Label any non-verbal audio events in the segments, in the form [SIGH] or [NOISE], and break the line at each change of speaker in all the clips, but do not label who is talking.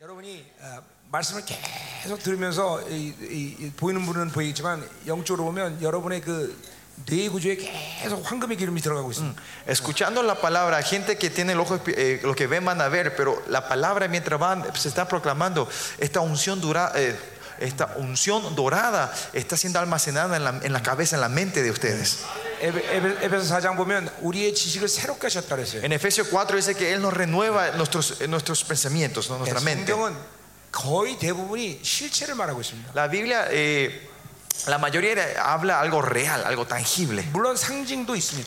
여러분이 어, 말씀을 계속 들으면서 이, 이, 이 보이는 분은 보이지만 영적으로 보면 여러분의 그 뇌 구조에 계속 황금의 기름이 들어가고 있습니다.
Escuchando la palabra, hay gente que tiene el ojo, espi- eh, lo que ven van a ver, pero la palabra mientras van, se está proclamando, esta unción dura, eh, esta unción dorada está siendo almacenada en la, en la cabeza, en la mente de ustedes.
에베- 에베- 에베소 4장 보면 우리의 지식을 새롭게 하셨다 그랬어요.
En Efesios 4 dice que Él nos renueva nuestros, eh, nuestros pensamientos, ¿no? nuestra mente.
네, 성경은 거의 대부분이 실체를 말하고 있습니다.
La Biblia, eh, la mayoría era- habla algo real, algo tangible.
물론 상징도 있습니다.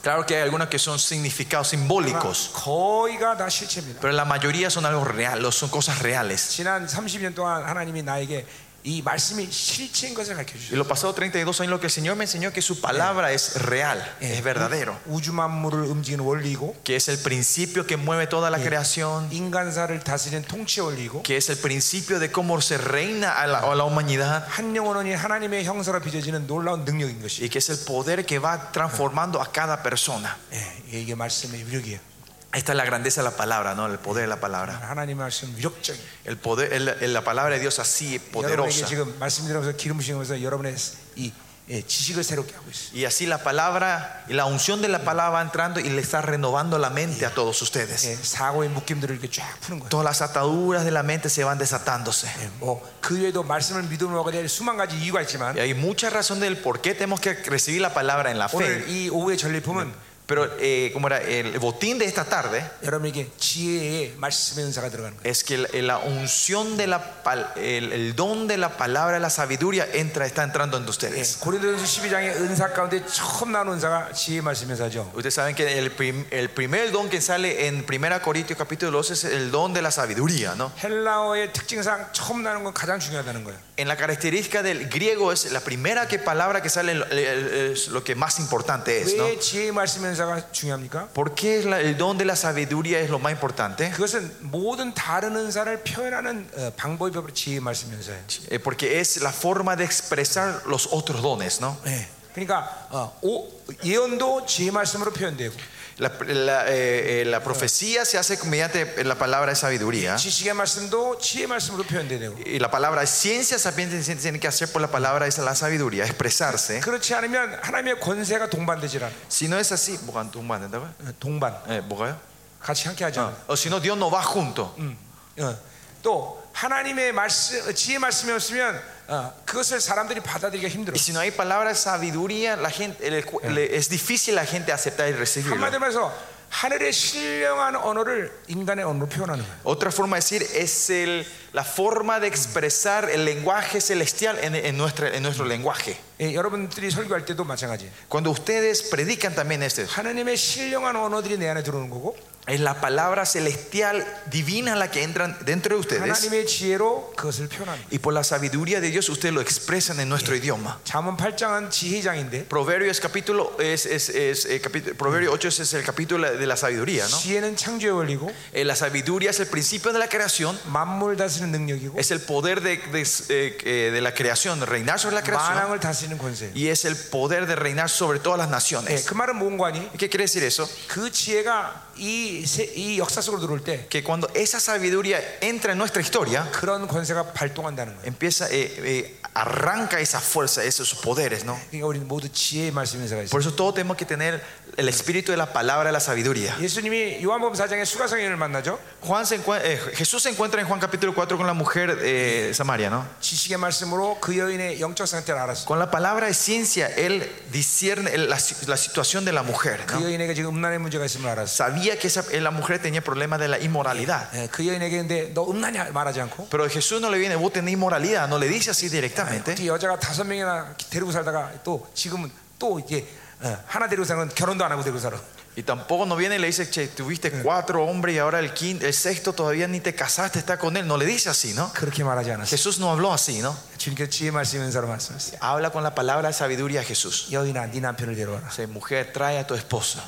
Claro que hay algunos que son significados simbólicos,
거의가 다 실체입니다.
pero la mayoría son algo real, son cosas reales.
지난 30년 동안 하나님이 나에게 이 말씀이 실체인 것을 가르쳐
Y
주셨어요.
lo pasado 32 años lo que el Señor me enseñó que su palabra es real, es verdadero,
우주 만물을 움직이는 원리이고
que es el principio que mueve toda la creación,
인간사를 다스리는 통치 원리이고
que es el principio de cómo se reina a la, a la humanidad
한 영혼이 하나님의 형사로 빚어지는 놀라운 능력인 것이
y que es el poder que va transformando a cada persona.
예, 이게- 이게 말씀의 위력이에요.
Esta es la grandeza de la palabra, ¿no? El poder de la palabra.
하나님 말씀 위력적이에요.
El poder, el- el- la palabra de Dios así es
여러분에게
poderosa.
지금 말씀드리면서 기름 부시면서 여러분의 이 예, 지식을 새롭게 하고 있어요.
Y así la palabra, y la unción de la palabra va entrando y le está renovando la mente a todos
예,
ustedes.
사고의 묶임들을 이렇게 쫙 푸는 거예요. 예,
Todas las ataduras de la mente se van desatándose.
뭐그 외에도 말씀을 믿음으로 얻게 될 수만 가지 이유가 있지만
Y hay mucha razón del por qué tenemos que recibir la palabra en la
오늘
fe.
이 오후의 전리품은
Pero, eh, como era el botín de esta tarde,
여러분에게 지혜의 말씀의 은사가 들어가는 거예요.
es que el- la unción de la pal- el, el don de la palabra, la sabiduría, entra, está entrando en
예,
ustedes.
고린도전서 12장의 은사 가운데 처음 나온 은사가 지혜의 말씀 은사죠.
Ustedes saben que el, prim- el primer don que sale en 1 Corintios capítulo 12 es el don de la sabiduría, ¿no?
헬라어의 특징상 처음 나는 건 가장 중요하다는 거예요.
En la característica del griego es la primera que palabra que sale el- el- es lo que más importante es, ¿no?
왜 지혜의 말씀 은사가 중요합니까?
¿Por qué es la- el don de la sabiduría es lo más importante?
그것은 모든 다른 은사를 표현하는 어, 방법이 바로 지혜의 말씀 은사예요.
Eh, porque es la forma de expresar los otros dones, ¿no?
예. 그러니까 어, 오, 예언도 지혜의 말씀으로 표현되고
La, la, eh, eh, la profecía se hace mediante la palabra de sabiduría.
지식의 말씀도 지혜의 말씀으로 표현되고
Y la palabra de ciencia sapiente se tiene que hacer por la palabra de la sabiduría, expresarse.
그렇지 않으면 하나님의 권세가 동반되질 않아.
Si no es así, 뭐가 안 된다고요?
동반.
예, 뭐가요?
같이 함께 하지 않아.
Eh, o si no, Dios no va junto.
어, 또 하나님의 말씀 지혜 말씀이 없으면 어, 그것을 사람들이 받아들이기가 힘들어.
Y si no hay palabra de sabiduría, la gente, el- le- es difícil la gente aceptar y recibirlo.
한마디로 해서 하늘의 신령한 언어를 인간의 언어로 표현하는 거예요.
Otra forma de decir es el, la forma de expresar el lenguaje celestial en, en, nuestra, en nuestro lenguaje.
예, 여러분들이 설교할 때도 마찬가지.
Cuando ustedes predican también este,
하나님의 신령한 언어들이 내 안에 들어오는 거고
es la palabra celestial divina la que entran dentro de ustedes
하나님의 지혜로 그것을 표현하는 거예요.
y por la sabiduría de Dios ustedes lo expresan en nuestro idioma.
잠언 8장은 지혜장인데
Proverbios capítulo es, es, es, eh, capítulo- Proverbio 8 es, es el capítulo de la sabiduría, ¿no?
지혜는 창조의 원리고
Eh, la sabiduría es el principio de la creación,
만물 다스리는 능력이고
es el poder de, de- eh, eh, de la creación, de reinar sobre la creación
만왕을 다스리는 권세예요.
y es el poder de reinar sobre todas las
예,
naciones.
그 말은 뭔가니?
¿Qué quiere decir eso?
그 지혜가 이, 세- 이 역사 속으로 들어올 때
Que cuando esa sabiduría entra en nuestra historia,
그런 권세가 발동한다는 거예요.
empieza, eh, eh, arranca esa fuerza, esos poderes, ¿no?
그러니까 우리는 모두 지혜의 말씀 인사가 있어요.
Por eso todos tenemos que tener el espíritu de la palabra, de la sabiduría.
예수님이 요한복음 4장에 수가성인을 만나죠.
Juan se encue- eh, Jesús se encuentra en Juan capítulo 4 con la mujer eh, Samaria, ¿no?
지식의 말씀으로 그 여인의 영적 상태를 알았어요.
Con la palabra de ciencia, él discierne el- la, si- la situación de la mujer,
그
¿no?
여인에게 지금 음란의 문제가 있음을 알았어요.
Sabía que esa- eh, la mujer tenía problemas de la inmoralidad.
예, 그 여인에게 근데 너 음란이야 말하지 않고
Pero Jesús no le viene, vos tenés inmoralidad, no le dice así directamente.
어떻게 여자가 다섯 명이나 데리고 살다가 또 지금은 또 이제 어, 하나 데리고 사는 건 결혼도 안 하고 데리고 살아.
Y tampoco no viene y le dice, che, tuviste cuatro hombres y ahora el, quinto, el sexto todavía ni te casaste, está con él. No le dice así, ¿no?
그렇게 말하지 않았어요.
Jesús no habló así, ¿no?
주님께서 지혜의 말씀 인사로 말씀하셨어요.
Habla con la palabra de sabiduría a Jesús.
여인아 네 남편을 데려와라.
Dice, mujer, trae a tu esposo.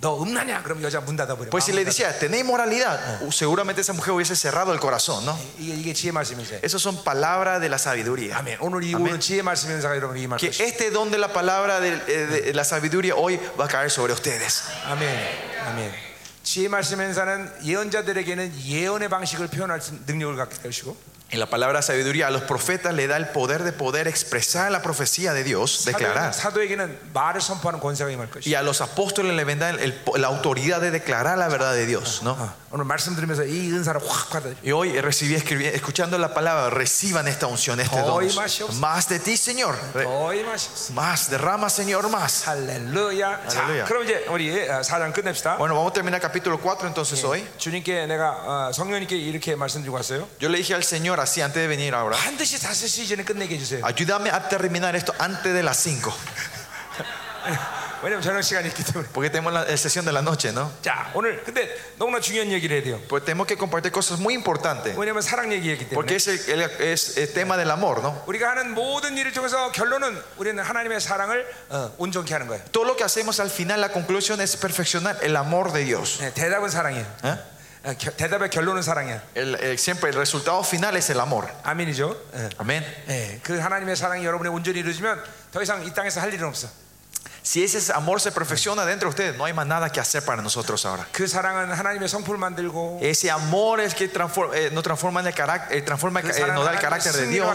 너 음란이야 그럼 여자 문 닫아버려.
Pues si
마음
le
닫아.
decía, tenés inmoralidad, seguramente esa mujer hubiese cerrado el corazón, ¿no?
이게, 이게 지혜의 말씀 인사예요.
Esas son palabras de la sabiduría.
아멘. 오늘 이 오늘 지혜의 말씀 인사가 여러분에게
Que
임하시오.
este don de la palabra de, eh, de la sabiduría hoy va a caer sobre ustedes.
아멘. 아멘. 지혜 말씀 행사는 예언자들에게는 예언의 방식을 표현할 수- 능력을 갖게 되시고
En la palabra sabiduría a los profetas le da el poder de poder expresar la profecía de Dios, declarar.
사도에게는 말을 선포하는 권세가 임할
Y
것이고
a los apóstoles le vendrá el- el- la autoridad de declarar la verdad de Dios, ¿no?
오늘 말씀드리면서 이 은사를 확 받아
Y hoy recibí escribi- escuchando la palabra, reciban esta unción, este don.
Hoy más yo-
Más de ti, Señor. Re-
거의 맛이 없어
Más, derrama, Señor, más.
할렐루야 자
할렐루야.
그럼 이제 우리 어, 사장 끝냅시다
Bueno, vamos a terminar capítulo 4 entonces hoy.
주님께 내가 어, 성령님께 이렇게 말씀드리고 왔어요
Yo le dije al Señor así antes de venir ahora,
반드시 다섯 시 이전에 끝내게 해주세요
ayúdame a terminar esto antes de las 5,
왜냐면 저녁 시간이 있기 때문에
porque tenemos la, la sesión de la noche, ¿no?
자 오늘 근데 너무나 중요한 얘기를 해야 돼요
Pues tenemos que compartir cosas muy importantes,
왜냐면 사랑 얘기했기 때문에
porque es el, el- es el tema del amor, ¿no?
우리가 하는 모든 일을 통해서 결론은 우리는 하나님의 사랑을 어, 온전케 하는 거예요
Todo lo que hacemos al final, la conclusión es perfeccionar el amor de Dios.
네, 대답은 사랑이에요
¿eh?
어, 겨- 대답의 결론은 사랑이야
El- el- siempre el resultado final es el amor.
아멘이죠 예.
Amén.
예, 그 하나님의 사랑이 여러분의 온전히 이루어지면 더 이상 이 땅에서 할 일은 없어
Si ese amor se perfecciona dentro de ustedes, no hay más nada que hacer para nosotros ahora.
그 사랑은 하나님의 성품을 만들고 그
Ese amor es que transforma, eh, nos transforma en el carácter, eh, transforma, eh, nos da el carácter de Dios.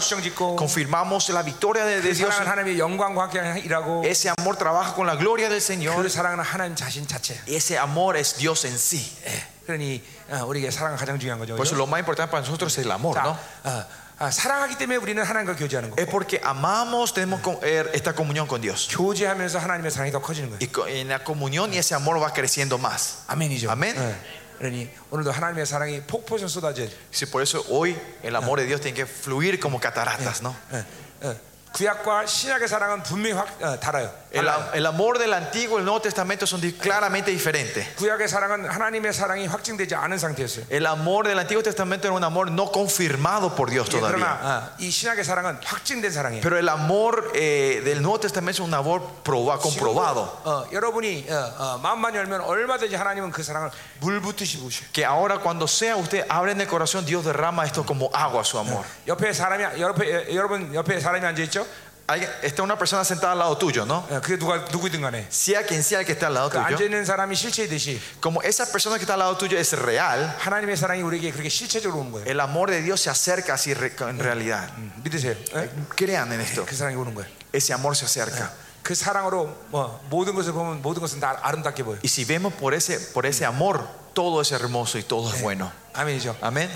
Confirmamos la victoria de, de
그
Dios.
사랑은 하나님의 영광과 함께 일하고
Ese amor trabaja con la gloria del
그
Señor.
사랑은 하나님 자신 자체야
Ese amor es Dios en sí.
예, 그러니 어, 우리에게 사랑은 가장 중요한 거죠
Por eso
그죠?
lo más importante para nosotros es el amor,
자,
¿no?
어, 아, 사랑하기 때문에 우리는 하나님과 교제하는 거예요
Es porque amamos, tenemos con- eh, esta comunión con Dios.
교제하면서 하나님의 사랑이 더 커지는 거예요
Y co- en la comunión y ese amor va creciendo más.
아멘이죠
아멘.
예, 그러니 오늘도 하나님의 사랑이 폭포처럼 쏟아져야 돼요
Sí, por eso hoy el amor de Dios tiene que fluir como cataratas, ¿no?
예, 예. 구약과 신약의 사랑은 분명히 확 어, 달라요
El,
달라요.
am- el amor del Antiguo y el Nuevo Testamento son di- claramente diferentes.
구약의 사랑은 하나님의 사랑이 확증되지 않은 상태였어요
El amor del Antiguo Testamento era un amor no confirmado por Dios
예,
todavía.
그러나 어, 이 신약의 사랑은 확증된 사랑이에요
Pero el amor eh, del Nuevo Testamento es un amor proba- comprobado.
어, 여러분이 어, 어, 마음만 열면 얼마든지 하나님은 그 사랑을 물붓듯이 부으셔.
Que ahora cuando sea usted, abre en el corazón, Dios derrama esto como agua, su amor.
옆에 사람이 옆에 예, 여러분 옆에 사람이 앉아 있죠? 어,
Hay- está una persona sentada al lado tuyo, ¿no?
그게 누가 누구든 간에
Sea quien sea el que está al lado
그 앉아
tuyo.
있는 사람이 실체이듯이
Como esa persona que está al lado tuyo es real,
하나님의 사랑이 우리에게 그렇게 실체적으로 오는 거예요.
el amor de Dios se acerca así re- en realidad.
음, 믿으세요? 예?
Crean en esto.
그 사랑이 오는 거예요.
Ese amor se acerca.
그 사랑으로 뭐 모든 것을 보면 모든 것은 다 아름답게 보여. 요
Y si vemos por ese, por ese amor, todo es hermoso y todo es bueno.
아멘이죠. 그,
아멘.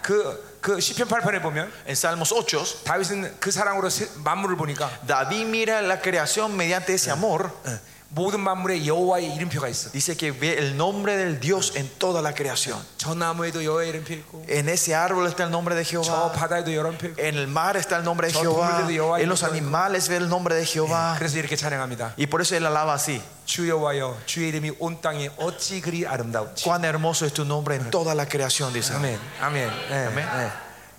그그그 시편 8편에 보면
En Salmos 8,
다윗은 그 사랑으로 세- 만물을 보니까
David mira la creación mediante ese amor.
예, 모든 만물에 여호와의 이름표가 있어.
Dice que ve el nombre del Dios en toda la creación.
저 나무에도 여호와의 이름표 있고
En ese árbol está el nombre de
저
Jehová.
바다에도 여름 표고
En el mar está el nombre de Jehová. En los animales ve el nombre de Jehová.
그래서 이렇게 찬양합니다.
Y por eso él alaba así.
주 여호와여 주의 이름이 온 땅에 어찌 그리 아름다운지.
Cuán hermoso es tu nombre en toda la creación, dice.
아멘. 아멘. 예,
아멘.
예.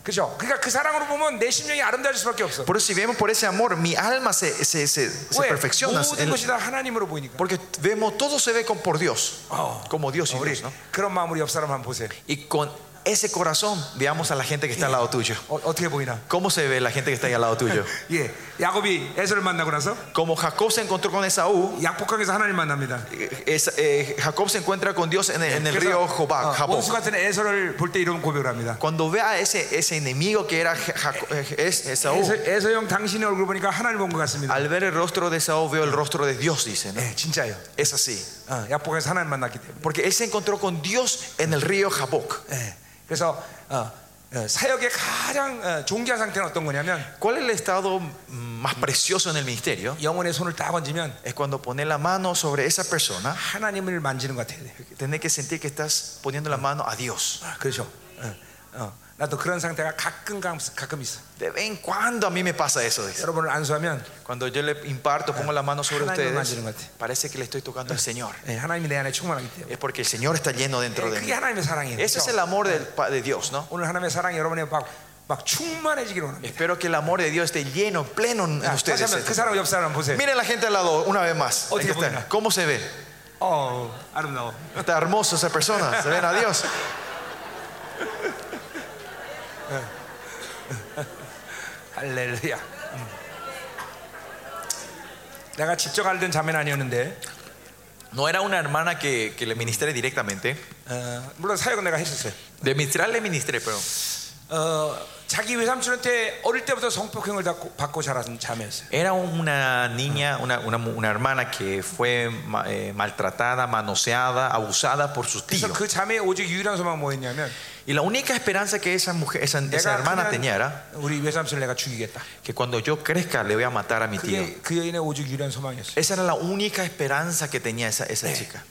그죠? 그러니까 그 사랑으로 보면 내 심령이 아름다울 수밖에 없어.
Por eso si vemos por ese amor, mi alma se, se, se, se
왜?
perfecciona.
모든 것이 다 하나님으로 보이니까.
Porque vemos, todo se ve con- por Dios.
어.
Como Dios y
우리
Dios, ¿no?
그런 마음으로 옆 사람 한번 보세요.
Y con ese corazón veamos a la gente que está al lado tuyo.
어, 어떻게 보이나?
¿Cómo se ve la gente que está ahí al lado tuyo?
예. 야곱이 에서를 만나고 나서
Como Jacob se encontró con Esaú,
약복강에서 하나님 만납니다.
eh, es- eh, Jacob se encuentra con Dios en el, en el
그래서,
río Jobá,
어, 원수
Jaboc.
같은 에서를 볼 때 이런 고백을 합니다.
Cuando ve a ese, ese enemigo que era Ja- Jaco- eh, es
에서,
Esaú,
에서 형 당신의 얼굴 보니까 하나님 본 것 같습니다.
al ver el rostro de Esaú veo el rostro de Dios, dice. ¿no?
예, 진짜요.
Es así.
어, 약복에서 하나님 만났기 때문에.
Porque él se encontró con Dios en el río Jaboc.
예. 그래서 어, 어, 사역의 가장 어, 존귀한 상태는 어떤 거냐면
¿Cuál es el estado más precioso en el ministerio?
영혼의 손을 딱 얹으면
Es cuando pones la mano sobre esa persona,
하나님을 만지는 것 같아야 돼.
tenés que sentir que estás poniendo la mano a Dios.
아, 그렇죠. 어, 어, 나도 그런 상태가 가끔 가- 가끔 있어.
De vez en cuando a mí me pasa eso. dice.
여러분을 안수하면
Cuando yo le imparto, pongo la mano sobre
Ha나님을
ustedes,
만지는 것 같아.
parece que le estoy tocando al Señor.
예, 하나님이 내 안에 충만하기 때문에.
Es porque el Señor está lleno dentro
예,
de mí.
그게 하나님의 사랑이에요.
Ese es el
그렇죠?
amor del pa- de Dios, ¿no?
오늘 하나님의 사랑이 여러분의 막, 막 충만해지기를 원합니다.
Espero que el amor de Dios esté lleno, pleno en
자, 다시
ustedes.
한번 그 사람 옆 사람 보세요.
Miren la gente al lado, una vez más.
Oh,
Ahí
Dios
está.
mío.
¿Cómo se ve?
어, 아름다워.
Está hermoso esa persona. Se ven a Dios.
할렐루야. 음. 내가 직접 알던 자매는 아니었는데
No era una hermana que, que le ministré directamente.
어, 물론 사역은 내가 했었어요.
De ministrar le ministré, pero
어, 자기 외삼촌한테 어릴 때부터 성폭행을 받고, 받고 자란 자매였어요.
era una niña, una, una, mu- una hermana que fue ma- eh, maltratada, manoseada, abusada por sus
그래서
tíos.
그 자매의 오직 유일한 소망 뭐였냐면
Y la única esperanza que esa, mujer, esa, esa
내가
hermana tenía
그냥
era
우리 외삼촌을 내가 죽이겠다.
que cuando yo crezca le voy a matar a mi tío.
그게 그 여인의 오직 유일한 소망이었어요.
Esa era la única esperanza que tenía esa, esa chica.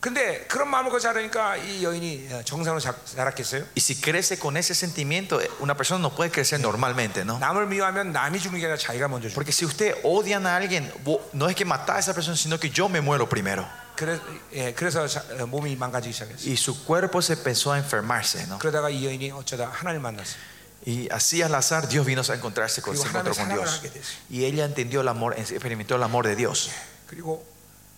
근데 그런 마음을 가지고 자라니까 이 여인이 어, 정상으로 자, 자랐겠어요?
Y si crece con ese sentimiento, eh, una persona no puede crecer normalmente, ¿no?
남을 미워하면 남이 죽는 게 아니라 자기가 먼저 죽어.
Porque si usted odian a alguien, vo- no es que matar a esa persona, sino que yo me muero primero.
그래, 예, 그래서 자, 어, 몸이 망가지기 시작했어요.
Y su cuerpo se empezó a enfermarse, ¿no?
그러다가 이 여인이 어쩌다 하나님 만났어요.
Y así al azar Dios vino a encontrarse con,
그리고
se
하나님의
encontró con
사랑을
Dios.
하게 됐어요.
Y ella entendió el amor, experimentó el amor de Dios.
그리고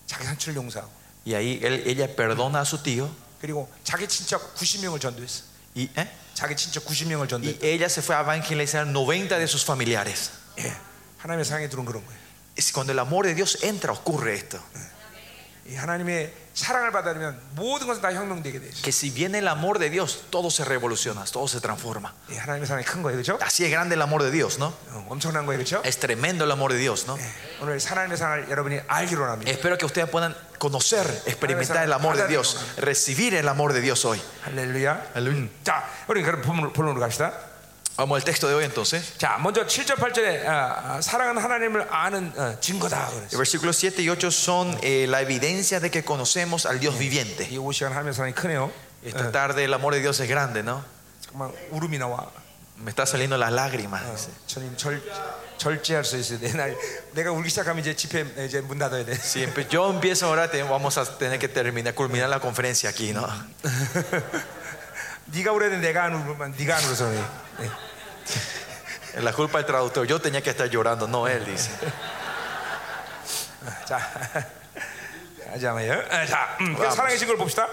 자기 삼촌을 용서하고
Y ahí él- ella perdona a su tío
그리고 자기 친척 90명을 전도했어.
y, ¿eh?
자기 친척 90명을 전도했.
y ella se fue a evangelizar 90 de sus familiares.
예. 하나님의 상에 들어온 그런 거예요.
Es cuando el amor de Dios entra, ocurre esto.
이 하나님의 사랑을 받아들면 모든 것은 다 혁명되게 돼 있어요.
Que si viene el amor de Dios, todo se revoluciona, todo se transforma.
예, 하나님의 사랑이 큰 거예요, 그렇죠?
Así es grande el amor de Dios, ¿no?
어, 엄청난 거예요, 그렇죠? 예.
Es tremendo el amor de Dios, ¿no?
오늘 하나님의 사랑을 여러분이 알기로 합니다.
Espero que ustedes puedan conocer, experimentar el amor de Dios, recibir el amor de Dios hoy.
할렐루야.
Aleluya.
자, 우리 그럼 본론으로, 본론으로 갑시다.
Vamos al texto de hoy entonces.
자, 먼저 7절 8절에 아, 아, 사랑은 하나님을 아는 어, 증거다
El
그랬어요.
versículo 7 y 8 son eh, la evidencia de que conocemos al Dios viviente.
이 오후 시간 하나님의 사랑이 크네요.
Esta tarde el amor de Dios es grande, ¿no?
정말 울음이 나와.
Me está saliendo las lágrimas. dice.
주님 절 절제할 수 있어요. 내날 내가 울기 시작하면 이제 집회 이제 문 닫아야 돼.
Si empe- yo empiezo ahora, te- vamos a tener que terminar, culminar la conferencia aquí, ¿no?
[LAUGHS] 네가 울어야 돼. 내가 안 울면 네가 안 울어서 그래. 네.
La culpa del traductor, yo tenía que estar llorando, no él, dice.
자, [LAUGHS] 하자마요. 자, 음, 그 사랑의 증거를 봅시다.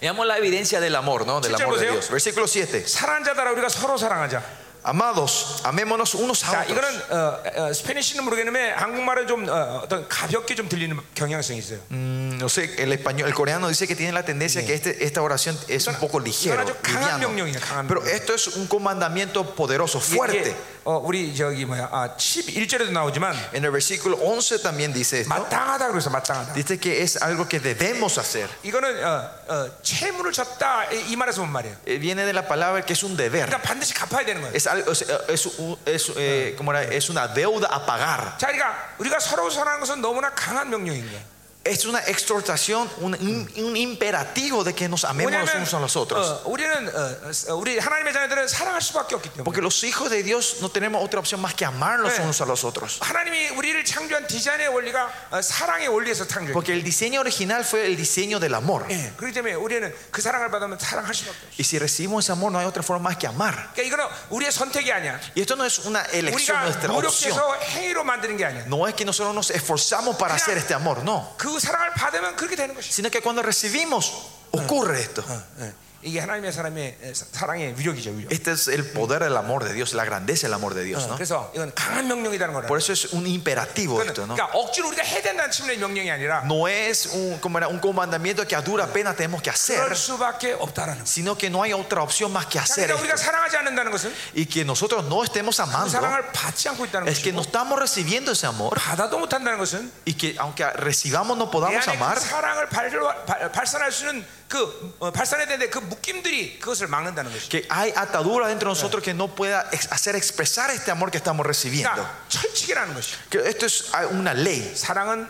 Veamos la evidencia del amor, ¿no? Del amor de
보세요.
Dios. Versículo 7.
사랑한 자들아 우리가 서로 사랑하자.
Amados, amémonos unos a
자,
otros.
이거는 어, 어, 스페니쉬는 모르겠는데 한국말은 좀 어, 어떤 가볍게 좀 들리는 경향성이 있어요.
Mm, No sé, el español, el coreano dice que tiene la tendencia que este- esta oración es un poco ligero,
이건 아주 강한
liviano.
명령이에요, 강한
Pero
명령.
esto es un comandamiento poderoso,
이게,
fuerte.
어, 우리 저기 뭐야 아, 11절에도 나오지만
En el versículo 11 también dice esto.
마땅하다 그래서 마땅하다.
Dice que es algo que debemos hacer.
이거는 어, 어, 채무를 졌다 이, 이 말에서 온 말이에요.
Eh, Viene de la palabra que es un deber.
그러니까 반드시 갚아야 되는 거예요.
Es, algo, es, es un- es, eh, ¿cómo era? es una deuda a pagar.
자, 그러니까 우리가 서로 사랑하는 것은 너무나 강한 명령인 거예요.
Es una exhortación, un, un- un imperativo de que nos amemos los
왜냐하면
unos a los otros.
어, 우리는 어, 어, 우리 하나님의 자녀들은 사랑할 수밖에 없기 때문에.
Porque los hijos de Dios no tenemos otra opción más que amarnos
Eh.
unos a los otros.
하나님이 우리를 창조한 디자인의 원리가 어, 사랑의 원리에서 창조해요.
Porque el diseño original fue el diseño del amor.
예, 그렇기 때문에 우리는 그 사랑을 받으면 사랑할 수밖에 없어요.
Y si recibimos ese amor, no hay otra forma más que amar.
그러니까 이거는 우리의 선택이 아니야.
Y esto no es una elección,
우리가
nuestra opción.
노력해서 행위로 만드는 게 아니야.
No es que nosotros nos esforzamos para hacer este amor, no.
그 사랑을 받으면 그렇게 되는 것이.
Sino que cuando recibimos, ocurre esto.
예, 이게 하나님의 사람의 예, 사- 사랑의 위력이죠, 위력.
Este es el poder del amor de Dios, la grandeza del amor de Dios, ¿no?
그래서 이건 강한 명령이라는 거라.
Por eso es un imperativo
그건,
esto, ¿no?
그러니까 억지로 우리가 해야 된다는 측면의 명령이 아니라
No es un, como era, un comandamiento que a dura pena tenemos que hacer,
네, 그럴 수밖에 없다라는 거.
sino que no hay otra opción más que
자,
hacer
그러니까 우리가
esto.
사랑하지 않는다는 것은
Y que nosotros no estemos
그
amando,
사랑을 받지 않고 있다는
es que
것이고
no estamos recibiendo ese amor
받아도 못한다는 것은
y que aunque recibamos no
내
podamos
안에
amar.
그 사랑을 발, 발, 발산할 수 있는 그 어, 발산해야 되는데 그 묶임들이 그것을 막는다는 것이죠.
que hay atadura dentro de nosotros que no pueda ex- hacer expresar este amor que estamos recibiendo.
그러니까 철칙이라는 것이죠.
Que esto es ah, una ley,
사랑은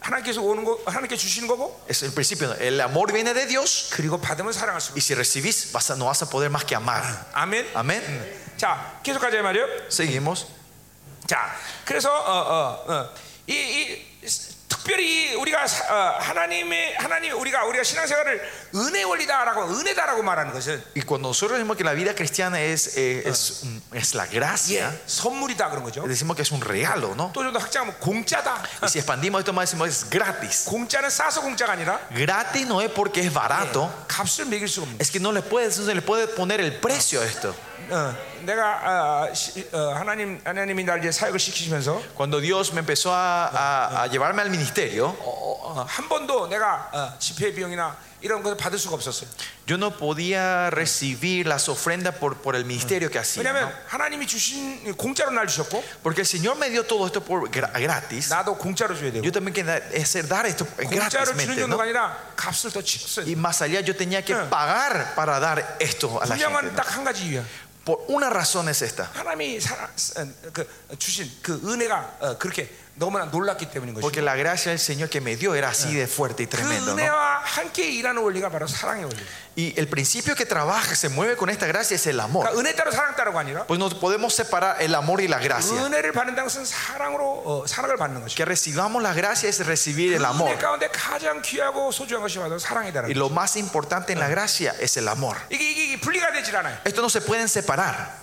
하나님께서 오는 거, 하나님께 주시는 거고
es el principio. ¿no? El amor viene de Dios
그리고 받으면 사랑할 수
y
있고.
si recibís vas a- no vas a poder más que amar.
아멘. 네.
Amén.
자, 계속 가자 말이요.
Seguimos.
자, 그래서 어, 어, 어, 이, 이 스- 특별히 우리가 사- 어, 하나님의 하나님 우리가 우리가 신앙생활을 은혜 원리다라고 은혜다라고 말하는 것은
Y cuando nosotros decimos que la vida cristiana es, eh, es, un- es la gracia,
예, 선물이다 그런 거죠.
decimos que es un regalo, ¿no?
또 좀 더 확장하면 공짜다.
Y si expandimos esto más, decimos es gratis.
공짜는 싸서 공짜가 아니라
Gratis no es porque es barato,
값을 매길 수가 없는.
es que no le puedes, no se le puede poner el precio a esto.
어, 내가 아, 시- 어, 하나님 하나님이 날 이제 사역을 시키시면서
Cuando Dios me empezó a, a- a llevarme al misterio,
어, 어, 어, 한 번도 내가 어, 집회 비용이나 이런 것을 받을 수가 없었어요.
yo no podía recibir las ofrendas por, por el ministerio que hacía.
왜냐하면
¿no?
하나님이 주신 공짜로 날 ju셨고
Porque el Señor me dio todo esto por gra- gratis.
나도 공짜로 줘야 되고
Yo también quería hacer dar esto
공짜로 주는
gratis.
정도가 아니라 값을 더 치렀어요.
Y más allá yo tenía que
Ah.
pagar para dar esto a la gente.
분명한
¿no?
딱 한 가지 이유야.
Por una razón es esta.
하나님이 살아, 어, 그, 주신 그 은혜가 어, 그렇게 너무나 놀랐기 때문인 것이죠.
Porque la gracia del Señor que me dio era así de fuerte y
그
tremendo. ¿no?
은혜와 함께 일하는 원리가 바로 사랑의 원리.
Y el principio que trabaja, se mueve con esta gracia es el amor.
그러니까 은혜 따로 사랑 따로가 아니라
Pues no podemos separar el amor y la gracia.
은혜를 받는다는 것은 사랑으로 어, 사랑을 받는 것이죠.
Que recibamos la gracia es recibir el amor.
은혜 가운데 가장 귀하고 소중한 것이 바로 사랑이다라는
Y
거예요.
lo más importante en la gracia es el amor.
이게, 이게, 이게 분리가 되질 않아요.
Esto no se pueden separar.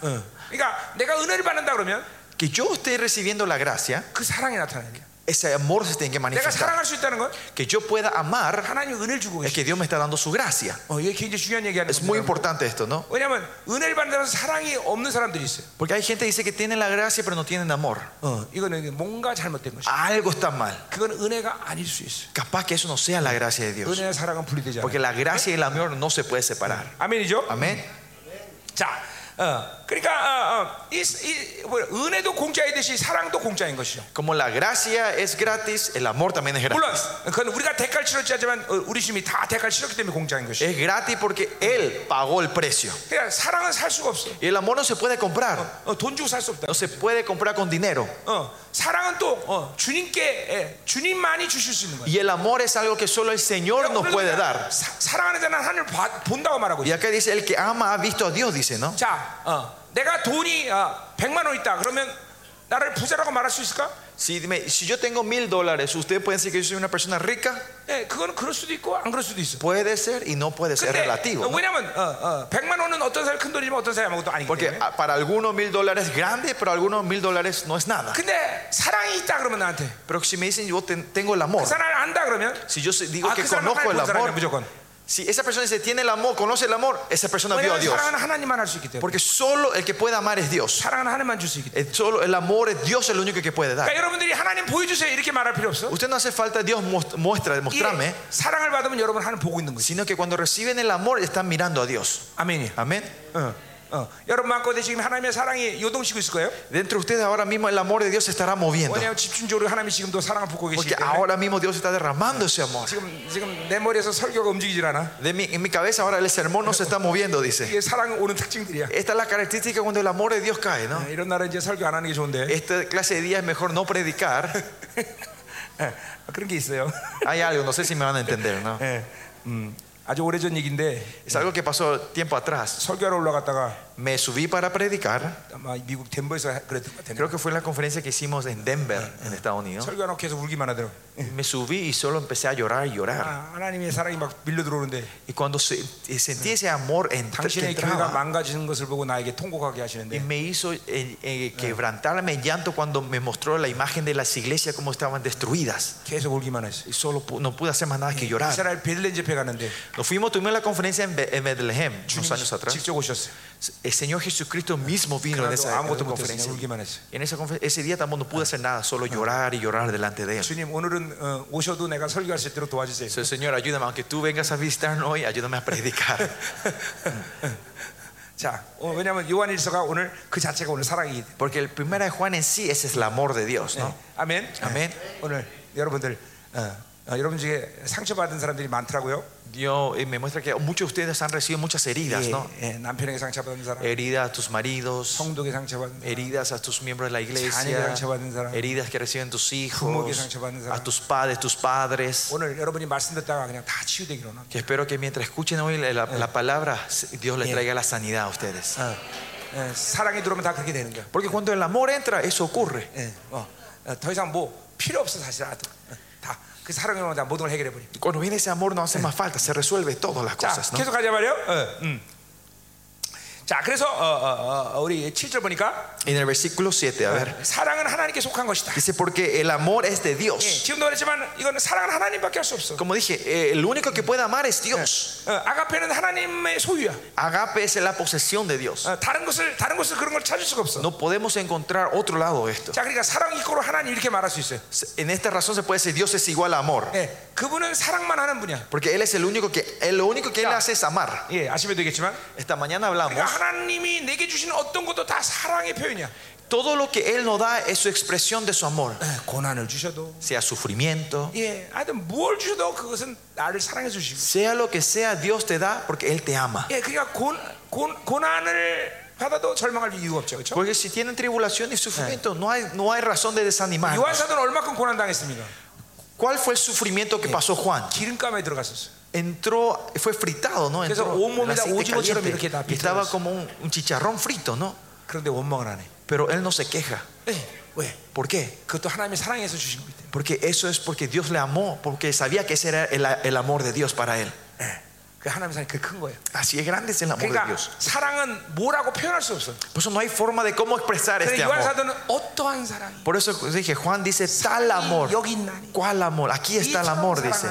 그러니까 내가 은혜를 받는다 그러면
Que yo esté recibiendo la gracia,
그 사랑이 나타나는 거야.
ese amor se tiene que
내가
manifestar.
사랑할 수 있다는 건
Que yo pueda amar
하나님 은혜를 주고
es
계시.
que Dios me está dando su gracia.
어, 이게 굉장히 중요한 얘기하는
Es muy
거예요.
importante esto, ¿no?
왜냐하면 은혜를 받는다면서 사랑이 없는 사람들이 있어요.
Porque hay gente que dice que tienen la gracia pero no tienen amor.
어, 아. 이거는 뭔가 잘못된 것이.
Algo está mal.
그건 은혜가 아닐 수 있어요.
Capaz que eso no sea la gracia de Dios.
은혜와 사랑은 분리되지 않아요.
Porque la gracia y el amor no se puede separar.
아멘이죠.
Amén.
자, 어, 그러니까 어, 어, 이, 이, 뭐, 은혜도 공짜이듯이 사랑도 공짜인 것이죠.
Como la gracia es gratis, el amor también es gratis.
물론 그건 우리가 대가를 치렀지 하지만 어, 우리 주님이 다 대가를 치렀기 때문에 공짜인 것이.
Es gratis porque Él pagó el precio.
그러니까 사랑은 살 수가 없어.
Y el amor no se puede comprar.
어, 돈 주고 살 수 없다.
No se puede comprar con dinero.
어, 사랑은 또 어, 주님께 예, 주님만이 주실 수 있는 거야.
Y el amor es algo que solo el Señor nos puede dar.
사- 사랑하는 자는 하늘 봐- 본다고 말하고
Y
있어.
acá dice, el que ama ha visto a Dios, dice, ¿no?
자, 어, 내가 돈이 어, 100만 원 있다. 그러면 나를 부자라고 말할 수 있을까?
Si, me- si yo tengo mil dólares, ¿ustedes pueden decir que yo soy una persona rica?
예, 그건 그럴 수도 있고 안 그럴 수도 있어.
Puede ser y no puede ser
근데
relativo.
어,
¿no?
왜냐면 어, 어, 100만 원은 어떤 사람이 큰 돈이지만 어떤 사람이 아무것도 아니기
Porque
때문에.
ah, para algunos mil dólares es grande, pero algunos mil dólares no es nada.
근데 사랑이 있다 그러면 나한테
Pero si me dicen, yo ten- tengo el amor.
그 사람을 안다 그러면
Si yo se- digo
아,
que
그 사람은
conozco
하나님
el
본 사람이야
amor,
무조건.
si esa persona dice, tiene el amor, conoce el amor, esa persona vio a
왜냐면
Dios.
사랑은 하나님만 할 수 있기 때문에.
Porque solo el que puede amar es Dios.
사랑은 하나님만 줄 수 있기 때문에.
El, solo el amor es Dios el único que puede dar.
그러니까 여러분들이 하나님 보여주세요 이렇게 말할 필요 없어.
Usted no hace falta Dios muest- muestra,
이
mostrame,
사랑을 받으면 여러분 하나님 보고 있는 거지.
sino que cuando reciben el amor están mirando a Dios.
아멘이야.
Amén.
어, 어. 여러분 마음껏 지금 하나님의 사랑이 요동치고 있을 거예요.
Dentro de ustedes ahora mismo el amor de Dios se estará moviendo.
왜냐하면 집중적으로 하나님이 지금도 사랑을 붓고 계시기
Porque
때문에
ahora mismo Dios está derramando ese amor.
지금 지금 내 머리에서 설교가 움직이질 않아.
De mi- en mi cabeza ahora el sermón no se está moviendo, dice.
이게 사랑 오는 특징들이야. 예,
Esta es la característica cuando el amor de Dios cae, ¿no?
이런 날은 이제 설교 안 하는 게 좋은데
Esta clase de día es mejor no predicar.
[LAUGHS] 예, 그런 게 있어요.
Hay algo, no sé si me van a entender, ¿no?
예, 음, 아주 오래전 얘기인데
Es algo que pasó tiempo atrás.
설교하러 올라갔다가
Me subí para predicar.
아마 미국 덴버에서 그랬던 것 같아요.
Creo que fue en la conferencia que hicimos en Denver, en Estados Unidos.
설교하고 계속 울기만 하더라고.
Me subí y solo empecé a llorar y llorar.
아, 하나님의 사랑이 막 밀려 들어오는데
Y cuando se- eh, sentí ese amor en, que
당신의 교회가
entraba,
망가지는 것을 보고 나에게 통곡하게
y
하시는데
me hizo eh, eh, quebrantarme en llanto cuando me mostró la imagen de las iglesias como estaban destruidas.
계속 울기만 했어요.
Y solo pu- no pude hacer más nada que llorar.
이스라엘 베들레헴 집회 갔는데
Nos fuimos, tuvimos la conferencia en, Be- en Bethlehem unos años
주님이
atrás.
직접 오셨어요.
El Señor Jesucristo mismo vino en
그래도
esa,
아무것도
conferencia.
못했어요. 울기만 했어요.
En esa confer- ese día tampoco no pude hacer nada, solo llorar y llorar delante de Él.
주님 오늘은 어, 오셔도 내가 설교할 수 있도록 도와주세요.
Entonces, Señor, ayúdame, aunque tú vengas a visitarnos hoy, ayúdame a [LAUGHS] predicar.
[LAUGHS] 자, 어, 왜냐하면 요한일서가 오늘 그 자체가 오늘 사랑이기 때문에.
Porque el primero de Juan en sí, ese es el amor de Dios, ¿no?
아멘.
아멘.
네. 오늘 여러분들 어, 어, 여러분 중에 상처받은 사람들이 많더라고요.
Dios eh, me muestra que muchos de ustedes han recibido muchas heridas,
예,
¿no?
예, 남편에게 상처받은 사람,
Heridas a tus maridos,
성도에게 상처받은 예. 사람,
heridas a tus miembros de la
자녀에게
iglesia,
상처받은 사람,
heridas que reciben tus
부모에게
hijos,
상처받은 사람.
a tus padres, tus padres.
오늘 여러분이 말씀 듣다가 그냥 다 치유되기로 합니다.
Que espero que mientras escuchen hoy la, la- la palabra, Dios les
Eh.
traiga la sanidad a ustedes.
어, 예, 사랑이 들어오면 다 그렇게 되는 거야.
Porque cuando el amor entra, eso ocurre.
예, 어, 어, 더 이상 뭐 필요 없어 사실 아들. 어, 다그 사랑이 오면 다 모든 걸 해결해 버려.
Cuando viene ese amor no hace más falta, se resuelve todas las
자,
cosas, ¿no?
계속 가자 말이요. 어, 음. 자, 그래서 어, 어, 어, 우리 7절 보니까
En el versículo 7, a
네.
ver.
사랑은 하나님께 속한 것이다.
Dice, porque el amor es de
예,
Dios.
지금도 그랬지만 이건 사랑은 하나님밖에 할 수 없어.
Como dije, eh, el único que puede amar es Dios.
어, 아가페는 하나님의 소유야.
Agape es la posesión de Dios.
어, 다른 것을 다른 것을 그런 걸 찾을 수가 없어.
No podemos encontrar otro lado de esto.
자, 그러니까 사랑 이꼬로 하나님 이렇게 말할 수 있어요.
En esta razón se puede decir Dios es igual a amor.
예, 그분은 사랑만 하는 분이야.
Porque Él es el único que, él, lo único que Él
Ya.
hace es amar.
예, 아시면 되겠지만,
Esta mañana hablamos.
그러니까 하나님이 내게 주신 어떤 것도 다 사랑의 표현이야.
Todo lo que Él nos da es su expresión de su amor.
예, 고난을 주셔도,
Sea sufrimiento,
예, 하여튼 뭘 주셔도 그것은 나를 사랑해 주시고,
sea lo que sea, Dios te da porque Él te ama.
예, 그러니까 곤, 곤, 고난을 받아도 절망할 이유가 없죠, 그렇죠?
Porque si tienen tribulación y sufrimiento, no hay, no hay razón de desanimar.
요한사도는 얼마큼 고난 당했습니까?
¿Cuál fue el sufrimiento que pasó Juan?
기름감에 들어갔었어요.
Entró, fue fritado, ¿no?
Entonces,
Entró
un
el aceite
momento,
caliente.
ocho minutos,
y estaba como un, un chicharrón frito, ¿no?
그런데 원망을 안 해.
Pero Él no se queja.
예, 왜?
¿Por qué?
그것도 하나님의 사랑에서 주신 거기 때문에.
Porque eso es porque Dios le amó, porque sabía que ese era el, el amor de Dios para Él.
예, 그 하나님의 사랑이 그큰 거예요.
Así es grande es el amor de
그러니까
Dios.
사랑은 뭐라고 표현할 수 없어.
Por eso no hay forma de cómo expresar
그런데
este amor.
요한사도는 어떠한 사랑이?
Por eso dije, Juan dice tal amor.
여기 있나니.
¿Cuál amor? Aquí está el amor, dice.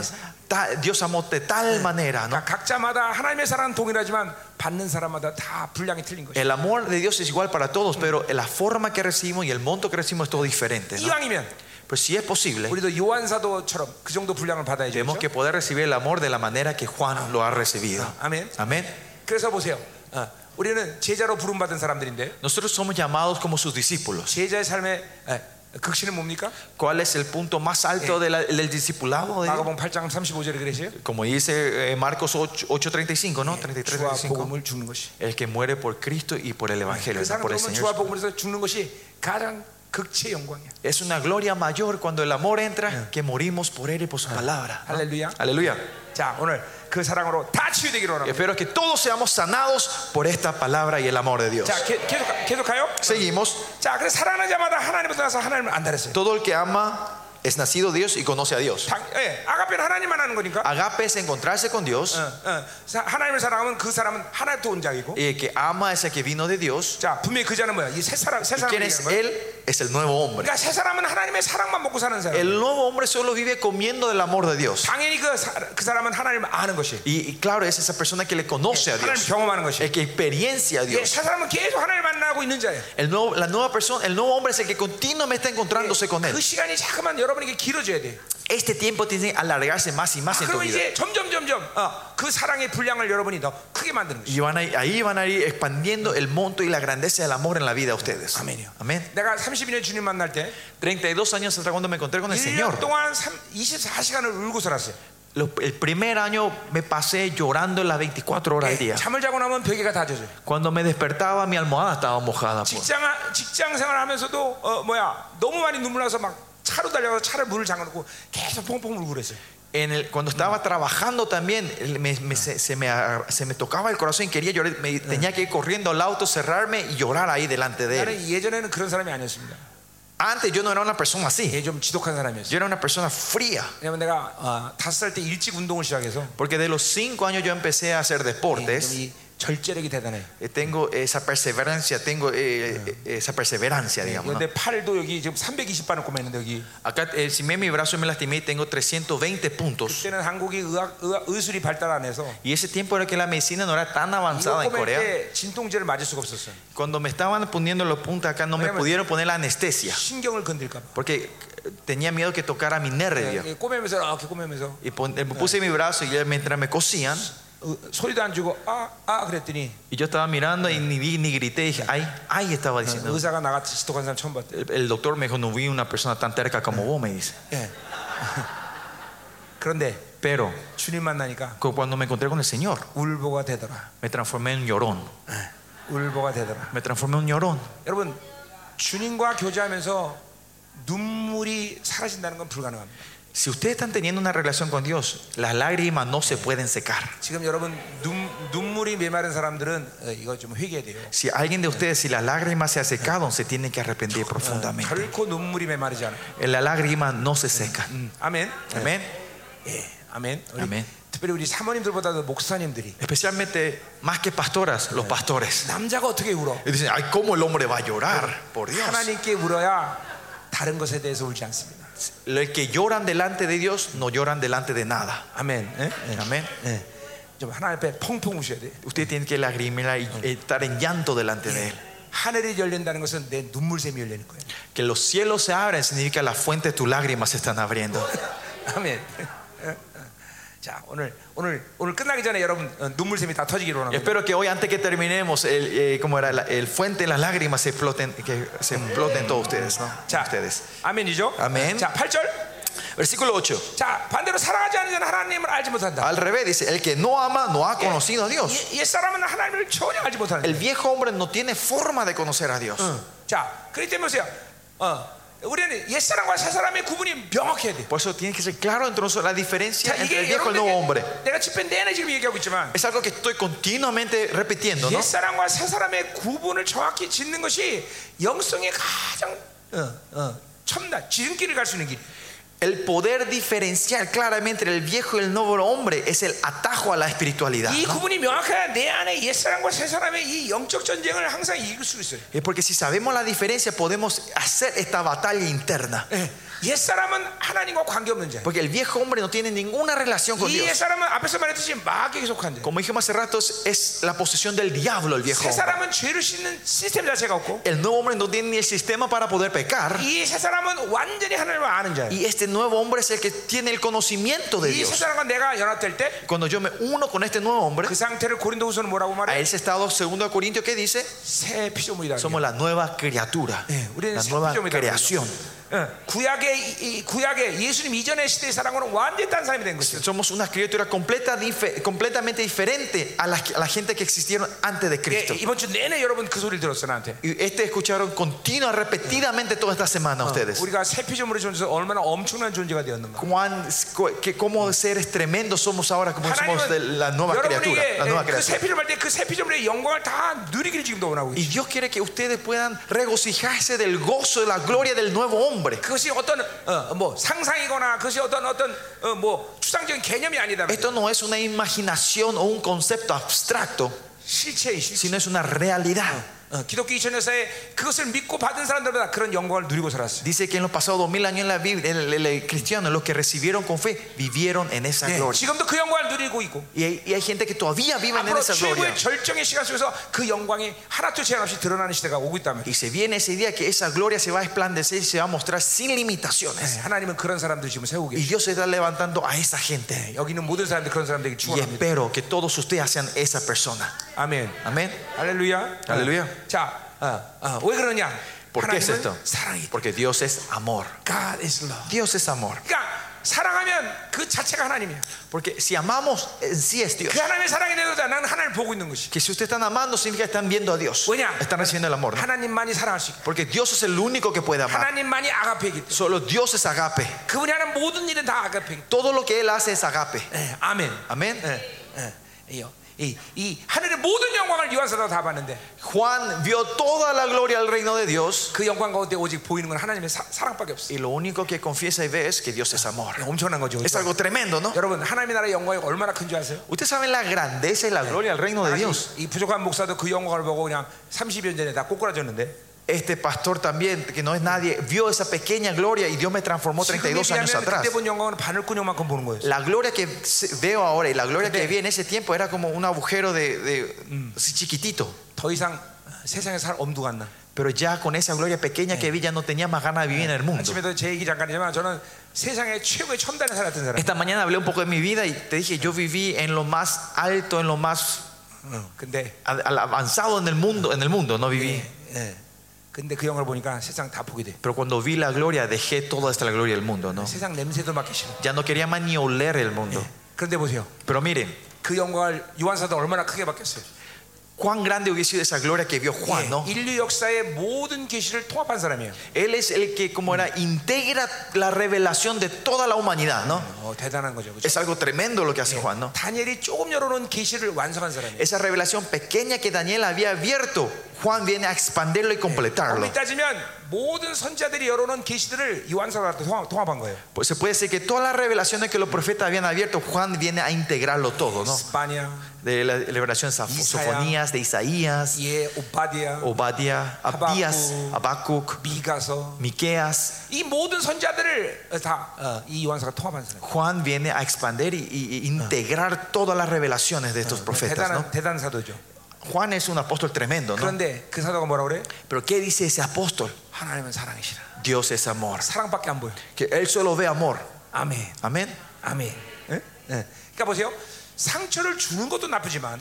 Ta- Dios amó de tal manera, ¿no?
그러니까 각자마다 하나님의 사랑은 동일하지만 받는 사람마다 다 분량이 틀린 거죠.
Pues El amor de Dios es igual para todos, pero la forma que recibimos y el monto que recibimos es todo diferente. ¿no?
이왕이면
Pero si es posible,
우리도 요한사도처럼 그 정도 분량을 받아야죠.
tenemos
그렇죠?
que poder recibir el amor de la manera que Juan lo ha recibido.
아멘.
Amén.
그래서 보세요. 어, 우리는 제자로 부름받은 사람들인데
Nosotros somos llamados como sus discípulos.
제자의 삶의 에, 극신은 뭡니까?
¿Cuál es el punto más alto de la- del discipulado? de Dios?
마가복음 8장 35절에 그러세요.
Como dice eh, Marcos 8, 8:35, ¿no?
주와
33:35.
복음을 죽는 것이.
El que muere por Cristo y por el Evangelio,
그
¿no?
사람
por el
보면 주와
Señor.
복음에서 죽는 것이 가장 극치의 영광이야.
Es una gloria mayor cuando el amor entra que morimos por Él y por su palabra. ¿no?
할렐루야.
Aleluya.
자 오늘 그 사랑으로 다 치유되기로 합니다.
Espero que todos seamos sanados por esta palabra y el amor de Dios.
자 게- 계속 가- 계속 가요.
Seguimos.
자 그래서 사랑하는 자마다 하나님을 떠나서 하나님을 안다랬어요.
Todo el que ama es nacido de Dios y conoce a Dios.
당, 예, 아가페는 하나님만 하는 거니까.
Agape es encontrarse con Dios.
어, 어. 사- 하나님을 사랑하면 그 사람은 하나님 또 온자이고.
Y el eh, que ama es el que vino de Dios.
자 분명히 그 자는 뭐야? 이새 사람 새 사람
¿Quién
얘기하는
es
거야.
Él? Es el nuevo hombre.
그러니까 새 사람은 하나님의 사랑만 먹고 사는 사람.
El nuevo hombre solo vive comiendo del amor de Dios.
당연히 그, 사, 그 사람은 하나님을 아는 것이.
Y, y claro, es esa persona que le conoce a
하나님
Dios.
경험하는 것이.
El que experiencia a
예,
Dios.
새 사람은 계속 하나님 만나고 있는 자예요.
El nuevo, la nueva persona, el nuevo hombre es el que continuamente está encontrándose con
그
él.
시간이 자꾸만 여러분에게 길어져야 돼.
Este tiempo tiene que alargarse más y más en tu
아, 그럼
vida.
이제 점점 점점 어, 그 사랑의 분량을 여러분이 더 크게 만드는 거죠.
Y van a, ahí van a ir expandiendo el monto y la grandeza del amor en la vida de ustedes.
Amén.
Amén.
내가 32년 주님 만날 때
32 años atrás cuando me encontré con el
1년
Señor.
동안 24시간을 울고 살았어요.
Lo- el primer año me pasé llorando las 24 horas al
예,
día.
잠을 자고 나면 베개가 다 젖어요.
Cuando me despertaba mi almohada estaba mojada. pues.
직장 직장 생활하면서도 어, 뭐야 너무 많이 눈물 나서 막 차로 달려가서 차를 물을 잠가놓고 계속 펑펑 울고 그랬어요.
En el, cuando estaba trabajando también me- me- se, se me, agar- se me tocaba el corazón y quería llorar. Me- tenía que ir corriendo al auto, cerrarme y llorar ahí delante de él.
나는 예전에는 그런 사람이 아니었습니다.
Antes yo no era una persona así.
예, 좀 지독한 사람이었어요.
Yo era una persona fría.
왜냐면 내가 어, 다섯 살 때 일찍 운동을 시작해서
Porque de los cinco años yo empecé a hacer
예,
deportes.
좀이 절제력이 대단해요.
Eh, Tengo esa perseverancia, tengo eh, eh, esa perseverancia, digamos. ¿no?
근데 팔도 여기 지금 320바 놓고 있는데 여기
Acá eh, si me mi brazo y me lastimé y tengo 320 puntos.
그때는 한국이 의학, 의학 의술이 발달 안 해서
Y ese tiempo era que la medicina no era tan
아, 이거
avanzada en
꼬맬
Corea.
때 진통제를 맞을 수가 없었어요.
Cuando me estaban poniendo los puntos acá no me
Bueno,
pudieron poner la anestesia.
신경을 건들까 봐.
Porque eh, tenía miedo que tocara mi nervio.
예, 꼬매면서 이렇게 꼬매면서
Y pon- eh, me puse mi brazo y mientras me cosían,
어, 소리도 안 주고 아 아 그랬더니
y yo estaba mirando y ni vi ni grité. Dije, ay, ay, estaba diciendo.
의사가 나같이 지독한 사람 처음 봤대.
El, el doctor me dijo, no vi una persona tan terca como vos, me dice.
예. [LAUGHS] 그런데
Pero
주님 만나니까
cu- cuando me encontré con el Señor,
울보가 되더라.
me transformé en llorón.
울보가 되더라.
Me transformé en un llorón.
여러분 주님과 교제하면서 눈물이 사라진다는 건 불가능합니다.
Si ustedes están teniendo una relación con Dios, las lágrimas no se pueden secar.
지금 여러분 눈, 눈물이 메마른 사람들은 어, 이거 좀 회개해야 돼요.
Si alguien de ustedes, si las lágrimas se ha secado, se tiene que arrepentir profundamente.
결코 눈물이 메마르지 않아. 음.
La lágrima no se seca.
아멘.
Amén.
예, 네. 아멘. 우리
아멘.
특별히 우리 사모님들보다도 목사님들이
Especialmente, más que pastoras, los pastores.
남자가 어떻게 울어?
Y dicen, ay, ¿cómo el hombre va a llorar? Por Dios.
하나님께 울어야 다른 것에 대해서 울지 않습니다.
Los que lloran delante de Dios no lloran delante de nada.
아멘. 예? 예.
Amén.
예. 좀 하나님 앞에 펑펑 우셔야 돼.
Usted tiene que lagrimear y estar en llanto delante de Él.
하늘이 열린다는 것은 내 눈물샘이 열리는 거예요.
Que los cielos se abren significa las fuentes de tus lágrimas se están abriendo.
아멘. 예, 예. 자 오늘 오늘 오늘 끝나기 전에 여러분 어, 눈물샘이 다 터지기로
Y
합니다.
espero que hoy, antes que terminemos, el, eh, ¿cómo era? La- el fuente de las lágrimas se exploten, que se exploten todos ustedes, ¿no?
예. 자
Ustedes.
아멘이죠.
아멘.
자 8절.
Versículo 8.
자 반대로 사랑하지 않는 자는 하나님을 알지 못한다.
Al revés, dice: El que no ama no ha conocido a Dios.
이- 옛 사람은 하나님을 전혀 알지 못하는.
El viejo hombre no tiene forma de conocer a Dios.
Mm. 자 그렇기 때문에 보세요. 어 우리는 옛 사람과 새 사람의 구분이 명확해야 돼.
Por eso tiene que ser claro entre nosotros la diferencia
자
entre el
이게
viejo y el nuevo hombre.
여러분들에게 내가 집회 내내 지금 얘기하고 있지만
Es algo que estoy continuamente repitiendo, ¿no?
옛 사람과 새 사람의 구분을 정확히 짓는 것이 영성의 가장 어, 어, 첨단 지름길을 갈 수 있는 길.
El poder diferenciar claramente entre el viejo y el nuevo hombre es el atajo a la espiritualidad.
이
¿no?
구분이 명확해야 내 안에 옛 사람과 새 사람의 이 영적 전쟁을 항상 이길 수 있어요.
Es porque si sabemos la diferencia podemos hacer esta batalla
Eh,
interna.
예, 옛 사람은 하나님과 관계 없는 자.
Porque el viejo hombre no tiene ninguna relación con
이 옛
Dios.
사람은 앞에서 말했듯이 마귀에 속한 자.
Como dijimos hace rato, es- es la posesión del diablo el viejo
새
hombre.
사람은 죄를 씻는 시스템 자체가 없고
El nuevo hombre no tiene ni el sistema para poder pecar.
이 새 사람은 완전히 하나님을 아는 자예요.
Y este nuevo hombre es el que tiene el conocimiento de
이 새
Dios.
사람과 내가 연합될 때 그
Cuando yo me uno con este nuevo hombre,
상태를 고린도후서는 뭐라고
a
말해?
ese estado segundo de Corintio que dice,
새 피조물이라고.
somos la nueva criatura,
예, 우리는
la
새
nueva
피조물이라고
creación.
예, 구약의 이- 이 구약의 예수님 이전의 시대의 사랑과는 완전히 다른 사람이 된 것이죠.
Somos una criatura completa, dife- completamente diferente a la, a la gente que existieron antes de
예,
Cristo.
이번 주 내내 여러분 그 소리를 들었어 나한테.
Y este escucharon continua, repetidamente toda esta semana ustedes.
우리가 새 피조물의 존재에서 얼마나 엄청난 존재가 되었는가.
Cuán, que cómo seres tremendos somos ahora, como somos de
하나님은
la nueva criatura,
여러분에게
la nueva
그새
creación.
피조물 때그새 피조물의 영광을 다 누리기를 지금도 원하고 있어요.
Y Dios quiere que ustedes puedan regocijarse del gozo, de la gloria del nuevo hombre.
그것이 어떤 어, 뭐 상상이거나 그것이 어떤 어떤 어, 뭐 추상적인 개념이 아니다.
Esto no es una imaginación o un concepto abstracto,
실체의 실체.
sino es una realidad.
어, 기독교 2 0 0 4에 그것을 믿고 받은 사람들보다 그런 영광을 누리고 살았어요.
Dice que en los pasados dos mil años en la Biblia, en el, en el cristiano, los que recibieron con fe, vivieron en esa
예,
gloria.
지금도 그 영광을 누리고 있고
Y hay, y hay gente que todavía vive en
앞으로
esa gloria.
최고의 절정의 시간 속에서 그 영광이 하나도 제한 없이 드러나는 시대가 오고 있다면
Y se viene ese día que esa gloria se va a esplandecer y se va a mostrar sin limitaciones.
네, 하나님은 그런 사람들 지금 세우고
Y
계세요.
Dios se está levantando a esa gente.
여기 있는 모든 사람들 그런 사람들에게
Y
축원합니다.
espero que todos ustedes sean esa persona.
아멘.
Amén.
예. 할렐루야. 네.
할렐루야.
자, 어, 어, 왜 그러냐?
¿Por qué es esto?
하나님은 사랑이.
Porque Dios es amor.
God is love.
Dios es amor.
그러니까 사랑하면 그 자체가 하나님이야.
Porque si amamos, en sí es Dios.
그 하나님의 사랑이 되도다 나는 하나님을 보고 있는 것이.
Que si ustedes están amando, significa que están viendo a Dios.
Bueno.
Están recibiendo el amor. ¿no?
하나님만이 사랑할 수 있고
Porque Dios es el único que puede amar.
하나님만이 아가페이기 때문에
Solo Dios es agape.
그분이 하는 모든 일은 다 아가페이기 때문에
Todo lo que Él hace es agape.
예, 아멘.
Amén. Eh,
예, 이요. 이, 이 하늘의 모든 영광을 요한사도 다 봤는데
Juan vio toda la gloria al reino de Dios.
그 영광 가운데 오직 보이는 건 하나님의 사, 사랑밖에 없어.
Y lo único que confiesa y ve es que Dios es amor.
엄청난 거죠.
Es
그죠?
algo tremendo, ¿no?
여러분 하나님의 나라의 영광이 얼마나 큰 줄 아세요?
Ustedes saben la grandeza y la gloria al reino de Dios.
이 부족한 목사도 그 영광을 보고 그냥 30년 전에 다 꼬꾸라졌는데
Este pastor también, que no es nadie, vio esa pequeña gloria y Dios me transformó
지금
32
얘기하면
años atrás.
그때 본 영광은 바늘구멍만큼 보는 거예요.
La gloria que se- veo ahora y la gloria que vi en ese tiempo era como un agujero de, de- así chiquitito.
더 이상 세상에 살 엄두가 안 나.
Pero ya con esa gloria pequeña que vi ya no tenía más ganas de vivir en el mundo.
아침에도 제 얘기 잠깐이지만 저는 세상의 최고의 첨단에 살았던 사람.
Esta mañana hablé un poco de mi vida y te dije, yo viví en lo más alto, en lo más
어, 근데
a- al- avanzado en el mundo, en el mundo, no viví.
예. 근데 그 영광을 보니까 세상 다 보게 돼.
Pero cuando vi la gloria, dejé toda esta gloria del mundo, ¿no?
세상 냄새도 맡기 싫어.
Ya no quería más ni oler el mundo.
그런데 보세요.
Pero miren,
그 영광을 요한사도 얼마나 크게 받겠어요.
cuán grande hubiese sido esa gloria que vio Juan, ¿no?
예, 인류 역사의 모든 계시를 통합한 사람이에요.
Él es el que, como era, integra la revelación de toda la humanidad, ¿no?
어, 대단한 거죠. 그죠?
Es algo tremendo lo que hace Juan, ¿no?
다니엘이 조금 열어놓은 계시를 완성한 어? 사람이에요.
Esa revelación pequeña que Daniel había abierto, Juan viene a expandirlo y completarlo.
엄밀히 따지면 모든 선자들이 열어놓은 계시들을 요한사도한테 통합, 통합한 거예요.
Pues se puede decir que todas las revelaciones que los profetas habían abierto, Juan viene a integrarlo todo, ¿no?
스파니아,
De la revelación de Saf-
Isaías.
Sofonías, de Isaías,
예, 오바디아,
Obadiah, Abías, Habacuc,
미가서
Miqueas.
이 모든 선자들을 어, 다이 요한사가 통합한 사람.
Juan viene a expandir y, y- y integrar todas las revelaciones de estos profetas, ¿no?
대단한 대단한 사도죠.
Juan es un apóstol tremendo, ¿no?
그런데 그 사도가 뭐라 그래?
Pero ¿qué dice ese apóstol?
하나님은 사랑이시라.
Dios es amor.
사랑밖에 안 보여.
Que él solo ve amor.
아멘.
Amén.
아멘. 예? 예. 그러니까 보세요. 상처를 주는 것도 나쁘지만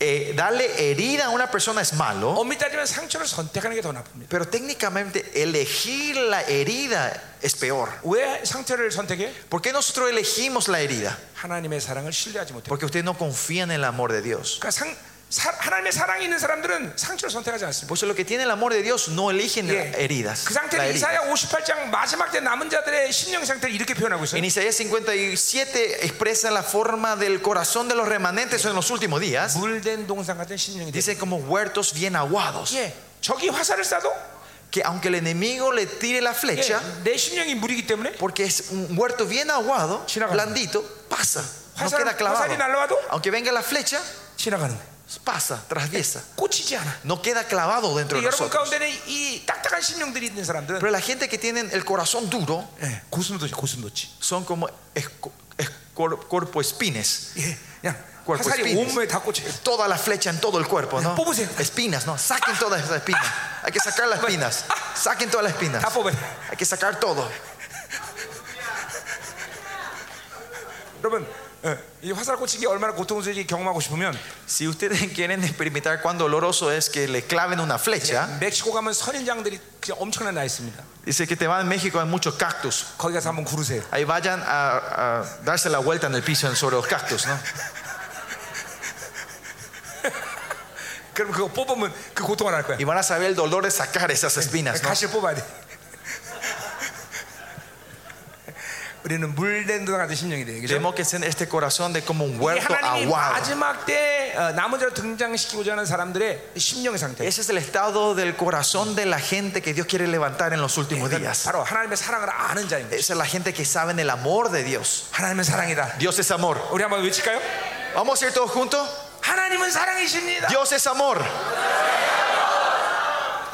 Eh, darle herida a una persona es malo,
엄밀히 따지면 상처를 선택하는 게 더 나쁩니다.
pero técnicamente elegir la herida es peor.
왜 상처를 선택해?
¿Por qué nosotros elegimos la herida?
하나님의 사랑을 신뢰하지 못해.
Porque ustedes no confían en el amor de Dios.
그러니까 상, 사, 하나님의 사랑이 있는 사람들은 상처를 선택하지 않습니다.
Por eso los que tienen el amor de Dios no eligen
예.
las heridas.
그
la
상태를
herida.
이사야 58장 마지막 때 남은 자들의 심령 상태를 이렇게 표현하고 있어요.
En Isaías 57 expresa la forma del corazón de los remanentes en los últimos días.
물된 동상 같은 심령이 돼.
Dice como huertos bien aguados.
예, 적이 화살을 쏴도
Que aunque el enemigo le tire la
예,
flecha,
내 심령이 물이기 때문에
porque es un huerto bien aguado,
Chinaga.
blandito, pasa. No
화살,
queda clavado.
화살이 날라와도
Aunque venga la flecha,
지나가는 거예요.
pasa, traviesa.
꽂히지 않아.
No queda clavado dentro de
근데 여러분
nosotros.
가운데는 이 딱딱한 심령들이 있는 사람들은
Pero la gente que tienen el corazón duro
예, 고슴도치, 고슴도치.
son como esco- escor- corpo espines.
예, 그냥
꼴, 꼴,
화살이
꼴.
온몸에 다 꽂혀. 있어요.
Toda la flecha en todo el cuerpo, ¿no?
Póngase.
Espinas, ¿no? Saquen todas esas espinas. Hay que sacar las espinas. Saquen todas las espinas.
다 뽑아.
Hay que sacar todo.
여러분, 예, 이 화살 꽂히기 얼마나 고통스러운지 경험하고 싶으면
Si ustedes [LAUGHS] quieren experimentar cuán doloroso es que le claven una flecha,
멕시코 가면 선인장들이 그냥 엄청나게 나 있습니다.
dice que te van a México, hay muchos cactus.
거기 가서 한번 구르세요.
Ahí vayan a, a darse la vuelta en el piso sobre los cactus, ¿no?
그럼 그거 뽑으면 그 고통을 알 거야.
Y van a saber el dolor de sacar esas
[LAUGHS]
espinas, ¿no?
가시 뽑아야 돼. 우리는 물된 도가 같은 심령이 돼. 그죠?
Tenemos que ser este corazón de como un
이게
huerto
하나님이
aguado.
마지막 때 어, 남은자로 등장시키고자 하는 사람들의 심령의 상태.
Ese es el estado del corazón de la gente que Dios quiere levantar en los últimos días.
바로 하나님의 사랑을 아는 자인 거예요.
Esa es la gente que sabe el amor de Dios.
하나님은 사랑이다.
Dios es amor.
우리 한번 외칠까요?
Vamos a ir todos juntos.
하나님은 사랑이십니다.
Dios es amor.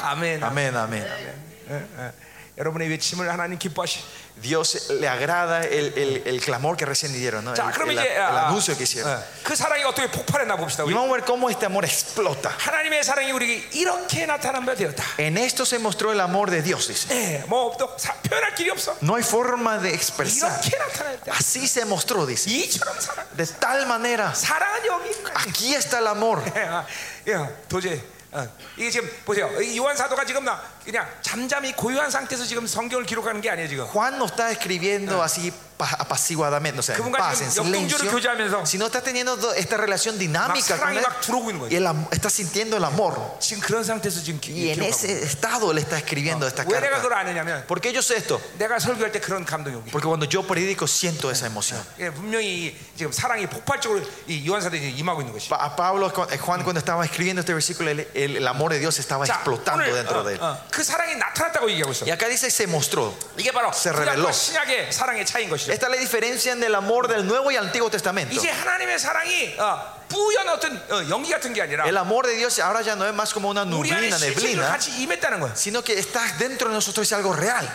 아멘.
Amén, amén. amén.
예, 예. 여러분의 외침을 하나님 기뻐하시.
Dios le agrada el, el- el clamor que recién dieron, ¿no? el,
자, 그럼
el-
이제
el
아,
anuncio que hicieron.
예. 그 사랑이 어떻게 폭발했나 봅시다.
Y
우리.
vamos a ver cómo este amor explota.
하나님의 사랑이 우리에게 이렇게 나타난 바 되었다.
En esto se mostró el amor de Dios, dice.
예, 뭐 또, 사- 표현할 길이 없어.
No hay forma de expresar.
이렇게 나타났다.
Así se mostró, dice.
이처럼 사랑.
De tal manera,
사랑은 여기 있는 거야.
aquí está el amor.
야, 야, 도저히 어, 이게 지금 보세요. 이 요한 사도가 지금 나 그냥 잠잠히 고요한 상태에서 지금 성경을 기록하는 게 아니에요 지금.
Juan no está escribiendo así pa- apaciguadamente, o sea, en
그분과
paz,
지금
en
역동적으로 교제하면서
silencio, sino está teniendo do- esta relación
막
dinámica con
사랑이
él
막 들어오고 있는 거예요.
y el am- está sintiendo el amor.
지금 그런 상태에서 지금 기-
Y en
기록하고.
ese estado él está escribiendo esta
왜 내가
carta.
그걸 아느냐면
¿Por qué yo sé esto?
내가 설교할 때 그런 감동이 오기.
Porque cuando yo predico siento esa emoción.
예, 분명히 이- 지금 사랑이 폭발적으로 이 요한 사도에 임하고 있는 것이.
Pa- A Pablo, cu- eh, Juan cuando estaba escribiendo este versículo, él- él- el amor de
아,
Dios estaba explotando
오늘,
dentro
어,
de él.
어, 그 사랑이 나타났다고 얘기하고 있어.
Y acá dice se mostró.
이게 바로 예.
se
구약과
reveló.
신약의 사랑의 차이인 것이죠.
Esta es la diferencia en el amor del Nuevo y Antiguo Testamento.
이제 하나님의 사랑이 어, 뿌연 어떤 어, 연기 같은 게 아니라
El amor de Dios ahora ya no es más como una
우리 안에
nublina,
실체로
neblina,
같이 임했다는 거예요.
sino que está dentro de nosotros es algo real.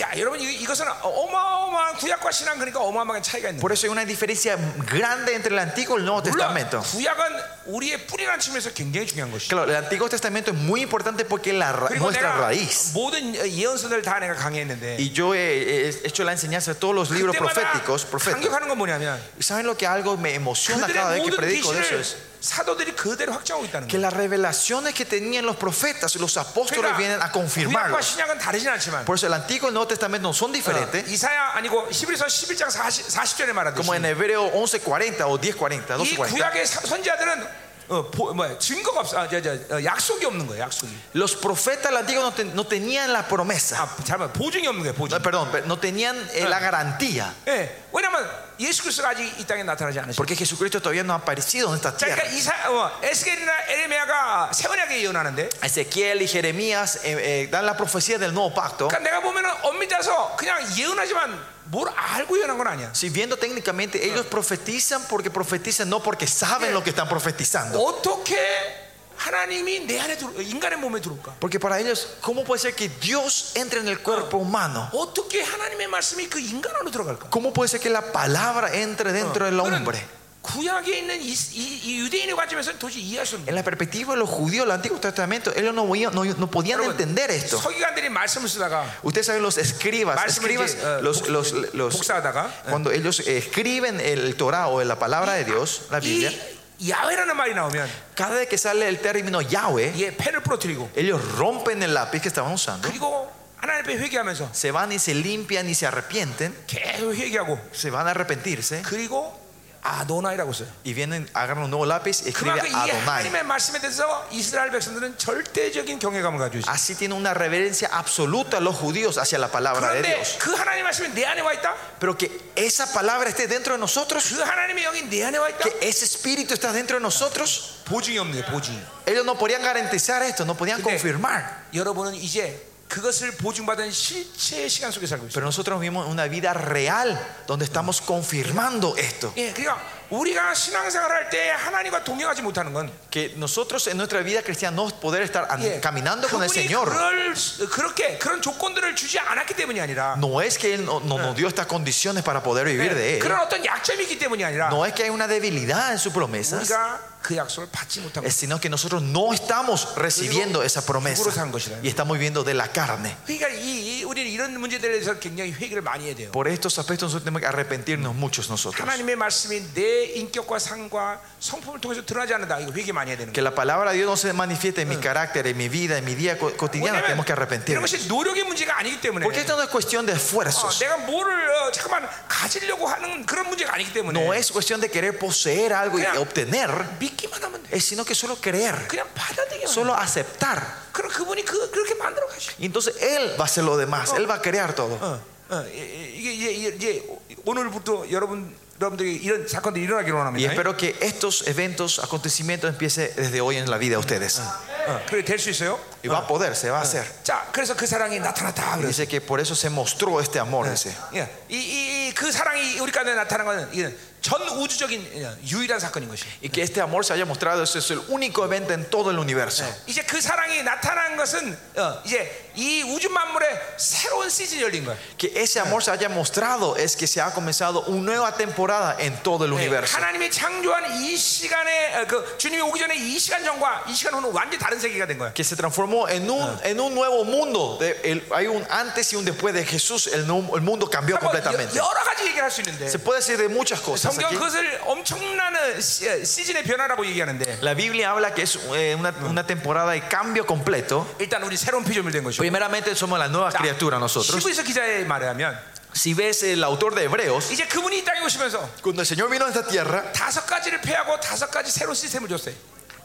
야, 여러분 이, 이것은 어마어마한 구약과 신앙 그러니까 어마어마한 차이가 있는
Por
거예요.
eso hay una diferencia grande entre el Antiguo y el Nuevo
물론
Testamento.
구약은 우리의 뿌리라는 측면에서 굉장히 중요한 것이죠.
Claro, el Antiguo Testamento es muy importante porque es la ra-
그리고
nuestra
내가
raíz.
모든 예언서들 다 내가 강의했는데
Y yo he, he hecho la enseñanza de todos los libros
그때마다
proféticos, profetas.
강력하는 건 뭐냐면
¿Y ¿Saben lo que algo me emociona
그들의
cada vez que
모든
predico de eso?
계시를
Es
사도들이 그대로 확정하고 있다는
que
거예요.
las revelaciones que tenían los profetas y los apóstoles vienen a
그러니까 구약과
confirmarlo.
신약은 다르진 않지만 어,
Por eso el Antiguo y el Nuevo Testamento no son diferentes.
이사야 아니고 히브리서 11장 40, 40절에 말하듯이
Como en Hebreo 11:40 o 10:40,
이
12:40.
구약의 사- 선지자들은 어, 보, 뭐, 증거가 없어 아, 저, 저, 어, 약속이 없는 거예요 약속이
Los profetas del Antiguo no, ten- no tenían la promesa.
아, 잘못 보증이 없는 거예요 보증
No, perdón, no tenían eh, la garantía.
예, 왜냐면 예수 그리스도가 아직 이 땅에 나타나지 않으셨어요.
Porque Jesucristo todavía no ha aparecido en esta
자,
tierra.
그러니까 이사, 어, 에스겔이나 에레미야가 새 언약에 예언하는데
Ezequiel y Jeremías eh, eh, dan la profecía del nuevo pacto.
그러니까 내가 보면은 엄밀자서 그냥 예언하지만 뭘 알고 예언한 건 아니야.
Si viendo técnicamente, ellos profetizan porque profetizan, no porque saben lo que están profetizando.
어떻게 하나님이 내 안에 들어, 인간의 몸에 들어올까?
Porque para ellos, ¿cómo puede ser que Dios entre en el cuerpo humano?
어떻게 하나님의 말씀이 그 인간 안으로 들어갈까?
¿Cómo puede ser que la palabra entre dentro del
그거는
hombre?
구약에 있는 이, 이- 이 유대인의 관점에서는 도저히 이해할 수
En
없는.
la perspectiva de los judíos del Antiguo Testamento, ellos no, podían- no- no podían
여러분,
entender esto.
서기관들이 말씀을 쓰다가
Ustedes saben los escribas,
말씀을
escribas,
이제, 어,
los, los,
eh,
los-
복사하다가 어,
cuando ellos eh, escriben el Torah o la palabra de Dios, la Biblia,
이 야외라는 말이 나오면
cada vez que sale el término Yahweh,
얘 펜을 부러뜨리고
ellos rompen el lápiz que estaban usando,
그리고 하나님 앞에 회개하면서
se van y se limpian y se arrepienten,
계속 회개하고
se van a arrepentirse
그리고 아도나이라고 써요.
y vienen, agarran un nuevo lápiz y escribe
그만큼 이
Adonai.
하나님의 말씀에 대해서 이스라엘 백성들은 절대적인 경외감을 가지고 있어요.
Así tiene una reverencia absoluta los judíos hacia la palabra de
그런데
Dios.
그 하나님의 말씀이 내 안에 와 있다.
Pero que esa palabra esté dentro de nosotros,
그 하나님의 영이 내 안에 와 있다.
que ese espíritu está dentro de nosotros,
보증이 없네, 보증.
ellos no podían garantizar esto, no podían
근데
confirmar.
여러분은 이제 그것을 보증받은 실체의 시간 속에 살고 있어요.
Pero nosotros vivimos una vida real donde estamos confirmando esto.
예, 그러니까 우리가 신앙생활을 할 때 하나님과 동행하지 못하는 건
Que nosotros en nuestra vida cristiana no poder estar an-
예,
caminando con el
그분이
Señor.
그럴 수- 그렇게 그런 조건들을 주지 않았기 때문이 아니라
No es que Él no- no- nos dio estas condiciones para poder vivir de Él.
예, 그런 어떤 약점이 있기 때문이 아니라
No es que hay una debilidad en su promesa,
우리가 그 약속을 받지 못하고
es sino que nosotros no estamos recibiendo esa promesa
죽으로 산 것이라는
y estamos viviendo de la carne.
그러니까 이, 이- 우리는 이런 문제들에 대해서 굉장히 회개를 많이 해야 돼요.
Por estos aspectos nosotros tenemos que arrepentirnos muchos nosotros.
하나님의 말씀이 내 인격과 상과 성품을 통해서 드러나지 않는다. 이거 회개 많이 해야 되는
Que
거예요.
la palabra de Dios no se manifieste en mi carácter, en mi vida, en mi día co- cotidiano.
왜냐면
Tenemos que
이런
arrepentirnos.
것이 노력의 문제가 아니기 때문에
Porque esto no es cuestión de
어,
esfuerzos.
내가 뭐를 어, 잠깐만 가지려고 하는 그런 문제가 아니기 때문에
No es cuestión de querer poseer algo y
Claro.
obtener,
믿기만 하면 돼.
es sino que solo creer,
그냥 받아들이기만 하면
solo aceptar.
돼. 그럼 그분이 그, 그렇게 만들어 가셔.
Y entonces Él va a hacer lo demás, Él va a crear todo.
어, 어, 이- 이- 이게 이제, 이제, 이제 오늘부터 여러분 여러분들이 이런 사건들이 일어나기를
Y
원합니다.
espero que estos eventos, acontecimientos empiecen desde hoy en la vida de ustedes.
어, 그래 될 수 있어요.
Y va a poder, se va a hacer.
자, 그래서 그 사랑이 나타났다. 그래서
Dice que Ah. por eso se mostró este amor. Dice.
예, 이그 사랑이 우리 가운데 나타난 것은 이건 전 우주적인 예, 유일한 사건인 것이.
Y que este amor se haya mostrado, ese es el único evento en todo el universo.
이제 그 사랑이 나타난 것은 어, 이제 이 우주 만물의 새로운 시즌 이 열린 거야.
Que ese amor se haya mostrado es que se ha comenzado una nueva temporada en todo el
예,
universo.
하나님이 창조한 이 시간에 어, 그 주님이 오기 전에 이 시간 전과 이 시간 후는 완전히 다른 세계가 된 거야.
que se transformó en un, en un nuevo mundo. De- el- hay un antes y un después de Jesús. El, nu- el mundo cambió
뭐 여-
completamente.
여러 가지 얘기를 할 수 있는데
Se puede decir de muchas cosas.
성경
aquí.
그것을 엄청난 어, 시- 어, 시즌의 변화라고 얘기하는데
La Biblia habla que es eh, una, una temporada de cambio completo.
일단 우리 새로운 피조물 된 것이고
Primeramente somos la nueva criatura nosotros.
시부에서 기자의 말에 하면
Si ves el autor de Hebreos,
이제 그분이 이 땅에 오시면서
cuando el Señor vino a esta tierra,
다섯 가지를 폐하고 다섯 가지 새로운 시스템을 줬어요.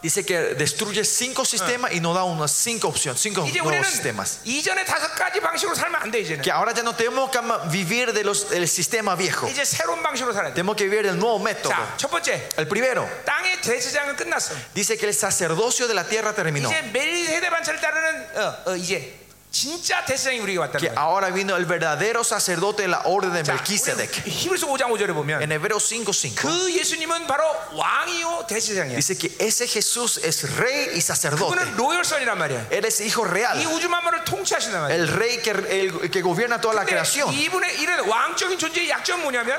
dice que destruye cinco sistemas y nos da unas cinco opciones, cinco
이제 우리는
nuevos sistemas.
이전의 다섯 가지 방식으로 살면 안 돼 이제는.
Que ahora ya no tenemos que ama- vivir de los, del sistema viejo.
이제 새로운 방식으로 살아야 돼.
Tenemos que vivir del nuevo método.
자, 첫 번째.
El primero
땅의 제사장은 끝났어.
dice que el sacerdocio de la tierra terminó.
이제 매일 세대 반차를 따르는 어, 어, 이제 진짜 제사장이 우리에게 왔다는
que
거야.
ahora vino el verdadero sacerdote de la orden de
자,
Melquisedec.
우리 히브리서 5장 5절에 보면
En Hebreos 5:5
그 예수님은 바로 왕이요 대제사장이야.
dice que ese Jesús es rey y sacerdote.
그분은 로열선이란 말이야.
Él es hijo
이
real,
우주 만물을 통치하신단 말이야.
el rey que, el que gobierna toda la
근데
creación. Pues,
이분의 이런 왕적인 존재의 약점 은 뭐냐면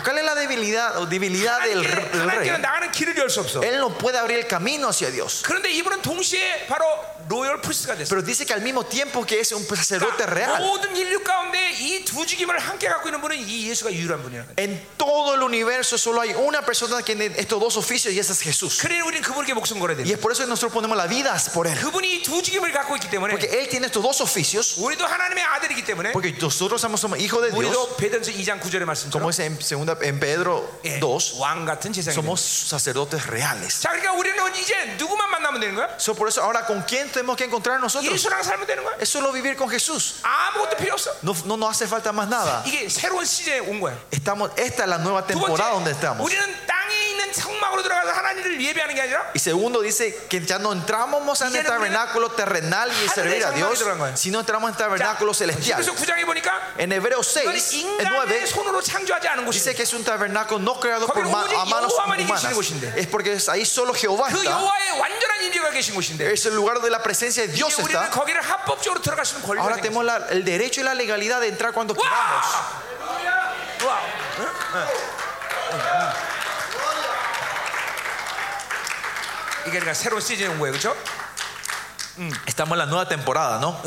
¿Cuál es la debilidad o debilidad del,
하나님께-
del rey?
하나님께는 나가는 길을 열 수 없어.
Él no puede abrir el camino hacia Dios.
그런데 이분은 동시에 바로 로열 프리스가 됐어.
Pero dice que al mismo tiempo que es un sacerdote
그러니까
real,
모든 인류 가운데 이 두 직임을 함께 갖고 있는 분은 이 예수가 유일한 분이야.
en todo el universo solo hay una persona que tiene estos dos oficios y ese es Jesús.
그래 우리는 그분께 목숨 걸어야
Y
돼.
es por eso que nosotros ponemos la vida por Él.
그분이 이 두 직임을 갖고 있기 때문에
Porque Él tiene estos dos oficios.
우리도 하나님의 아들이기 그 때문에
Porque nosotros somos, somos hijos de Dios,
우리도 베드로서 2장 9절의
como
말씀처럼
dice en, segunda, en Pedro
예,
2,
왕 같은 제사장.
somos sacerdotes reales.
자, 그러니까 우리는 이제 누구만 만나면 되는 거야?
So, por eso ahora con quién tenemos que encontrar nosotros.
예수랑 살면 되는 거야?
Es solo vivir con Jesús.
아무것도 필요 없어.
No no nos hace falta más nada.
이게 새로운 시대에 온 거야.
Estamos, esta es la nueva
두
temporada donde
번째,
estamos.
우리는 땅에 있는 성막으로 들어가서 하나님을 예배하는 게 아니라
Y segundo dice que ya no Ah, entramos en el tabernáculo terrenal y servir a Dios, sino entramos en el tabernáculo celestial.
그래서 9장에 보니까
En Hebreos
이건
6, el
인간의
9,
손으로 창조하지 않은 곳이
dice que es un tabernáculo no creado por ma- a manos humanas. Es porque es ahí solo Jehová
그
está.
여호와의 완전한 임재가 계신 곳인데
Es el lugar de la presencia de Dios
이제 우리는
está.
거기를 합법적으로 들어갈 수 있는 권리가
Ahora
생겼어.
tenemos la- el derecho y la legalidad de entrar cuando queramos.
와! 와! 응? 응. 응. 이게 그러니까 새로운 시즌에 온 거예요, 그렇죠?
Estamos en la nueva temporada, ¿no?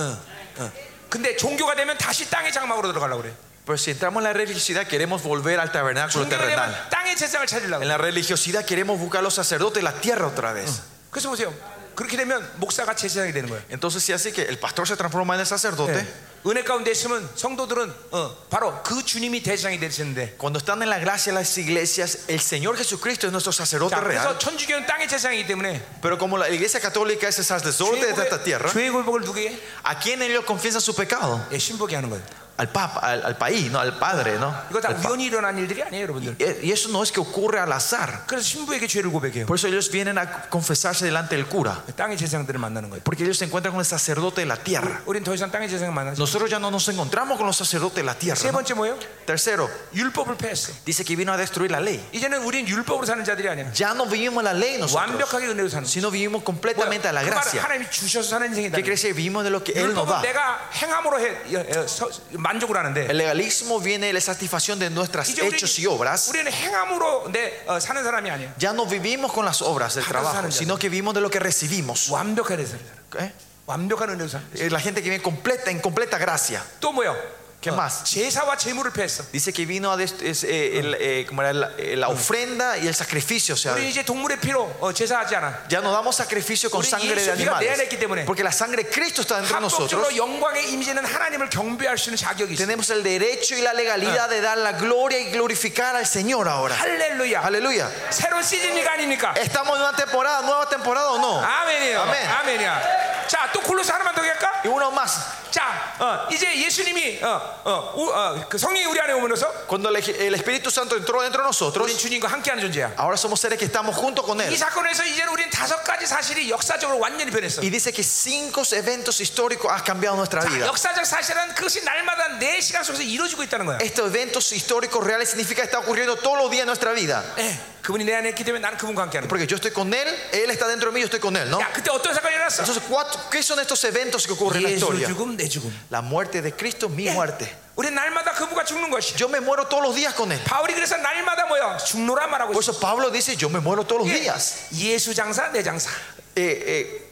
근데 종교가 되면 다시 땅의 장막으로 들어가려고 그래.
Pero si entramos en la religiosidad, queremos volver al tabernáculo
종교가
terrenal.
되면 땅의 재상을 찾으려고. 그래.
En la religiosidad queremos buscar a los sacerdotes de la tierra otra vez.
그래서 보세요. 그렇게 되면 목사가 제사장이 되는 거예요.
Entonces, si así que el pastor se transforma en el sacerdote,
은혜 가운데 있으면 성도들은 어, 바로 그 주님이 대장이 되시는데.
cuando están en la gracia las iglesias, el Señor Jesucristo es nuestro sacerdote
자,
real.
그래서 천주교는 땅의 제사장이기 때문에
Pero como la iglesia católica es el sacerdote de esta tierra,
죄의 골복을 누구에게?
¿a quién ellos confiesan su pecado?
예, 신복이 하는 거예요.
Al papa, al, al país, no al padre, ¿no?
이거 다
Al pa-
우연히 일어난 일들이 아니에요, 여러분들.
Y y eso no es que ocurre al azar.
그래서 신부에게 죄를 고백해요.
Por eso ellos vienen a confesarse delante del cura,
땅의 제사장들을 만나는 거예요.
porque ellos se encuentran con el sacerdote de la tierra.
우린 더 이상 땅의 제사장 만나지.
Nosotros ya no nos encontramos con los sacerdotes de la
세
tierra. ¿no?
번째 뭐예요?
Tercero,
율법을 폐했어.
dice que vino a destruir la ley.
이제는 우린 율법으로 사는 자들이 아니야.
Ya no vivimos la ley nosotros,
완벽하게 은혜로 사는. 거야.
sino vivimos
뭐야?
completamente a la
그 말은
gracia.
하나님이 주셔서 사는 인생이다.
¿Qué quiere decir? Vivimos de lo que Él nos
율법은
da.
내가 행함으로 해 여- 여- 서- 만족을 하는데
El legalismo viene de la satisfacción de nuestras
이제 우리,
hechos y obras.
우리는 행함으로 내 어, 사는 사람이 아니야.
Ya no vivimos con las obras del trabajo, sino que vivimos de lo que recibimos.
완벽한 은혜로 살아.
¿Eh?
완벽한 은혜로 살아.
Eh, La gente que viene completa, en completa gracia.
또 뭐요? 어,
¿Qué más?
제사와 제물을 폐했어.
Dice que vino a dest- es, eh, el, eh, ¿cómo era? La, eh, la ofrenda y el sacrificio. O sea,
우리 이제 동물의 피로 어, 제사하지 않아.
ya no damos sacrificio con
Uri,
sangre de
Jesús, mira,
animales.
déjale aquí, démosle.
Porque la sangre de Cristo está dentro de nosotros.
합법적으로 영광의 임재는 하나님을 경배할 수 있는 자격이 있어.
Tenemos el derecho y la legalidad de dar la gloria y glorificar al Señor ahora.
할렐루야.
Aleluya.
새로운 시즌이가 아닙니까?
¿Estamos en una temporada, nueva temporada o no?
Ah. 아멘이에요.
아멘.
아멘이야. 자, 또 콜로스 하나만 더 할까?
Y uno más.
자, 어, 이제 예수님이 어, 어, 우- 어, 그 성령이 우리 안에 오면서
Cuando el, el Espíritu Santo entró dentro
우린
de nosotros,
주님과 함께하는 존재야.
ahora somos seres que estamos junto con
이
Él.
사건에서 이제는 우린 다섯 가지 사실이 역사적으로 완전히 변했어.
Y dice que cinco eventos históricos han cambiado nuestra
자,
vida.
역사적 사실은 그것이 날마다 내 시간 속에서 이루어지고 있다는 거야.
Estos eventos históricos reales significa que está ocurriendo todos los días en nuestra vida.
예, 그분이 내 안에 있기 때문에 나는 그분과 함께하는 거야.
Porque yo estoy con Él, Él está dentro de mí, yo estoy con Él, ¿no?
야, 그때 어떤 사건이 일어났어?
Entonces, cuatro- ¿qué son estos eventos que ocurren en la
예수
historia?
죽음, 내 죽음.
La muerte de Cristo, mi muerte.
우리 날마다 그분과 죽는 것이.
Yo me muero todos los días con Él.
바울이 그래서 날마다 뭐야? 죽노라 말하고
Por
있어.
eso Pablo dice, yo me muero todos los
예,
días.
예수 장사, 내 장사.
eh, eh,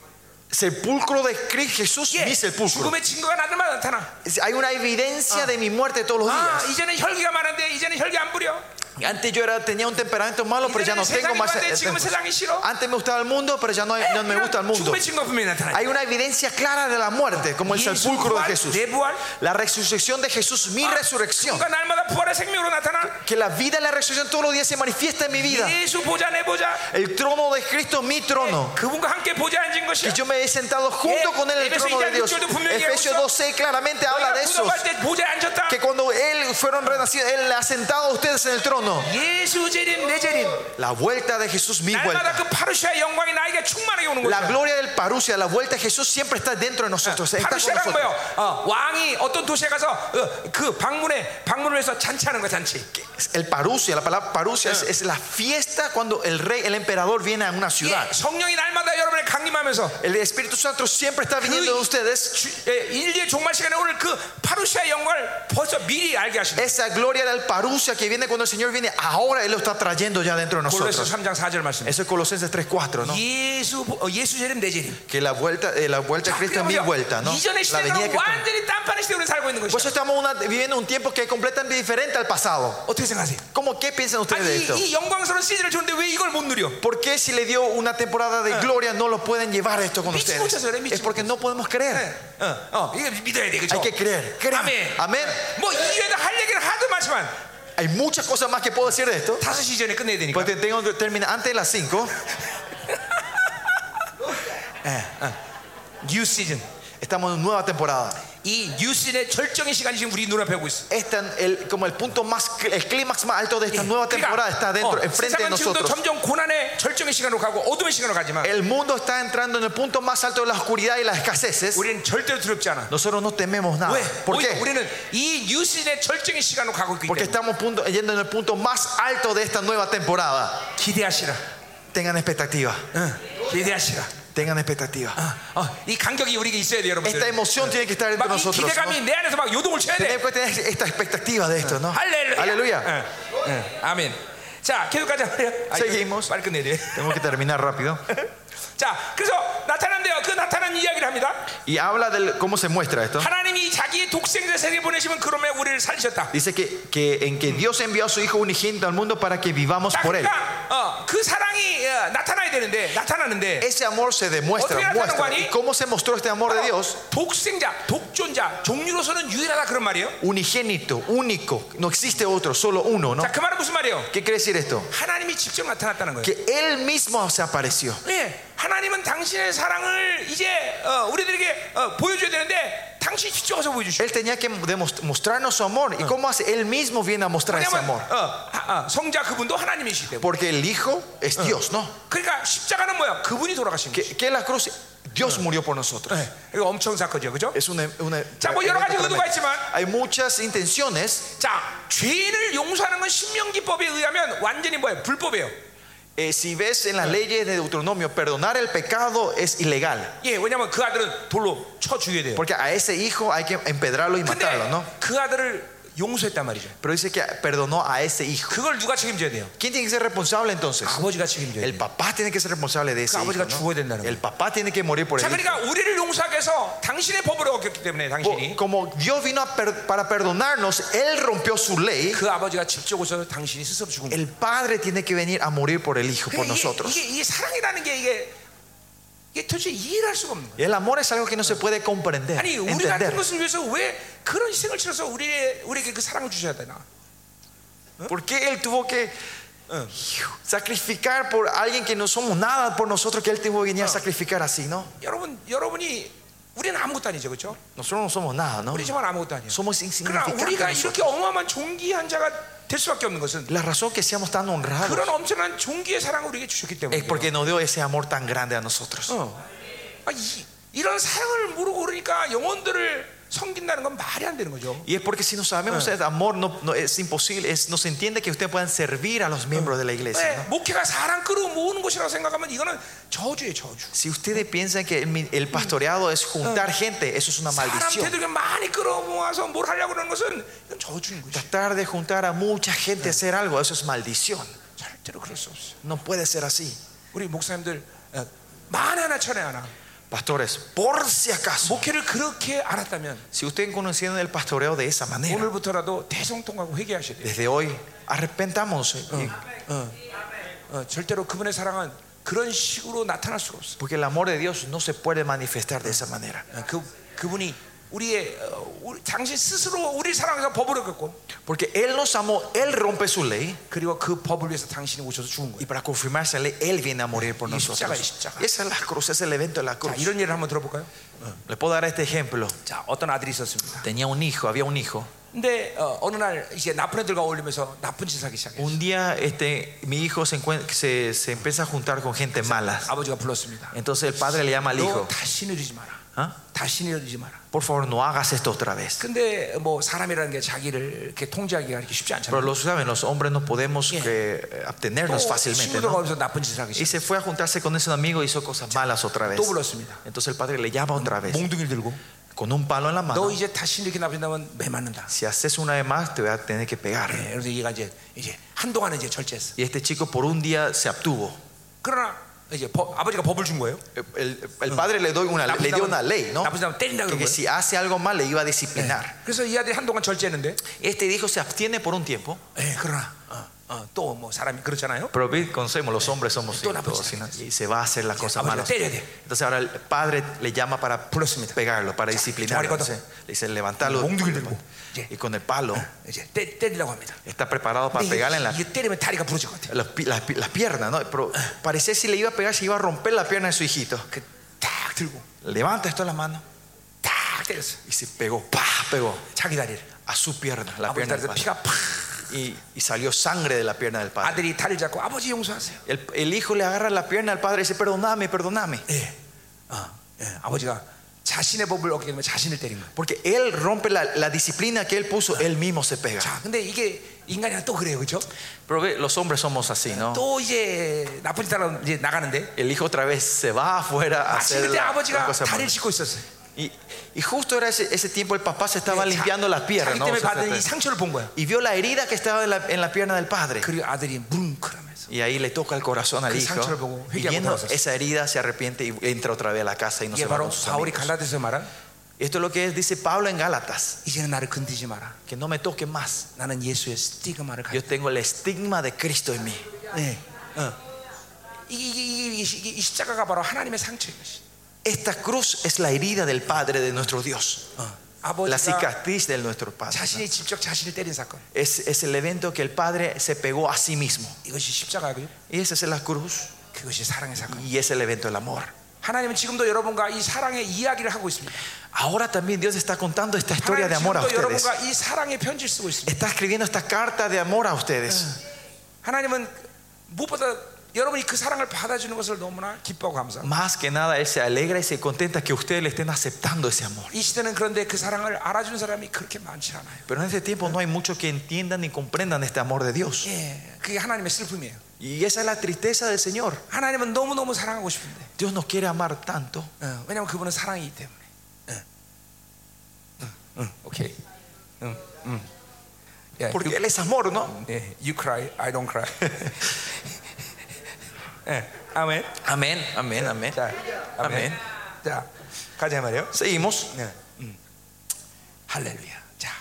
sepulcro de Cristo Jesús,
예,
mi sepulcro.
죽음의 증거가 날마다 나타나.
Hay una evidencia de mi muerte todos los
아,
días.
이제는 혈기가 많은데 이제는 혈기 안 부려.
Antes yo era, tenía un temperamento malo, pero ya no tengo más.
세상이 좋아하는데 지금은 세상이 싫어.
Antes me gustaba el mundo, pero ya no, no me
이런
gusta el mundo.
죽음의 증거품이 나타나.
Hay una evidencia clara de la muerte, como el sepulcro de Ah, Jesús.
내부활,
La resurrección de Jesús, mi resurrección.
그러니까 날마다 부활의 생명으로 나타나.
Que la vida y la resurrección todos los días se manifiesta en mi vida.
예수 보좌 내 보좌.
El trono de Cristo, mi trono.
그분과 함께 보좌 앉은 것이.
Que yo me he sentado junto con él en el trono de Dios. Efesios 12 claramente habla de eso.
구속할 때 보좌 에 앉았다.
que cuando él fueron renacidos, él le ha sentado a ustedes en el trono.
예수 재림 내 재림.
La vuelta de Jesús, mi
날마다
vuelta.
그 파루시아의 영광이 나에게 충만하게 오는
La
거야.
gloria del parusia, la vuelta de Jesús siempre está dentro de nosotros. Está con
파루시아란
nosotros.
뭐예요? 어, 왕이 어떤 도시에 가서 어, 그 방문에 방문을 해서 잔치하는 거야 잔치.
El parusia, la palabra parusia es, es la fiesta cuando el rey, el emperador viene a una ciudad.
예, 성령이 날마다 여러분을 강림하면서
El Espíritu Santo siempre está viniendo de ustedes.
주- 예, 인류의 종말 시간에 오늘 그 파루시아의 영광을 벌써 미리 알게 하시는
Esa gloria del parusia que viene cuando el Señor viene, ahora Él lo está trayendo ya dentro de
골로새
nosotros.
3장 4절 말씀.
Eso es Colosenses 3.4, ¿no?
예수 보- 어, 예수 재림 그러니까 내 재림.
Que la vuelta, eh, la vuelta de Cristo es mi
그러면
vuelta, ¿no?
이전의
La venida de
시대는
Cristo.
완전히 딴판의 시대로 살고 있는
Por
것이죠.
eso estamos una- viviendo un tiempo que es completamente diferente al pasado.
뭐, 어떻게 생각하세요?
¿Cómo qué piensan ustedes
아니
de
이,
esto?
이 영광스러운 시즌을 주는데 왜 이걸 못 누려?
¿Por qué si le dio una temporada de gloria no lo pueden llevar esto con
Michi
ustedes?
muchas horas, Michi
Es porque no podemos creer.
예, 어, 어, 이게 믿어야 돼,
Hay
그렇죠?
que creer. Crean.
Amén.
Amén.
뭐 이외에도 할 얘기는 하도 많지만
Hay muchas cosas más que puedo decir de esto.
다섯 시 전에 끝내야 되니까.
Porque tengo que terminar antes de las 5.
뉴 시즌.
Estamos en una nueva temporada.
이 뉴스의 절정의 시간이 지금 우리 눈앞에 오고 있어.
Esta, el, como el punto más, cl- el clímax más alto de esta nueva temporada está
어,
dentro,
예.
enfrente de
세상은 지금도
nosotros.
점점 고난의 절정의 시간으로 가고 어둠의 시간으로 가지만
El mundo está entrando en el punto más alto de la oscuridad y las escaseces.
우리는 절대로 두렵지 않아.
Nosotros no tememos nada.
왜?
¿Por
오히려
qué?
우리는 이 뉴스의 절정의 시간으로 가고 있기
Porque
때문에
estamos punto- yendo en el punto más alto de esta nueva temporada.
기대하시라.
Tengan expectativa.
응, 기대하시라.
Tengan expectativa.
어, 어, 이 간격이 우리에게 있어야 돼요, 여러분들.
Esta emoción tiene que estar entre
막이
nosotros. ¿no?
기대감이 내 안에서 막 요동을 쳐야 돼.
Tenemos que tener esta expectativa de esto, ¿no?
할렐루야.
Aleluya.
응, 응, 아멘. 자, 계속 가자. 아, 이거
Seguimos.
빨리 끝내야 돼.
Tenemos que terminar rápido.
자, 그래서 나타난대요. 그 나타난 이야기를 합니다.
Y habla de cómo se muestra
어?
esto.
하나님이 자기의 독생자 세계 보내시면 그럼에 우리를 살리셨다.
Dice que, que en que Dios envió a su Hijo unigénito al mundo para que vivamos
자,
por Él.
그러니까 어, 그 사랑이 어, 나타나야 되는데 나타나는데
Ese amor se demuestra, muestra. ¿Y cómo se mostró este amor de Dios?
어, 독생자, 독존자, 종류로서는 유일하다 그런 말이에요.
Unigénito, único. No existe otro, solo uno, ¿no?
자, 그 말은 무슨 말이에요?
¿Qué quiere decir esto?
하나님이 직접 나타났다는 거예요.
Que Él mismo se apareció.
예, 하나님은 당신의 사랑을 이제 어, 우리들에게 어, 보여줘야 되는데 당신이 직접 와서 보여주셔.
Él tenía que demos- mostrarnos su amor. ¿Y cómo hace? Él mismo viene a mostrar ese
왜냐면
amor.
어, 하- 어, 성자 그분도 하나님이시기 때문에.
Porque el Hijo es Dios, ¿no?
그러니까 십자가는 뭐야? 그분이 돌아가신 거예요.
Que, que la cruz, Dios murió por nosotros.
이거 엄청 사건이죠, 그죠?
Es una, una-
자, 뭐 여러 가지 의도가 있지만.
hay muchas intenciones.
자, 죄를 용서하는 건 신명기법에 의하면 완전히 뭐예요? 불법이에요.
Eh, si ves en las leyes de Deuteronomio, perdonar el pecado es ilegal.
예, 왜냐면 그 아들은 돌로 쳐 죽여야 돼요.
Porque a ese hijo hay que empedrarlo y matarlo,
근데
¿no?
그 아들을 용서했단 말이죠.
Pero dice que perdonó a ese hijo.
그걸 누가 책임져야 돼요?
¿Quién tiene que ser responsable entonces?
아버지가 책임져야
El
돼요.
papá tiene que ser responsable de ese
그
hijo.
아버지가 죽어야
¿no?
된다는
El papá tiene que morir por
자,
él.
그러니까 우리를 용서하기 위해서 당신의 법으로 어겼기 때문에 당신이
Como Dios vino a per- para perdonarnos, Él rompió su ley.
그 아버지가 직접 오셔서 당신이 스스로 죽은 거예요.
El padre tiene que venir a morir por el hijo,
그러니까
por
이게,
nosotros.
이게, 이게 사랑이라는 게 이게 이게 도대체 이해를 할 수가 없는 거예요.
Y el amor es algo que no se puede comprender,
아니 우리 같은
entender.
것을 위해서 왜 그런 희생을 치러서 우리 우리에게 그 사랑을 주셔야 되나?
¿Eh? ¿Por qué él tuvo que hijo, sacrificar por alguien que no somos nada por nosotros que él tuvo que venir a sacrificar así, no?
여러분 여러분이 우리는 아무것도 아니죠, 그렇죠?
Nosotros no somos nada, ¿no?
우리 정말 아무것도 아니에요.
Somos
그러나 우리가
insignificantes.
이렇게 어마어마한 종기한 자가 될 수밖에 없는 것은
La razón que seamos tan honrados
그런 엄청난 종기의 사랑을 우리에게 주셨기
es
때문에.
porque nos dio ese amor tan grande a nosotros.
어. 아, 이, 이런 사랑을 모르고 그러니까 영혼들을 섬긴다는 건 말이 안 되는 거죠.
Y es porque si no sabemos ese amor, no, no- es imposible, es, no se entiende que ustedes puedan servir a los miembros de la iglesia.
네,
¿no?
목회가 사랑 끌어 모으는 곳이라고 생각하면 이거는 저주예요, 저주.
Si ustedes piensan que el, mi- el pastoreado es juntar gente, eso es una
사람
maldición.
되도록 많이 끌어 모아서 뭘 하려고 그러는 것은 이건 저주인 거죠.
Tratar de juntar a mucha gente a hacer algo, eso es maldición.
절대로 그럴 수 없어요.
No puede ser así.
우리 목사님들 어, 만 하나 천에 하나
Pastores, por si acaso,
목회를 그렇게 알았다면
si ustedes conocieron el pastoreo de esa
네.
manera,
오늘부터라도 대성통하고 회개하셔야 돼요.
desde hoy arrepentamos, eh,
어, 절대로 그분의 사랑은 그런 식으로 나타날 수가 없어.
porque el amor de Dios no se puede manifestar de esa manera.
어, 그 그분이 우리의 어, 우리, 당신 스스로 우리 사랑해서 법을 어겼고
Porque Él nos amó, Él rompe su ley,
그리고 그 법을 위해서 당신이 오셔서 죽은
y
거예요.
para confirmar esa ley, Él viene a morir por
Y 십자가,
nosotros.
십자가.
Y esa es la cruz, es el evento de la
자,
cruz.
이런 예를 한번 들어볼까요?
Le puedo dar este ejemplo.
그렇죠. 자, 어떤 아들이 있었습니다.
Tenía un hijo, había un hijo.
근데 어, 느날 이제 나쁜 애들과 어울리면서 나쁜 짓을 하기 시작해요.
Un día este, mi hijo se, encuent- se, se empieza a juntar con gente mala.
아버지가 불렀습니다.
Entonces el padre le llama al
너
hijo.
다시는 이러지 마라.
¿Ah?
다시는 이러지 마라.
Por favor, no hagas esto otra vez.
근데 뭐 사람이라는 게 자기를 이렇게 통제하기가 이렇게 쉽지
Pero
않잖아요.
lo saben, los hombres no podemos
Yeah.
eh,
또
abstenernos fácilmente.
친구들과
¿no?
어울리면서 나쁜 짓을 하기
Y
시작.
se fue a juntarse con ese amigo y hizo cosas malas otra vez.
또 불렀습니다.
Entonces el padre le llama otra vez
몽둥이를 들고
con un palo en la mano.
너 이제 다시 이렇게 나쁜다면 매 맞는다.
Si haces una vez más, te voy a tener que
예,
pegar.
그래서 얘가 이제 이제 한동안은 이제 절제했어.
Y este chico por un día se abstuvo.
그러나 이제 법- 아버지가 법을 준 거예요.
El, el padre le, doy una, le dio una ley, ¿no?
나쁜 사람 때린다 그런
Que, que
거예요.
si hace algo mal le iba a disciplinar.
예. 그래서 이 아들이 한동안 절제했는데,
Este hijo se abstiene por un tiempo.
예, 그러나 또 뭐 사람이 그렇잖아요.
Pero vi- conocemos, los hombres somos
Toda la
todos,
persona.
¿no? y se va a hacer las cosas
Ahora,
malas.
téllate.
Entonces ahora el padre le llama para
Pulosmita.
pegarlo, para disciplinarlo.
Chamaricota.
¿sí? Le dice, levantarlo
Monduil 들고.
y con el palo
이제 때, 때리려고 합니다.
está preparado para
근데
pegarle en la,
이게, 이게 때리면 다리가 부러질 것 같아요.
la pi- la pi- la pierna, ¿no? Pero
Ah.
parecía si le iba a pegar, se iba a romper la pierna de su hijito.
그 딱 들고
Levanta esto en la mano
팍 때렸어.
Y se pegó, ¡pah! Pegó
자기 다리를.
a su pierna, la
아버지
pierna
다리에서
del padre.
피가 팍.
Y, y salió sangre de la pierna del padre.
아들이 다리를 잡고 아버지 용서하세요.
El, el hijo le agarra la pierna al padre y dice, perdóname, perdóname.
예. 어, 예. 아버지가 자신의 법을 어기게 되면 자신을 때린 거예요.
Porque él rompe la, la disciplina que él puso, él mismo se pega.
자, 근데 이게 인간이랑 또 그래요, 그렇죠?
Pero ve, los hombres somos así, ¿no?
또 이제 나쁜 짓 하러 이제 나가는데
El hijo otra vez se va afuera
마침
a hacer
아, 그때
la, la
아버지가
cosa
다리를
mala.
짚고 있었어요.
y, y justo era ese, ese tiempo el papá se estaba
자-
limpiando la pierna,
자기
¿no?
때문에
O sea,
받은 이
se-
상처를 본 거야.
y vio la herida que estaba en la, en la pierna del padre.
그리고 아들이 뭉클하면서
Y ahí le toca el corazón al
그
hijo.
상처를 보고
Y
회개하고
viendo
돌아섰어요.
esa herida se arrepiente y entra otra vez a la casa y no se
이게
va
바로
con sus
사울이
amigos.
갈라디아서 말한
Esto es lo que es, dice Pablo en Gálatas,
이제는 나를 건드지 마라.
que no me toque más.
나는 예수의 스티그마를 가져.
Yo tengo el estigma de Cristo en mí.
네. 어. 이게, 이게, 이게, 이게, 이 십자가가 바로 하나님의 상처인 것이.
Esta cruz es la herida del Padre de nuestro Dios,
어.
la
아버지가
cicatriz de nuestro Padre.
자신이 직접 자신을 때린 사건.
Es, es el evento que el Padre se pegó a sí mismo.
이것이 십자가고요.
Y esa es la cruz
그것이 사랑의 사건.
y es el evento del amor.
하나님은 지금도 여러분과 이 사랑의 이야기를 하고 있습니다.
Ahora también Dios está contando esta historia
하나님
de amor a
지금도
ustedes.
여러분과 이 사랑의 편지를 쓰고 있습니다.
Está escribiendo esta carta de amor a ustedes.
하나님은 무엇보다 여러분이 그 사랑을 받아주는 것을 너무나 기뻐하고 감사합니다.
Más que nada, Él se alegra y se contenta que ustedes le estén aceptando ese amor.
이 시대는 그런데 그 사랑을 알아주는 사람이 그렇게 많지 않아요.
Pero en este tiempo no hay muchos que entiendan ni comprendan este amor de Dios.
예, 그게 하나님의 슬픔이에요.
Y esa es la tristeza del Señor.
하나님은 너무 너무 사랑하고 싶은데,
Dios nos quiere amar tanto.
어, 왜냐하면 그분은 사랑이기 때문에. 응, 응, 응, 오케이. 응, 응. 야,
Porque Él es amor, ¿no?
예, you cry, I don't cry. [LAUGHS] 예, 아멘.
Amén, amén, amén.
자, 아멘.
아멘.
자, 가자 말이요. 네, 음.
Seguimos.
할렐루야. 자,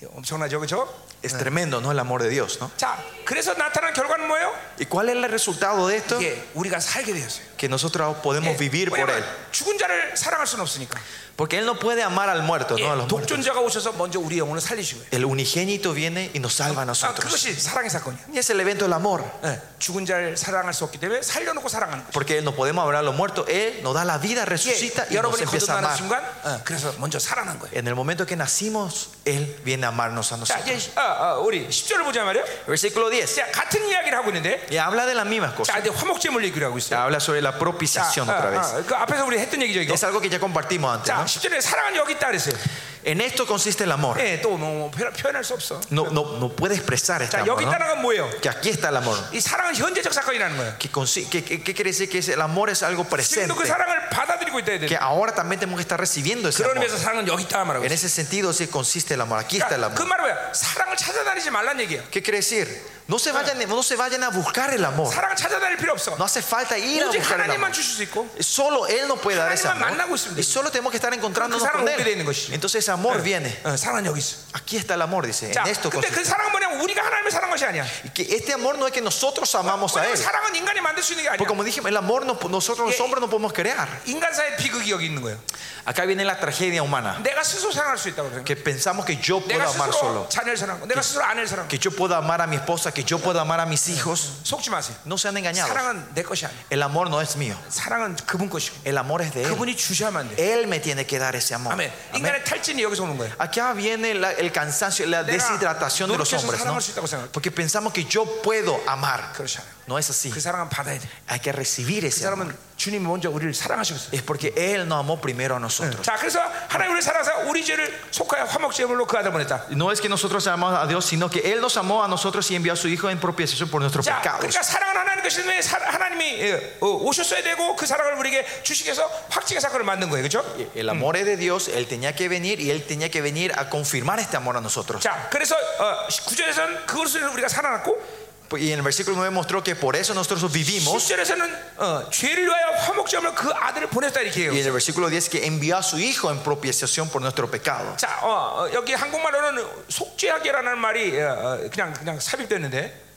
이거 엄청나죠, 그렇죠?
Es tremendo, ¿no? El amor de Dios, ¿no?
자, 그래서 나타난 결과는 뭐예요?
¿Y cuál es el resultado de esto?
이게 우리가 살게 되었어요. 예.
Que nosotros
뭐,
podemos vivir por Él.
왜냐면 죽은 자를 사랑할 수는 없으니까.
Porque Él no puede amar al muerto,
예,
¿no? A los muertos.
독존자가 오셔서 먼저 우리 영혼을 살리시고요.
El unigénito viene y nos salva a
아,
nosotros.
그것이 사랑의 사건이에요.
Y es el evento del amor.
예, 죽은 자를 사랑할 수 없기 때문에 살려놓고 사랑하는 거예요.
Porque no podemos hablar a los muertos. Él nos da la vida, resucita
예,
y nos
여러분이
empieza a
거듭나는
amar.
순간, 어, 그래서 먼저 살아난 거예요.
En el momento que nacimos, Él viene a amarnos a
자,
nosotros.
이제 어, 어, 우리 10절을 보자 말이에요.
Versículo 10.
자, 같은 이야기를 하고 있는데,
Y habla de las mismas cosas.
자, 이제 화목제물 얘기를 하고 있어요.
Ya habla sobre la
자,
propiciación
어,
otra vez.
어, 그 앞에서 우리 했던 얘기죠, 이거.
Es algo que ya Eh. compartimos antes.
자,
¿no?
10절에 사랑은 여기 있다 그랬어요.
En esto consiste el amor.
예, 또 뭐, 뭐, 표- 표현할 수 없어.
No, no, no puede expresar este
자,
amor.
여기
¿no?
있다는 건 뭐예요?
Que aquí está el amor.
이 사랑은 현재적 사건이라는 거예요.
Que consi- que- que- ¿Qué quiere decir? Que es- el amor es algo presente.
지금도 그 사랑을 받아들이고 있다 해야 돼.
Que ahora también tenemos que estar recibiendo ese
그런
amor.
의미에서 사랑은 여기 있다 말하고
En
있어요.
ese sentido, sí consiste el amor. Aquí está el
그러니까 그
amor.
말은 뭐야? 사랑을 찾아다니지 말란 얘기야.
¿Qué quiere decir? No se vayan, no se vayan a buscar el amor.
사랑을 찾아다닐 필요 없어.
No hace falta ir a
오직
buscar el
하나님만
amor.
주실 수 있고
Solo Él nos puede dar ese amor.
하나님만 만나고 있으면
Y solo tenemos que estar encontrándonos
그 사람
con
오게 되는
Él.
것이지.
Entonces ese amor viene.
어, 사랑은 여기 있어.
Aquí está el amor, dice.
자,
En esto
근데
consiste.
그 사랑은 뭐냐면 우리가 하나님을 사랑한 것이 아니야.
Y que este amor no es que nosotros amamos a
왜냐면
Él.
사랑은 인간이 만들 수 있는 게 아니야.
Porque como dije, el amor no- nosotros los
Yeah.
hombres no podemos crear.
인간사의 비극이 여기 있는 거예요.
Acá viene la tragedia humana.
내가 스스로 사랑할 수 있다고 그래요.
Que pensamos que yo puedo
내가
amar
스스로
solo.
자녀를 사랑하고 내가 스스로 아내를 사랑하고
Que yo puedo amar a mi esposa, que yo puedo amar a mis hijos.
속지 마세요.
No sean engañados.
사랑은 내 것이 아니야.
El amor no es mío.
사랑은 그분 것이고
El amor es de Él.
그분이 주셔야만 돼.
Él me tiene que dar ese amor.
예. 아멘. 인간의 탈진이 여기서 오는 거예요.
Acá viene la- el cansancio, la
내가
deshidratación de los
노력해서
hombres, ¿no?
사랑할 수 있다고 생각해.
Porque pensamos que yo puedo amar.
그렇지 않아요.
No es así.
그 사랑은 받아야 돼.
Hay que recibir
그
ese amor.
사람은 주님이 먼저 우리를 사랑하셨어요.
Es porque Él nos amó primero a nosotros.
자, 그래서 하나님 우리를 사랑해서 우리 죄를 속하여 화목제물로 그 아들 보냈다.
No es que nosotros amamos a Dios, sino que Él nos amó a nosotros y envió a su Hijo en propiciación por nuestros
자,
pecados.
그러니까 사랑은 하나님 것이 때문에 사- 하나님이 예, 어, 오셨어야 되고 그 사랑을 우리에게 주시기 위해서 확증의 사건을 만든 거예요. 그렇죠?
El amor es de Dios, Él tenía que venir y Él tenía que venir a confirmar este amor a nosotros.
자, 그래서 어, 9절에서는 그것을 우리가 살아났고
Y en el versículo 9 mostró que por eso nosotros
뭐?
vivimos.
10절에서는 어, 죄를 위하여 화목제물로 그 아들을 보냈다 이렇게
Y
해요.
en el versículo 10 que envió a su Hijo en propiciación por nuestro pecado.
자, 어, 어, 여기 한국말로는 속죄하게라는 말이 어, 어, 그냥 그냥 삽입됐는데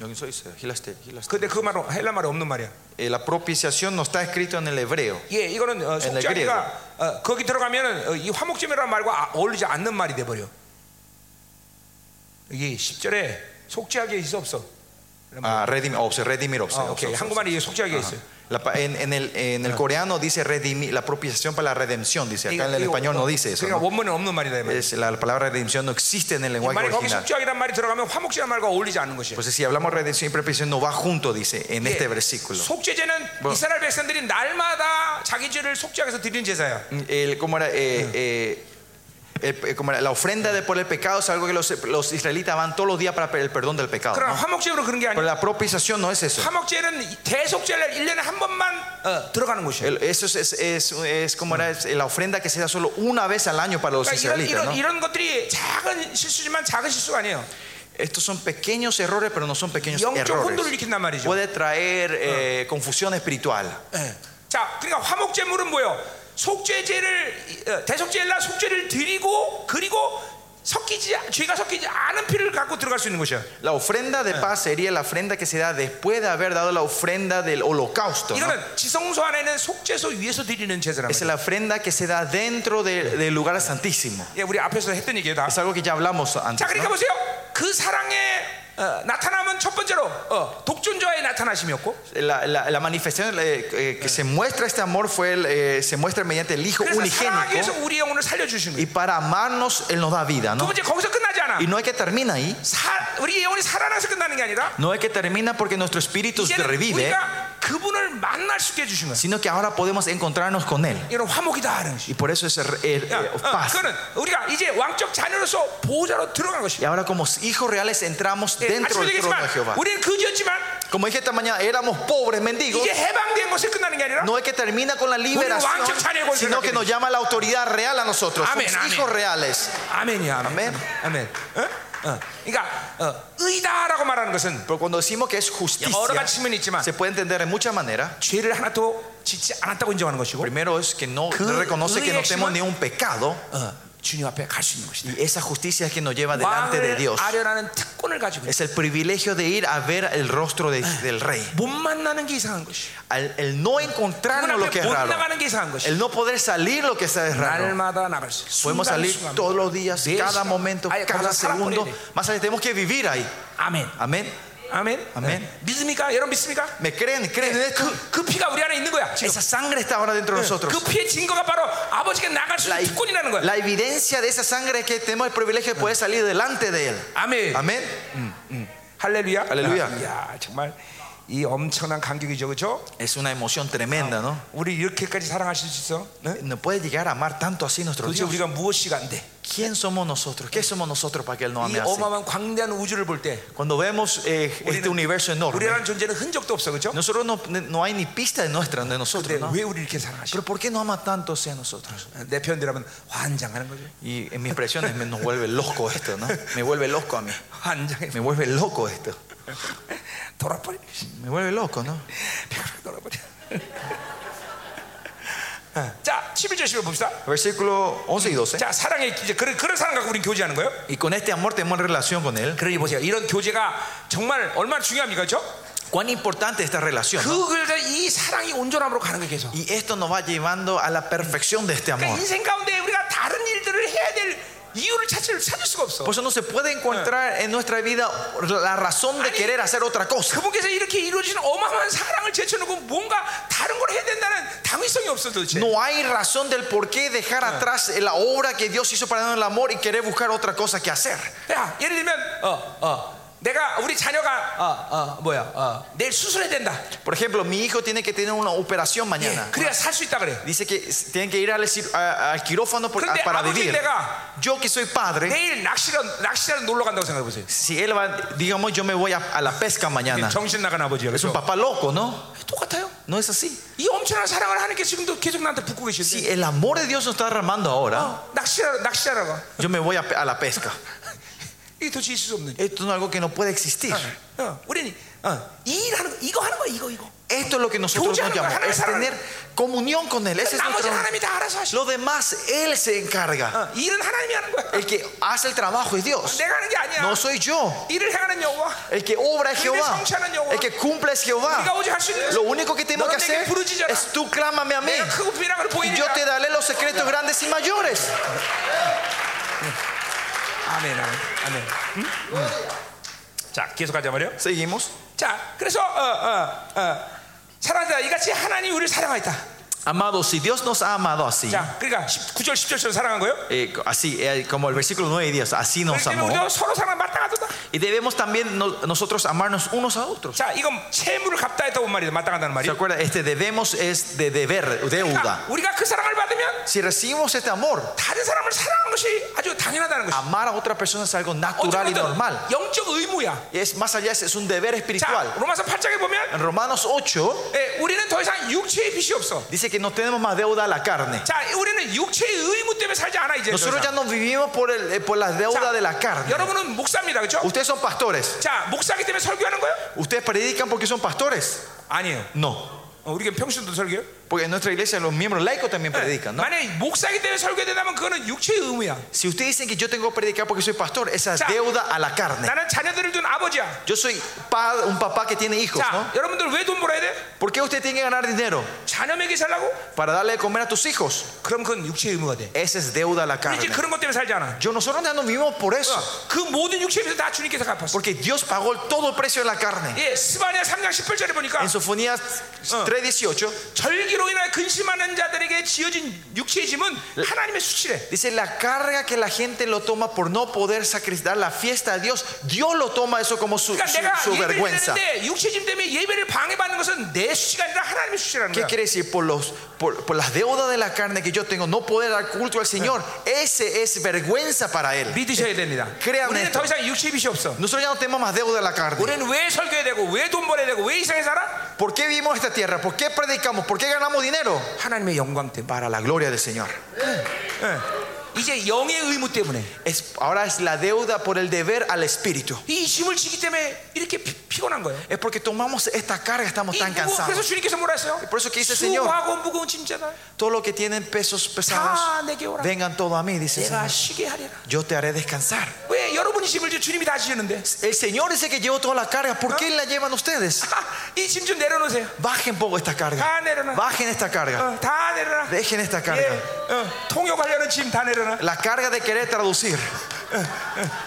여기 써 있어요. 힐라스테, 힐라스테.
근데 그 말은 헬라 말이 없는 말이야.
Eh, la propiciación no está escrito en el hebreo.
예, 이거는
네,
어, 속죄하기가 어, 거기 들어가면은 어, 이 화목제물이라는 말과 아, 어울리지 않는 말이 돼 버려. 이게 10절에 속죄하기에 있어 없어.
Ah, redim, 없어요. redimir 없어요.
아, 오케이.
없어요, 없어요.
한국말에 이게 속죄하기에 있어요.
La pa- en, en el, en el coreano dice redimi- la propiciación para la redención, dice. Acá en el
이거-
español no
이거-
dice eso.
그러니까
¿no?
원문에 없는 말이다 이 말이야.
Es- la palabra redención no existe en el lenguaje
만약 거기
original.
속죄악이란 말이 들어가면 화목제란 말과 어울리지 않는 것이에요.
Entonces, si hablamos de redención y propiciación, no va junto, dice en este versículo.
속죄제는
뭐.
이스라엘 백성들이 날마다 자기 죄를 속죄하기 위해서 드리는 제사예요.
El, ¿Cómo era? Eh, eh, el- eh, ¿cómo era? La ofrenda de por el pecado es algo que los, los israelitas van todos los días para el perdón del pecado.
그러나
¿no?
화목제로 그런 게
Pero
아니에요.
la propiciación no es eso.
화목제는 대속죄를 1년에 한 번만 어, 들어가는 것이에요.
El- eso es, es, es, es como era es la ofrenda que se da solo una vez al año para los
그러니까 이런,
israelitas.
이런,
¿no?
이런 것들이 작은 실수지만 작은 실수가 아니에요.
Estos son pequeños errores, pero no son pequeños
영적 혼돈을
errores.
일으킨단 말이죠.
Puede traer eh, confusión espiritual.
예. 자, 그러니까 화목제물은 뭐예요? 속죄제를 어, 대속제일날 속죄를 드리고 그리고 섞이지 죄가 섞이지 않은 피를 갖고 들어갈 수 있는 것이야.
La ofrenda de paz sería la ofrenda que se da después de haber dado la ofrenda del holocausto. ¿no?
이거는 지성소 안에는 속죄소 위에서 드리는 제사라는
Es
거예요.
la ofrenda que se da dentro de- del lugar santísimo.
예, 우리 앞에서 했던 얘기예요. 다.
Es algo que ya hablamos
자,
antes.
그러니까
¿no?
보세요. 그 사랑의 어, 나타남은 첫 번째로 어, 독존자의 나타나심이었고,
La, la- la manifestación eh, eh, que se muestra este amor fue el, eh, se muestra mediante el Hijo
그래서 사랑하기 위해서
unigénito.
우리 영혼을 살려주신
Y
거예요.
para amarnos, Él nos da vida.
두
¿no?
번째 거기서 끝나지 않아.
Y no es que termina ahí.
사, 우리 영혼이 살아나서 끝나는 게 아니라
No es que termina porque nuestro espíritu se
이제는
revive,
우리가 그분을 만날 수 있게 해주신 거예요.
sino que ahora podemos encontrarnos con Él.
이런 화목이다 하는 것이.
Y por eso es eh, eh,
야, 어,
paz.
그거는 우리가 이제 왕적 자녀로서 보호자로 들어간 것이.
Y ahora como hijos reales entramos
예,
dentro
아침에
del trono de
얘기했지만
Jehová.
우리는 그지였지만
Como dije esta mañana, éramos pobres, mendigos.
이제 해방된 것에 끝나는 게 아니라
No es que termina con la liberación,
왕적 자녀의 권세를
sino que
갖게
nos llama la autoridad real a nosotros.
Amén,
Somos
amén.
hijos reales.
아멘이야. 아멘. 아멘. 어? 어. 그러니까 어, 의다라고 말하는 것은
Pero cuando decimos que es
여러
justicia,
가지 측면이 있지만
se puede entender de muchas maneras.
죄를 하나도 짓지 않았다고 인정하는 것이고
Primero es que no
그
reconoce que no
의의
tenemos
핵심은-
ni un pecado.
어, 주님 앞에 갈 수 있는 것이다.
Y esa justicia es que nos lleva delante de
왕을
Dios.
아련하는 특권을 가지고 있어.
Es el privilegio de ir a ver el rostro de- del rey.
못 만나는 게 이상한 것이.
Al- el no encontrarnos
그분
lo que
앞에
es
못
raro.
나가는 게 이상한 것이.
El no poder salir lo que es raro.
날마다 나갈 수. 있어.
Podemos salir
순간순간.
todos los días,
네
cada
시간.
momento,
아예
cada
거기서
segundo.
살아버려야 돼.
Más allá, tenemos que vivir ahí.
아멘.
Amén.
아멘.
아멘.
네. 믿습니까? 여러분 믿습니까?
¿Me creen? ¿Creen Eh, en esto?
그, 그 피가 우리 안에 있는 거야. 지금.
Esa sangre está ahora dentro de nosotros.
그 피의 증거가 바로 아버지께 나갈 수 있는 특권이라는 거야.
La evidencia de esa sangre es que tenemos el privilegio de poder salir delante de Él.
아멘.
Amén.
할렐루야.
할렐루야.
야 정말 이 엄청난 감격이죠, 그렇죠?
Es una emoción tremenda, ¿no?
우리 이렇게까지 사랑하실 수 있어? 네?
No puede llegar a amar tanto así nuestro
도대체
Dios.
우리가 무엇이 안 돼?
¿Quién somos nosotros? ¿Qué somos nosotros para que Él nos
이
ame así?
어마어마한 광대한 우주를 볼 때
Cuando vemos eh, este universo enorme,
우리라는 존재는 흔적도 없어, 그렇죠?
nosotros no, no hay ni pista de nuestra, de nosotros,
근데
¿no?
왜 우리 이렇게 사랑하시?
Pero ¿por qué no ama tanto así a nosotros?
내 표현대로면 환장하는 거죠.
Y en mis expresiones me nos vuelve loco esto, ¿no? Me vuelve loco a mí.
환장해.
Me vuelve loco esto.
돌아버려.
Me vuelve loco, ¿no?
돌아버려. 어, 자, 11절 11절 봅시다.
Versículo 11 y 12.
자, 사랑의 이제 그런 그런 사랑 갖고 우린 교제하는 거예요.
Y con este amor tenemos relación con Él.
그러니 보세요. 이런 교제가 정말 얼마나 중요합니까? 그렇죠?
Cuán importante esta relación. ¿no?
그 그러니까 이 사랑이 온전함으로 가는 게 계속.
Y esto nos va llevando a la perfección de este amor.
그러니까 인생 가운데 우리가 다른 일들을 해야 될 이유를 찾을 찾을 수가 없어.
Por eso no se puede encontrar en nuestra vida la razón de querer hacer otra cosa.
그분께서 이렇게 이루어진 어마어마한 사랑을 제쳐놓고 뭔가 다른 걸 해야 된다는 당위성이 없어 도대체.
No hay razón del por qué dejar atrás la obra que Dios hizo para darnos el amor y querer buscar otra cosa que hacer.
야, 예를 들면 어, 어, 내가 우리 자녀가 어, 어, 뭐야? 어, 내일 수술해야 된다.
Por ejemplo, mi hijo tiene que tener una operación mañana.
그래야 살 수 있다 그래.
Dice que tienen que ir al, cir- a- al quirófano por-
근데
para
아버지
vivir.
내가-
Yo que soy padre,
내일 낚시가 낚시를 놀러 간다고 생각해 보세요.
si él va, digamos, yo me voy a, a la pesca mañana.
정신 나간 아버지야.
Es
그렇죠?
un papá loco, ¿no?
똑같아요.
No es así.
이 엄청난 사랑을 하나님께 지금도 계속 나한테 붓고 계시는데
Si el amor de Dios nos está derramando ahora,
낚시하라, 낚시하라고
yo me voy a, pe- a la pesca.
이게 도대체 있을 수 없는
Esto no es algo que no puede existir.
어, 우리는 어, 이 일하는 거 이거 하는 거야 이거 이거
Esto es lo que nosotros nos llamamos, es tener comunión con Él. Ese es
나머지
nuestro-
하나님이 다 알아서 하시고
Lo demás, Él se encarga.
어, 이 일은 하나님이 하는 거야
El que hace el trabajo es Dios,
내가 하는 게 아니야
no soy yo.
일을 행하는 여호와
El que obra es Jehová, el que cumple es
네가
Jehová.
오직 할 수 있는
Lo único que tenemos que hacer es tú clámame a mí
내가 크고 비락을
y yo
보이니까
te daré los secretos grandes y mayores.
아멘 아멘 아멘 응? 응. 자 계속 하자 말이요
Seguimos.
자 그래서 어, 어, 어, 사랑하다 이같이 하나님이 우리를 사랑하였다.
Amados, si Dios nos ha amado así,
자, 그러니까 9절 10절처럼 사랑한 거예요.
eh, así eh, como el versículo 9 y 10, así nos
그렇기
amó.
때문에 우리도 서로 사랑 마땅하다.
Y debemos también no- nosotros amarnos unos a otros.
자, 이건 채무를 갚다 했다고 말이죠. 마땅하다는
¿Se
말이에요.
acuerda? Este debemos es de deber,
그러니까
deuda.
우리가 그 사랑을 받으면
Si recibimos este amor,
다른 사람을 사랑하는 것이 아주 당연하다는 것이.
amar a otra persona es algo natural y
어쨌든
아, normal.
영적 의무야.
Y Es más allá, es, es un deber
자,
espiritual.
로마서 8장에 보면
En Romanos 8
예, 우리는 더 이상 육체의 빚이 없어.
dice que no tenemos más deuda a la carne.
자, 우리는 육체의 의무 때문에 살지 않아 이제. 더
Nosotros ya
이상.
no vivimos por, el, eh, por las
자,
deudas de la carne.
여러분은 목사입니다, 그렇죠?
Ustedes son pastores.
자, 목사기 때문에 설교하는 거예요?
Ustedes predican porque son pastores.
아니에요.
No,
어, 우리 평신도 설교요?
porque en nuestra iglesia los miembros laicos también predican. ¿no?
만약에 목사기 때문에 설교된다면 그거는 육체의 의무야.
Si ustedes dicen que yo tengo que predicar porque soy pastor, esa es
Ya.
deuda a la carne.
나는 자녀들을 둔 아버지야.
Yo soy pa- un papá que tiene hijos,
자,
¿no?
여러분들 왜 돈 벌어야 돼?
¿Por qué usted tiene que ganar dinero?
자녀 먹이 살라고?
Para darle de comer a tus hijos.
그럼 그건 육체의 의무가 돼.
Esa es deuda a la
우리
carne.
이제 그런 것 때문에 살지 않아.
Yo nosotros ya no vivimos por eso.
그 모든 육체의 빚을 다 주님께서 갚았어.
Porque Dios pagó todo el precio de la carne.
예, 스바냐 3장 18절에 보니까
En Sofonías 3.18
절기로 인하여 근심하는 자들에게 지어진 육체의 짐은 하나님의 수치래.
dice, la carga que la gente lo toma por no poder sacrificar la fiesta a Dios, Dios lo toma eso como su,
그러니까
su-
내가
su
예배를
vergüenza.
드리는데 육체의 짐 때문에 예배를 방해받는 것은 내 수치가 아니라 하나님의 수치라는
¿Qué
거야.
quiere decir? Por, los, por, por las deudas de la carne que yo tengo, no poder dar culto al Señor, ese es vergüenza para Él.
믿으셔야 됩니다.
그래야
우리는
honesto.
더 이상 육체의 빚이 없어.
Nosotros ya no tenemos más deuda de la carne.
우리는 왜 설교해야 되고 왜 돈 벌어야 되고 왜 이상에 살아?
¿Por qué vivimos esta tierra? ¿Por qué predicamos? ¿Por qué ganamos dinero?
하나님의 영광 때문에.
Para la gloria del Señor.
예. 이제 영의 의무 때문에
Es, ahora es la deuda por el deber al Espíritu.
이 힘을 지기 때문에 이렇게 피, 곤한 거예요.
Es porque tomamos esta carga, estamos
이
tan
무거- 그래서
cansados.
주님께서 뭐라 했어요?
por eso que dice el Señor.
수고하고 무거운 짐자다.
Todo lo que tienen pesos pesados,
다 내게 오라.
vengan todo a mí, dice el
내가
Señor.
쉬게 하리라.
Yo te haré descansar.
왜 여러분이 짐을 져 주님이 다 지셨는데?
El Señor dice que llevo toda la carga. ¿Por qué la llevan ustedes?
이 짐 좀 내려놓으세요.
Bajen poco esta carga.
다 내려놔.
Bajen esta carga.
어, 다 내려놔.
Dejen esta
예,
carga.
어, 통역하려는 짐 다 내려놔.
La carga de querer traducir.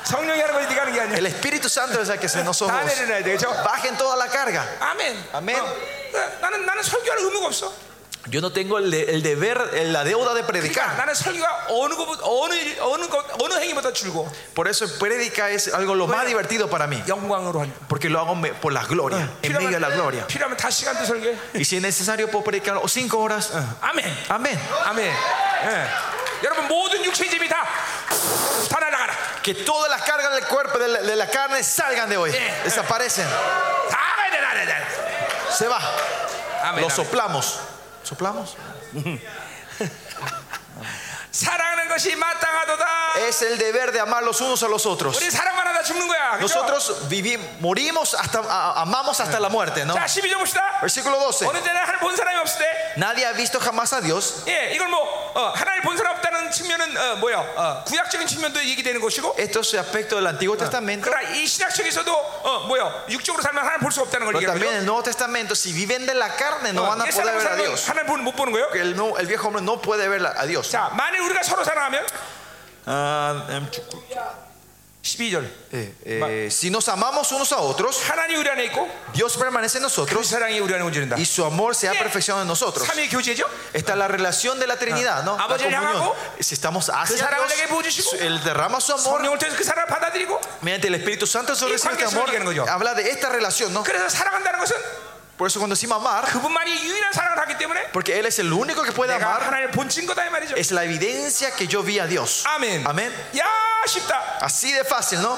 성령이 하는 거지 네가 하는 게 아니야.
El Espíritu Santo es el que se nos
다 내려놔야 돼, 그죠?
Bajen toda la carga.
아멘.
아멘.
어, 어, 나는 나는 설교할 의무가 없어.
Yo no tengo el, de- el deber, el- la deuda de
그러니까
predicar.
나는 설교가 어느 것 어느 일- 어느 것 어느 행위보다 줄고
Por eso predica es algo lo más divertido para mí.
영광으로 하는. 거야.
Porque lo hago me- por la gloria,
Ah.
en medio de la gloria.
필요하면 다시 간도 설교해.
Y si es necesario, puedo predicar o cinco horas.
아멘.
Amén.
아멘. 예. 여러분 모든 육체 집이 다 다 날아가라.
Que todas las cargas del cuerpo, de la, de la carne, salgan de hoy.
Eh.
Desaparecen.
다 가야 돼, 나야 돼.
Se va.
아멘.
Lo
아멘.
soplamos. ¿Soplamos?
사랑하는 것이 마땅하도다.
Es el deber de amar los unos a los otros.
우리 사랑만 하다 죽는 거야. 그죠?
Nosotros vivimos, morimos hasta, a- amamos hasta la muerte, ¿no?
자, 12절 봅시다.
Versículo 12.
어느 때는 하나님 본 사람이 없을 때
Nadie ha visto jamás a Dios.
예, 이걸 뭐 어, 하나님 본 사람 없다는 측면은 어, 뭐야? 어, 구약적인 측면도 얘기되는 것이고
Esto es aspecto del Antiguo Testamento.
그러나 이 신학적에서도 어, 뭐야? 육적으로 살면 하나님 볼 수 없다는 걸
Pero
얘기하는
también
거죠.
en el Nuevo Testamento, si viven de la carne, no van a
옛
poder
사람
ver a
사람은
Dios.
하나님 보는- 못 보는 거예요.
Porque El, nuevo- el viejo hombre no puede ver la- a Dios.
자, 만일 우리가 서로 사랑하면
Ah, em, chucu-
12절
eh, eh, si nos amamos unos a otros,
하나님 우리 안에 있고
Dios permanece en
그
nosotros
사랑이 우리 안에 온전한다.
y su amor se ha
Bien.
perfeccionado en nosotros.
삼위 교제죠.
Está la relación de la Trinidad, ¿no? La
Apoyo y
comunión.
hago.
Si estamos hacia
sarango 내게
Dios,
부어주시고.
su- Él derrama su amor
성령을 통해서 그 사랑을 받아들이고
mediante el Espíritu Santo sobre
Y
este
관계성을
amor.
얘기하는 거죠.
Habla de esta relación, ¿no?
그래서 사랑한다는 것은
Por eso cuando decimos amar,
그분만이 유일한 사랑을 하기 때문에
porque Él es el único que puede
내가
amar,
하나님의 본친 거다 이 말이죠.
es la evidencia que yo vi a Dios.
아멘.
Amén.
야 쉽다.
Así de fácil, ¿no?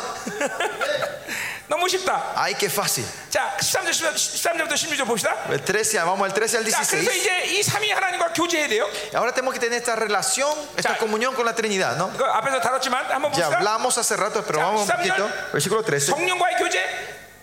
너무 쉽다.
Ay, qué fácil.
자 13절 13절부터 16절 봅시다.
El 13, vamos al 13 al
자, 그래서
16.
이제 이 삼위 하나님과 교제해야 돼요.
Ahora tenemos que tener esta relación, esta
Ya.
comunión con la Trinidad, ¿no?
그 앞에서 다뤘지만 한번
Ya
봅시다.
hablamos hace rato, pero
Ya,
vamos un
Samuel.
poquito. Versículo 13.
성령과의 교제,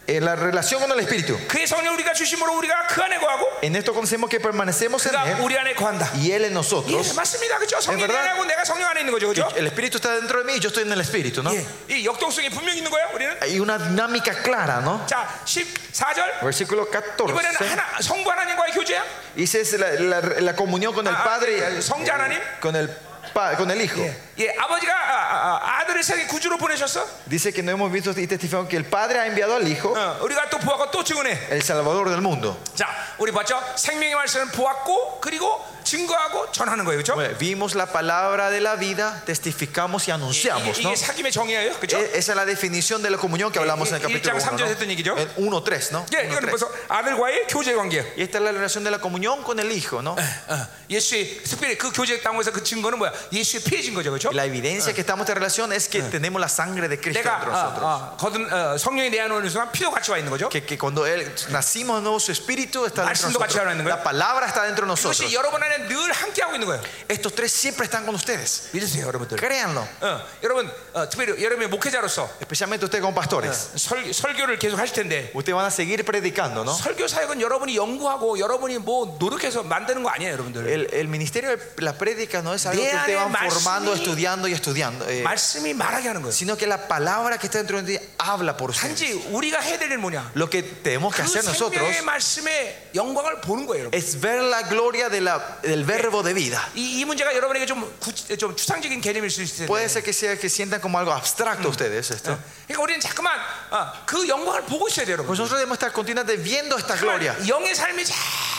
En la relación con el Espíritu.
그의 성령 우리가 주심으로 우리가 그 안에 거하고
En esto conocemos que permanecemos en
그가
Él
우리 안에 거한다.
y Él
네.
en
예,
nosotros.
맞습니다. 그렇죠? 성령이
verdad.
하고 내가 성령 안에 있는 거죠. 그렇죠?
El Espíritu está dentro de mí y yo estoy en el Espíritu, ¿no?
예. 이 역동성이 분명히 있는 거예요, 우리는.
Hay una dinámica clara, ¿no?
자, 14절.
Versículo 14.
이번에는 하나 성부 하나님과의 교제야.
Dice es la, la- la comunión con el
Ah,
Padre,
ah, Son ya, Ananim.
con el, pa- con el Hijo.
예, 아버지가 아, 아, 아들을 세계 구주로 보내셨어.
Dice que no hemos visto y testificado que el Padre ha enviado al Hijo,
어, 우리가 또 보았고 또 증언해.
el Salvador del mundo.
자, 우리 봤죠? 생명의 말씀을 보았고 그리고 증거하고 전하는 거예요, 그렇죠?
Bueno, vimos la palabra de la vida, testificamos y anunciamos. ¿no?
이게 사귐의 정의예요, 그렇죠?
E- Esa es la definición de la comunión que hablamos en el
Y- y-
capítulo
y-
1.
y- y-
¿no? En 1.3, ¿no?
예, 이건
1:3.
벌써 아들과의 교제 관계예요.
Y esta es la relación de la comunión con el Hijo, ¿no?
어, 예수의 특별히 그 교제 땅에서 그 증거는 뭐야? 예수의 피해진 거죠, 그렇죠?
Y la evidencia que estamos en esta relación es que tenemos la sangre de Cristo
내가
entre nosotros.
어, 어, 거듭 어, 성령이 내 안에 오는 순간 피도 같이 와 있는 거죠.
Que, que cuando él, nacimos de nuevo, su espíritu está dentro
말씀도
de
같이 하는 거예요?
nosotros. La palabra está dentro de
그것이
nosotros.
여러분 안에 늘 함께 하고 있는 거예요.
Estos tres siempre están con ustedes.
믿으세요, 여러분들.
Créanlo.
어, 여러분 어, 특별히 여러분의 목회자로서
Especialmente ustedes como pastores.
설, 설교를 계속 하실 텐데
Ustedes van a seguir predicando, ¿no?
설교 사역은 여러분이 연구하고 여러분이 뭐 노력해서 man드는 거 아니에요, 여러분들.
El, el ministerio de la prédica no es algo
내
que ustedes
안에
van formando,
말씀이-
estudiando y estudiando, eh,
말씀이 말하게 하는 예. 거예요.
sino que la palabra que está dentro de ti habla por ustedes.
단지 우리가 해야 될 일은 뭐냐?
Lo que tenemos que
그
hacer nosotros
생명의 말씀의 영광을 보는 거예요, 여러분.
es ver la gloria de la- del verbo de vida.
이, 이 문제가 여러분에게 좀, 구, 좀 추상적인 개념일 수 있을 텐데.
Puede ser que, sea, que sientan como algo abstracto ustedes esto.
그러니까 우리는 자꾸만 어, 그 영광을 보고 있어야 돼요, 여러분.
Pues Nosotros debemos estar continuamente viendo esta gloria.
자꾸만 영의 삶이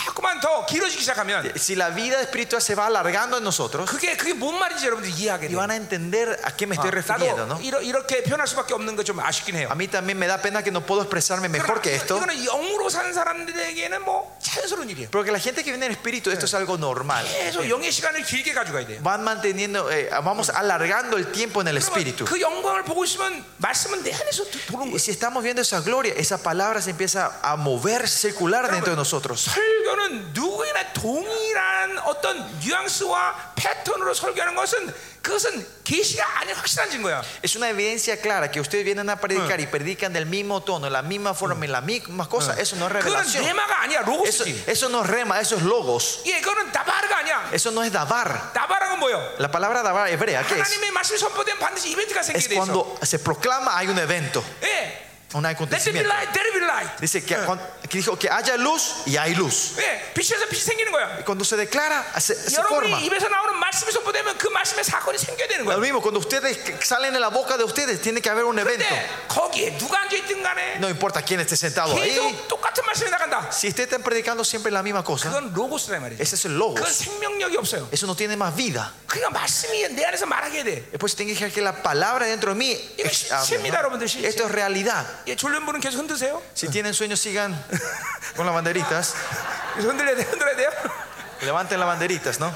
자꾸만 더 길어지기 시작하면
Si la vida espiritual se va alargando en nosotros,
그게 그게 뭔 말인지 여러분들 이해하게
y
돼요. 아,
van a entender a qué me
Ah.
estoy refiriendo,
나도
¿no?
이러, 이렇게 표현할 수밖에 없는 게 좀 아쉽긴 해요.
A mí también me da pena que no puedo expresarme mejor que esto.
이거는 영으로 사는 사람들에게는 뭐 자연스러운 일이에요.
Porque la gente que viene en espíritu, esto es algo normal.
계속 영의 시간을 길게 가져가야 돼요.
Van manteniendo, eh, vamos alargando el tiempo en el
그러면
espíritu.
그 영광을 보고 있으면 말씀은 내 안에서 도- 도는
Y
거예요.
si estamos viendo esa gloria, esa palabra se empieza a mover, circular dentro de nosotros.
설교는 누구나 동일한 어떤 뉘앙스와 패턴으로 설교하는 것은 그것은 계시가 아닌 확실한 증거야.
Es una evidencia clara que ustedes vienen a predicar y predican del mismo tono, la misma forma y la misma cosa. Eso no es
그거는
revelación.
레마가 아니야,
Eso,
로고스지.
eso no es rema, eso es logos.
예, 그거는 다바르가 아니야.
Eso no es davar.
다바르는 뭐요?
La palabra davar hebrea, ¿qué es?
하나님의 말씀이 선포되면 반드시 이벤트가
Es
생기게 돼 있어.
cuando se proclama hay un evento,
예,
un
let there be
acontecimiento.
light, there be light.
Dice que, cuan- que dijo que haya luz y hay luz.
예, 빛에서 빛이 생기는 거야.
Y Cuando se declara, se, se forma.
여러분이 입에서 나오는 말씀이 선포되면 그 말씀의 사건이 생겨야 되는
Lo
거야.
mismo, cuando ustedes que- salen de la boca de ustedes, tiene que haber un evento.
근데 거기에 누가 앉아 있든 간에
No importa quién esté sentado ahí.
계속 똑같은 말씀이 나간다.
Si ustedes están predicando siempre la misma cosa,
그건 로고스다 이 말이지.
ese es el
그건
logos.
생명력이 없어요.
Eso no tiene más vida.
그러니까 말씀이 내 안에서 말하게 돼.
Después tiene que dejar que la palabra dentro de mí.
Esto es
ex- hable,
실미다,
¿no?
여러분들, 실-
Esto es realidad.
예, 졸린 분은 계속 흔드세요.
Si tienen sueños, sigan con las banderitas.
계속 흔들려야 돼요. [LAUGHS] 흔들어야 돼요.
Levanten las banderitas, ¿no?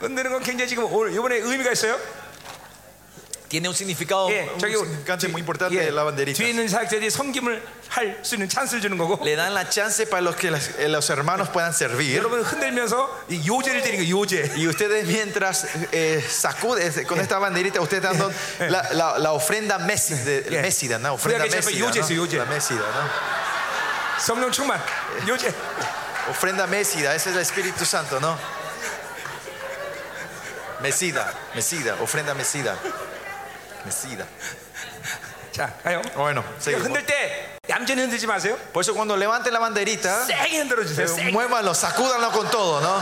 흔드는 건 굉장히 지금 오늘 이번에 의미가 있어요.
Tiene un significado,
예,
un
저기
significante muy importante
예,
la banderita.
뒤에 있는 사역자들이 섬김을 할 수 있는 찬스를 주는 거고.
Le dan la chance para los que las- eh, los hermanos puedan servir.
여러분 흔들면서 이 요제를 때리는 거 요제.
Y ustedes mientras eh, sacuden con esta banderita, ustedes están dando la, la- la ofrenda mesi- de-
Yeah.
mesida, ¿no? Ofrenda
Yeah, que se llama
mesida, ¿no?
yoje, yoje.
La mesida,
성령 충만. 요제.
¿no? Ofrenda mesida, ese es el Espíritu Santo, ¿no? Mesida, mesida, ofrenda mesida. Mesida.
자, 가요.
Bueno,
그러니까
seguimos.
흔들 때 얌전히 흔들지 마세요.
Por eso cuando levanten la banderita,
세게 흔들어 주세요. 세게.
muévanlo, sacúdanlo con todo, ¿no?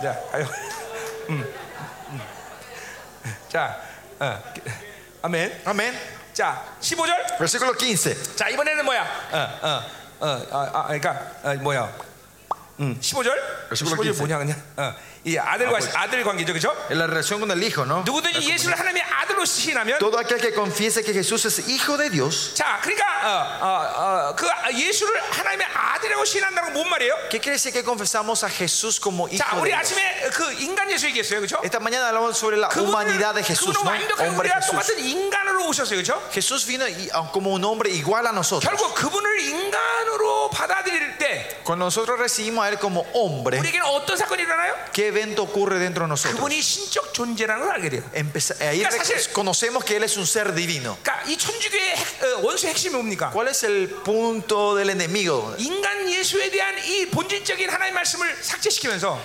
자, 가요. 음, 음. 자, 어, 아멘.
Amén.
자, 15절.
Versículo 15.
자, 이번에는 뭐야? 어, 어, 어, 아, 아, 그러니까 어, 뭐야? 음, 15절.
15절
15절 뭐냐 그냥. 어, 이 아들과 아들 관계죠, 그죠?
En la relación con el Hijo, ¿no?
누구든지 예수를 하나님의 아들로 시인하면
Todo aquel que confiese que Jesús es Hijo de Dios.
자, 그러니까 어, 어, 어, 그 예수를 하나님의 아들이라고 시인한다는 건 뭔 말이에요?
¿Qué quiere decir que confesamos a Jesús como hijo
자,
de
우리
Dios?
아침에 그 인간 예수 얘기했어요, 그렇죠?
Esta mañana hablamos sobre la humanidad de Jesús,
그분은
¿no?
완벽하게
Hombre
우리가
Jesús.
똑같은 인간으로 오셨어요, 그렇죠?
Jesús vino y- ah, como un hombre igual a nosotros.
결국 그분을 인간으로 받아들일 때
Cuando nosotros recibimos a Él como hombre,
우리에게는 어떤 사건이 일어나요?
¿qué evento ocurre dentro de nosotros?
그분이 신적 존재라는 걸 알게 돼요.
Empeza- ahí
그러니까
rec-
사실-
conocemos que Él es un ser divino.
그러니까 이 천주교의 핵- 어, 원수의 핵심이 뭡니까?
¿Cuál es el punto del enemigo?
인간 예수에 대한 이 본질적인 하나님의 말씀을 삭제시키면서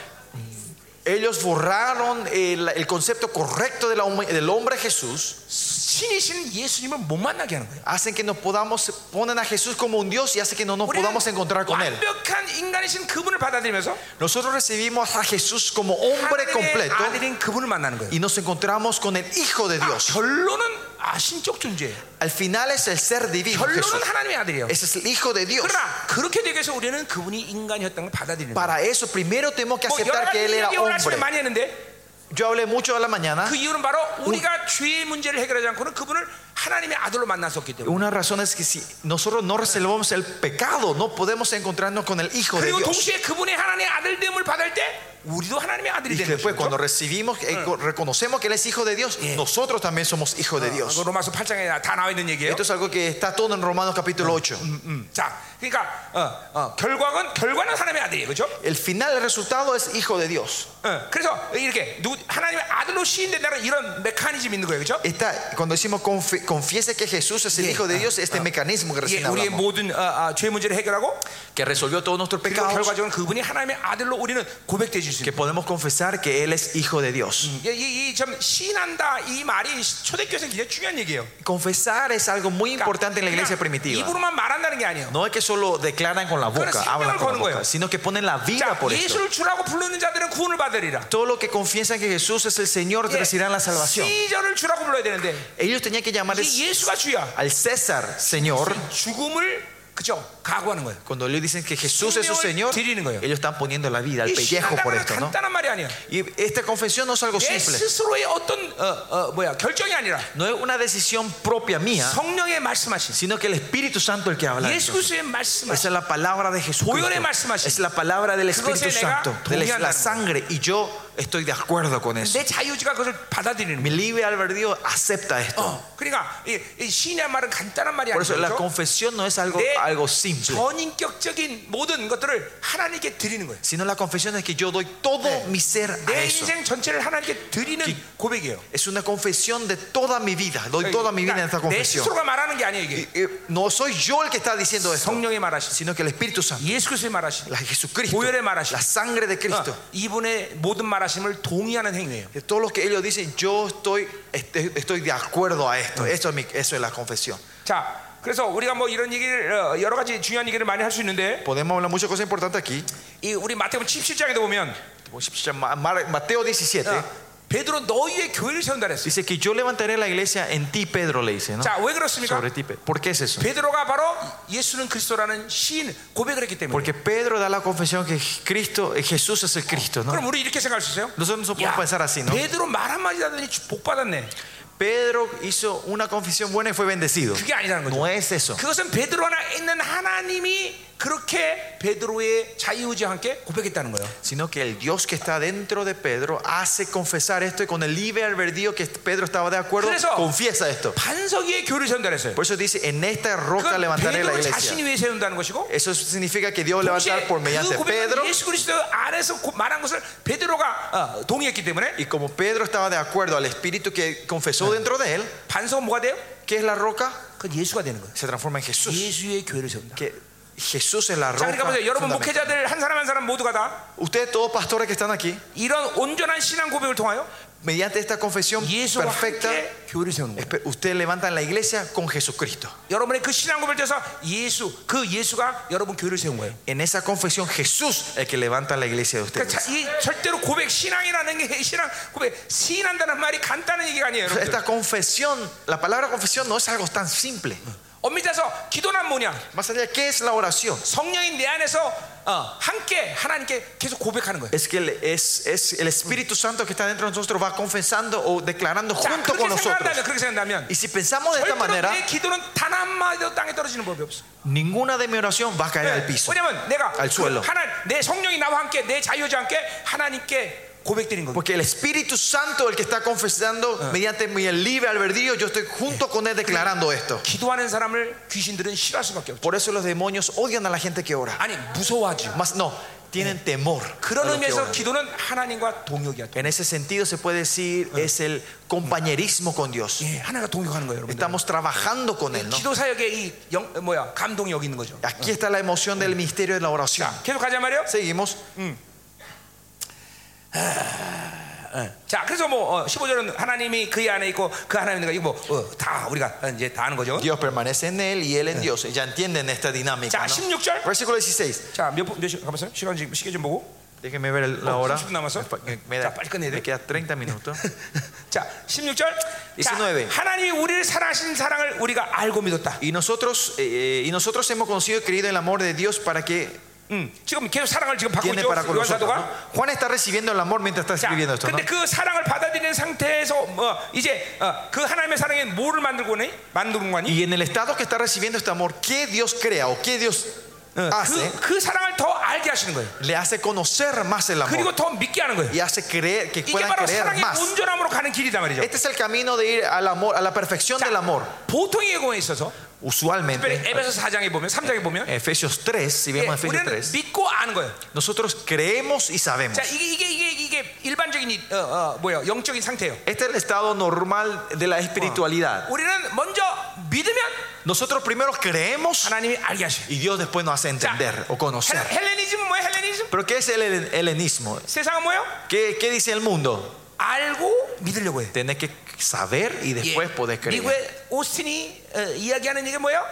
Ellos borraron el, el concepto correcto de la hum- del hombre Jesús.
신이신 예수님을 못 만나게 하는 거예요.
Hacen que nos podamos, ponen a Jesús como un Dios y hace que no nos podamos encontrar con Él.
완벽한 인간이신 그분을 받아들이면서
Nosotros recibimos a Jesús como hombre
하나님의
completo
아들인 그분을 만나는 거예요.
y nos encontramos con el Hijo de
아,
Dios.
결론은 아, 신적 존재예요.
Al final es el ser divino Jesús.
결론은 하나님의 아들이에요.
Ese es el Hijo de Dios.
그러나 그렇게 되기 위해서 우리는 그분이 인간이었다는 걸 받아들이는 거예요.
Para eso primero tenemos que
뭐 여러
aceptar
가지
que Él era
얘기 오늘 아침에
hombre.
많이 했는데
Yo hablé mucho a la mañana.
그 이유는 바로 우리가 죄의 문제를 해결하지 않고는 그분을 하나님의 아들로 만났었기 때문에
Una razón es que si nosotros no resolvemos el pecado, no podemos encontrarnos con el Hijo de
그리고
Dios.
동시에 그분의 하나님의 아들됨을 받을 때 우리도 하나님의 아들이
Y
되는
después
거죠.
cuando recibimos, eh, co- reconocemos que Él es Hijo de Dios, nosotros también somos Hijo de
그거
Dios.
로마서 8장에 다 나와 있는 얘기예요.
Esto es algo que está todo en Romanos capítulo 8.
음, 자, 그러니까 어, 어, 결과는 결과는 하나님의 아들이에요, 그렇죠?
El final, el resultado es Hijo de Dios.
어, 그래서 이렇게 누, 하나님의 아들로 시인된다는 이런 메커니즘 이 있는 거예요, 그렇죠?
Esta, cuando decimos confi- confiese que Jesús es el Hijo de Dios, este mecanismo que
예,
recién
우리의
hablamos,
모든 어, 어, 죄 문제를 해결하고
que resolvió todos nuestros
그리고
pecados,
결과적으로 그분이 하나님의 아들로 우리는 고백돼 줄수
que
있는.
podemos confesar que Él es Hijo de Dios.
이좀 신한다 이 말이 초대교회에서 굉장히 중요한 얘기예요. 그러니까
Confesar es algo muy importante en la iglesia
그냥
primitiva.
입으로만 말한다는 게 아니에요.
No es que solo declaran con la boca,
Pero
hablan
sí,
con la
con
boca,
huevo.
sino que ponen la vida
자,
por esto.
예수를 주라고 부르는 자들은 구원을 받으리라. 예,
Todo lo que confiesan que Jesús es el Señor recibirán la salvación.
시저를 주라고 불러야 되는데
Ellos tenían que llamar
이게 예수가 주야.
al César Señor.
죽음을 그죠 각오하는 거예요.
Cuando ellos dicen que Jesús es su
Señor,
Señor,
드리는 거예요.
ellos están poniendo la vida, el
이
pellejo por
신한다는
esto, ¿no?
간단한 말이 아니야.
Y esta confesión no es algo
내
simple,
스스로의 어떤 어, 어, 뭐야 결정이 아니라
no es una decisión propia
아.
mía,
성령의 말씀하신
sino que el Espíritu Santo el que habla. de
예수
eso.
그리스도의 말씀하신
Esa es la palabra de Jesús.
Oigan의 말씀하신-
Es la palabra del Espíritu
그것에 내가
Santo, de la-
동의한다는
la sangre. Y yo estoy de acuerdo con eso.
내 자유지가 그것을 받아들이는
Mi
거예요.
libre albedrío acepta esto.
어, 그러니까 이, 이 신의 말은 간단한 말이
Por eso la
아니죠.
confesión no es algo,
내
algo simple,
전인격적인 모든 것들을 하나님께 드리는 거예요.
sino la confesión es que yo doy todo mi ser a
내
eso.
인생 전체를 하나님께 드리는 고백이에요. 어,
Es una confesión de toda mi vida. Doy toda mi vida en esta
그러니까 내
confesión.
스스로가 말하는 게 아니에요 이게.
Y, eh, No soy yo el que está diciendo esto,
성령의 말하신,
sino que el Espíritu Santo,
예수 그리스도의 말하신,
la Jesucristo,
Oigan의 말하신.
la sangre de Cristo.
어, 이분의 모든 말하심을 동의하는 행위예요.
De Todo lo que ellos dicen, yo estoy, este, estoy de acuerdo a esto. Eso es, mi- eso es la confesión.
자, 그래서 우리가 뭐 이런 얘기를 어, 여러 가지 중요한 얘기를 많이 할 수 있는데
Podemos hablar muchas cosas importantes aquí.
이 우리 마태복음 17장에도 보면 어,
Ma- Ma- Mateo 17
예. Ah. 베드로 너희의 교회를 세운다 그랬어요.
dice que yo levantaré la iglesia en ti, Pedro, le dice, ¿no?
아? 자, 왜 그렇습니까?
Sobre ti, Pedro. ¿Por qué es eso?
베드로가 바로 예수는 그리스도라는 시인 고백을 했기 때문에.
Porque Pedro da la confesión que Cristo, eh, Jesús es el Cristo, ¿no?
그럼 우리 이렇게 생각할 수 있어요?
Nosotros no
야,
podemos pensar así, ¿no?
베드로 말 한마디 하더니 복 받았네.
Pedro hizo una confesión buena y fue bendecido.
그게 아니라는 거죠.
No es eso.
그것은 베드로 하나 있는 하나님이 그렇게 베드로의 자유의지와 함께 고백했다는 거예요.
Sino que el Dios que está dentro de Pedro hace confesar esto y con el libre albedrío que Pedro estaba de acuerdo,
그래서-
confiesa esto.
반석위에 교를 세운다 그랬어요.
Por eso dice, en esta roca
그건
levantaré la
베드로
iglesia.
자신이 위해 세운다는 것이고
Eso significa que Dios
동시에
levantar por mediante
그
Pedro.
고백은 예수 그리스도 안에서 고- 말한 것을 베드로가 어, 동의했기 때문에
Y como Pedro estaba de acuerdo al espíritu que confesó dentro de él,
반석은 뭐가 돼요?
¿qué es la roca?
그건 예수가 되는 거예요.
Se transforma en Jesús.
예수의 교회를 세운다.
Que Jesús es la
자,
roca.
그러니까 보세요. 여러분
fundamental.
목회자들 한 사람 한 사람 모두가 다
Ustedes, todos pastores que están aquí,
이런 온전한 신앙 고백을 통하여
mediante esta confesión
예수와
perfecta,
함께 교회를 세우는 거예요.
espe- ustedes levantan la iglesia con Jesucristo.
여러분의 그 신앙 고백을 통해서 예수 그 예수가 여러분 교회를 세운 거예요.
En esa confesión, Jesús es el que levanta la iglesia de
그러니까
ustedes.
자, 이 절대로 고백 신앙이라는 게 신앙 고백 시인한다는 말이 간단한 얘기가 아니에요. 여러분들.
Esta confesión, la palabra confesión no es algo tan simple.
엄밀히 따서 기도란 뭐냐?
Más allá, ¿qué es la oración?
성령이 내 안에서 어, 함께 하나님께 계속 고백하는 거예요.
Es que el- es, es el Espíritu Santo que está dentro de nosotros va confesando o declarando
자,
junto con
그렇게
nosotros.
생각한다면 그렇게 생각한다면
Y si pensamos de esta
절대로
manera,
내 기도는 단 한마디도 땅에 떨어지는 법이 없어. 네.
ninguna de mi oración va a caer
Eh,
al piso,
왜냐면 내가 그
al suelo.
하나 내 성령이 나와 함께 내 자유자 함께 하나님께 고백드린 거예요.
Porque el Espíritu Santo, el que está confesando mediante mi libre albedrío, yo estoy junto con él declarando esto.
기도하는 사람을 귀신들은 싫어할 수밖에 없죠.
Por eso los demonios odian a la gente que ora.
아니 무서워하죠.
Más no, tienen temor. a
그런
los que
의미에서
oran.
기도는 하나님과 동역이야. 동역.
En ese sentido se puede decir es el compañerismo con Dios.
예, 하나가 동역하는 거예요, 여러분.
Estamos trabajando con él, ¿no?
기도 사역의 이 영, 뭐야 감동이 여기 있는 거죠.
Aquí está la emoción del misterio de la oración.
계속 가자 말이요.
Seguimos.
자, 그래서 뭐 어, 15절은 하나님이 그의 안에 있고 그 하나님과 이거 뭐다 우리가 어, 이제 다 아는 거죠.
Dios permanece en él y él en Dios. Ya entienden esta dinámica.
자,
¿no?
16절.
Versículo 16.
자, 몇 분, 몇 시, 가만있어. 시간 지금 시계 좀 보고.
Déjenme ver el- la hora.
30 남았어.
Me, me da-
자, 빨리 끝내야
me
돼.
queda 30 minutos.
자, 16절. 자,
19.
하나님이 우리를 사랑하신 사랑을 우리가 알고 믿었다.
Y nosotros, eh, eh, y nosotros hemos conocido y creído en el amor de Dios para que
음, 지금 계속 사랑을 지금 받고
tiene
있죠.
para con
요한
nosotros.
사도가.
¿no? Juan está recibiendo el amor mientras está
자,
escribiendo esto. ¿no?
근데 그 사랑을 받아들이는 상태에서 어, 이제 어, 그 하나님의 사랑이 뭐를 만들고니 만드는 거니?
Y en el estado que está recibiendo este amor, ¿qué Dios crea o qué Dios
Ah.
hace?
그, 그 사랑을 더 알게 하시는 거예요.
Le hace conocer más el amor
그리고 더 믿게 하는 거예요.
y hace creer que
뭐. 이게
puedan
바로
creer
사랑의
más.
온전함으로 가는 길이다 말이죠.
Este es el camino de ir al amor, a la perfección del amor.
보통의 경우에 있어서 특별히
Usualmente,
에베소 4장에 보면 3장에 보면
Efesios 3, si
예,
vemos Efesios
우리는
3,
믿고 아는 거예요.
nosotros creemos y sabemos.
자, 이게 이게 이게 이게 일반적인 이- 어, 어, 뭐예요? 영적인 상태예요.
Este es el estado normal de la espiritualidad.
우리는 먼저 믿으면
Nosotros primero creemos
하나님이 알게 하셔.
y Dios después nos hace entender o conocer.
헬레니즘은 뭐예요? 헬레니즘?
Pero ¿qué es el helen- helenismo?
세상은 뭐예요?
¿Qué, qué dice el mundo?
알고 믿으려고 해.
Tenés que saber y
예,
después podés creer.
미국의 오스틴이 어, 이야기하는 이게 뭐예요?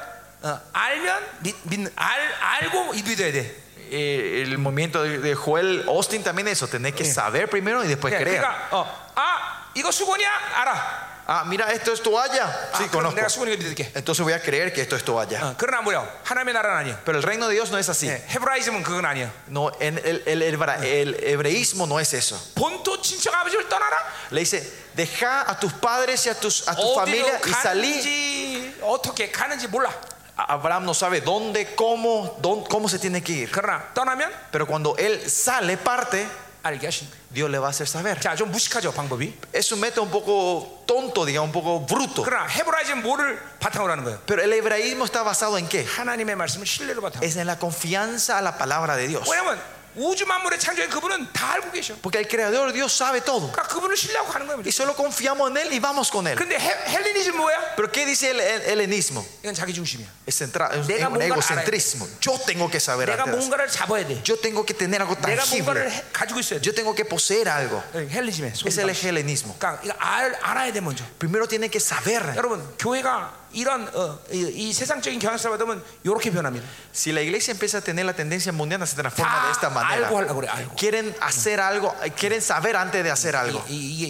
어, 알면 믿, 믿, 알, 알고 믿어야 돼.
Eh, el movimiento de de Joel Austin también eso, tenés que saber primero y después
예,
creer.
그러니까 어, 아 이거 수건이야 알아.
Ah, mira, esto es toalla.
아,
Sí,
그럼
conozco.
내가 수건이가 믿을게.
Entonces voy a creer que esto es toalla.
어, 그러나 뭐요? 하나님의 나라는 아니야.
Pero el reino de Dios no es así.
예, 헤브라이즘은 그건 아니야.
No, en el, el hebra- el hebreísmo no es eso.
본토 친척 아버지를 떠나라.
Le dice, deja a tus padres y a, tus, a tu
어디로
familia y salí.
가는지 어떻게 가는지 몰라.
A- Abraham no sabe dónde, cómo, dónde- cómo se tiene que ir.
그러나 떠나면
Pero cuando él sale, parte,
알게 하신. 거예요.
Dios le va a hacer saber.
자, 좀 무식하죠 방법이.
Es un método un poco tonto, digamos, un poco bruto.
그러나 헤브라이즘 뭐를 바탕으로 하는 거예요?
Pero el hebraísmo está basado en qué?
하나님의 말씀을 신뢰로 바탕. 으로
Es en la confianza a la palabra de Dios.
왜냐면 우주 만물의 창조인 그분은 다 알고 계셔.
Porque el creador Dios sabe todo.
그러니까 그분을 신뢰하고 가는 거예요.
Y solo confiamos en él y vamos con él.
근데 헬- 헬레니즘 뭐야?
Pero ¿qué dice el, el helenismo?
이건 자기 중심이야.
Es, centra- es
Nega
un
뭔가를
egocentrismo. Yo tengo que saber
내가
antes.
뭔가를 잡아야 돼.
Yo tengo que tener algo
내가 뭔가를
tangible.
해- 가지고 있어야 돼.
Yo tengo que poseer algo.
헬레니즘에.
Es el helenismo.
그러니까 이거 알, 알아야 돼 먼저.
Primero tiene que saber.
여러분 교회가 이런 어, 이, 이 세상적인 경향성을 받으면 이렇게 변합니다.
Si la iglesia empieza a tener la tendencia mundana, se transforma
다
de esta manera.
알고 하려고 그래 알고.
Quieren hacer algo, eh, quieren saber antes de hacer algo.
이게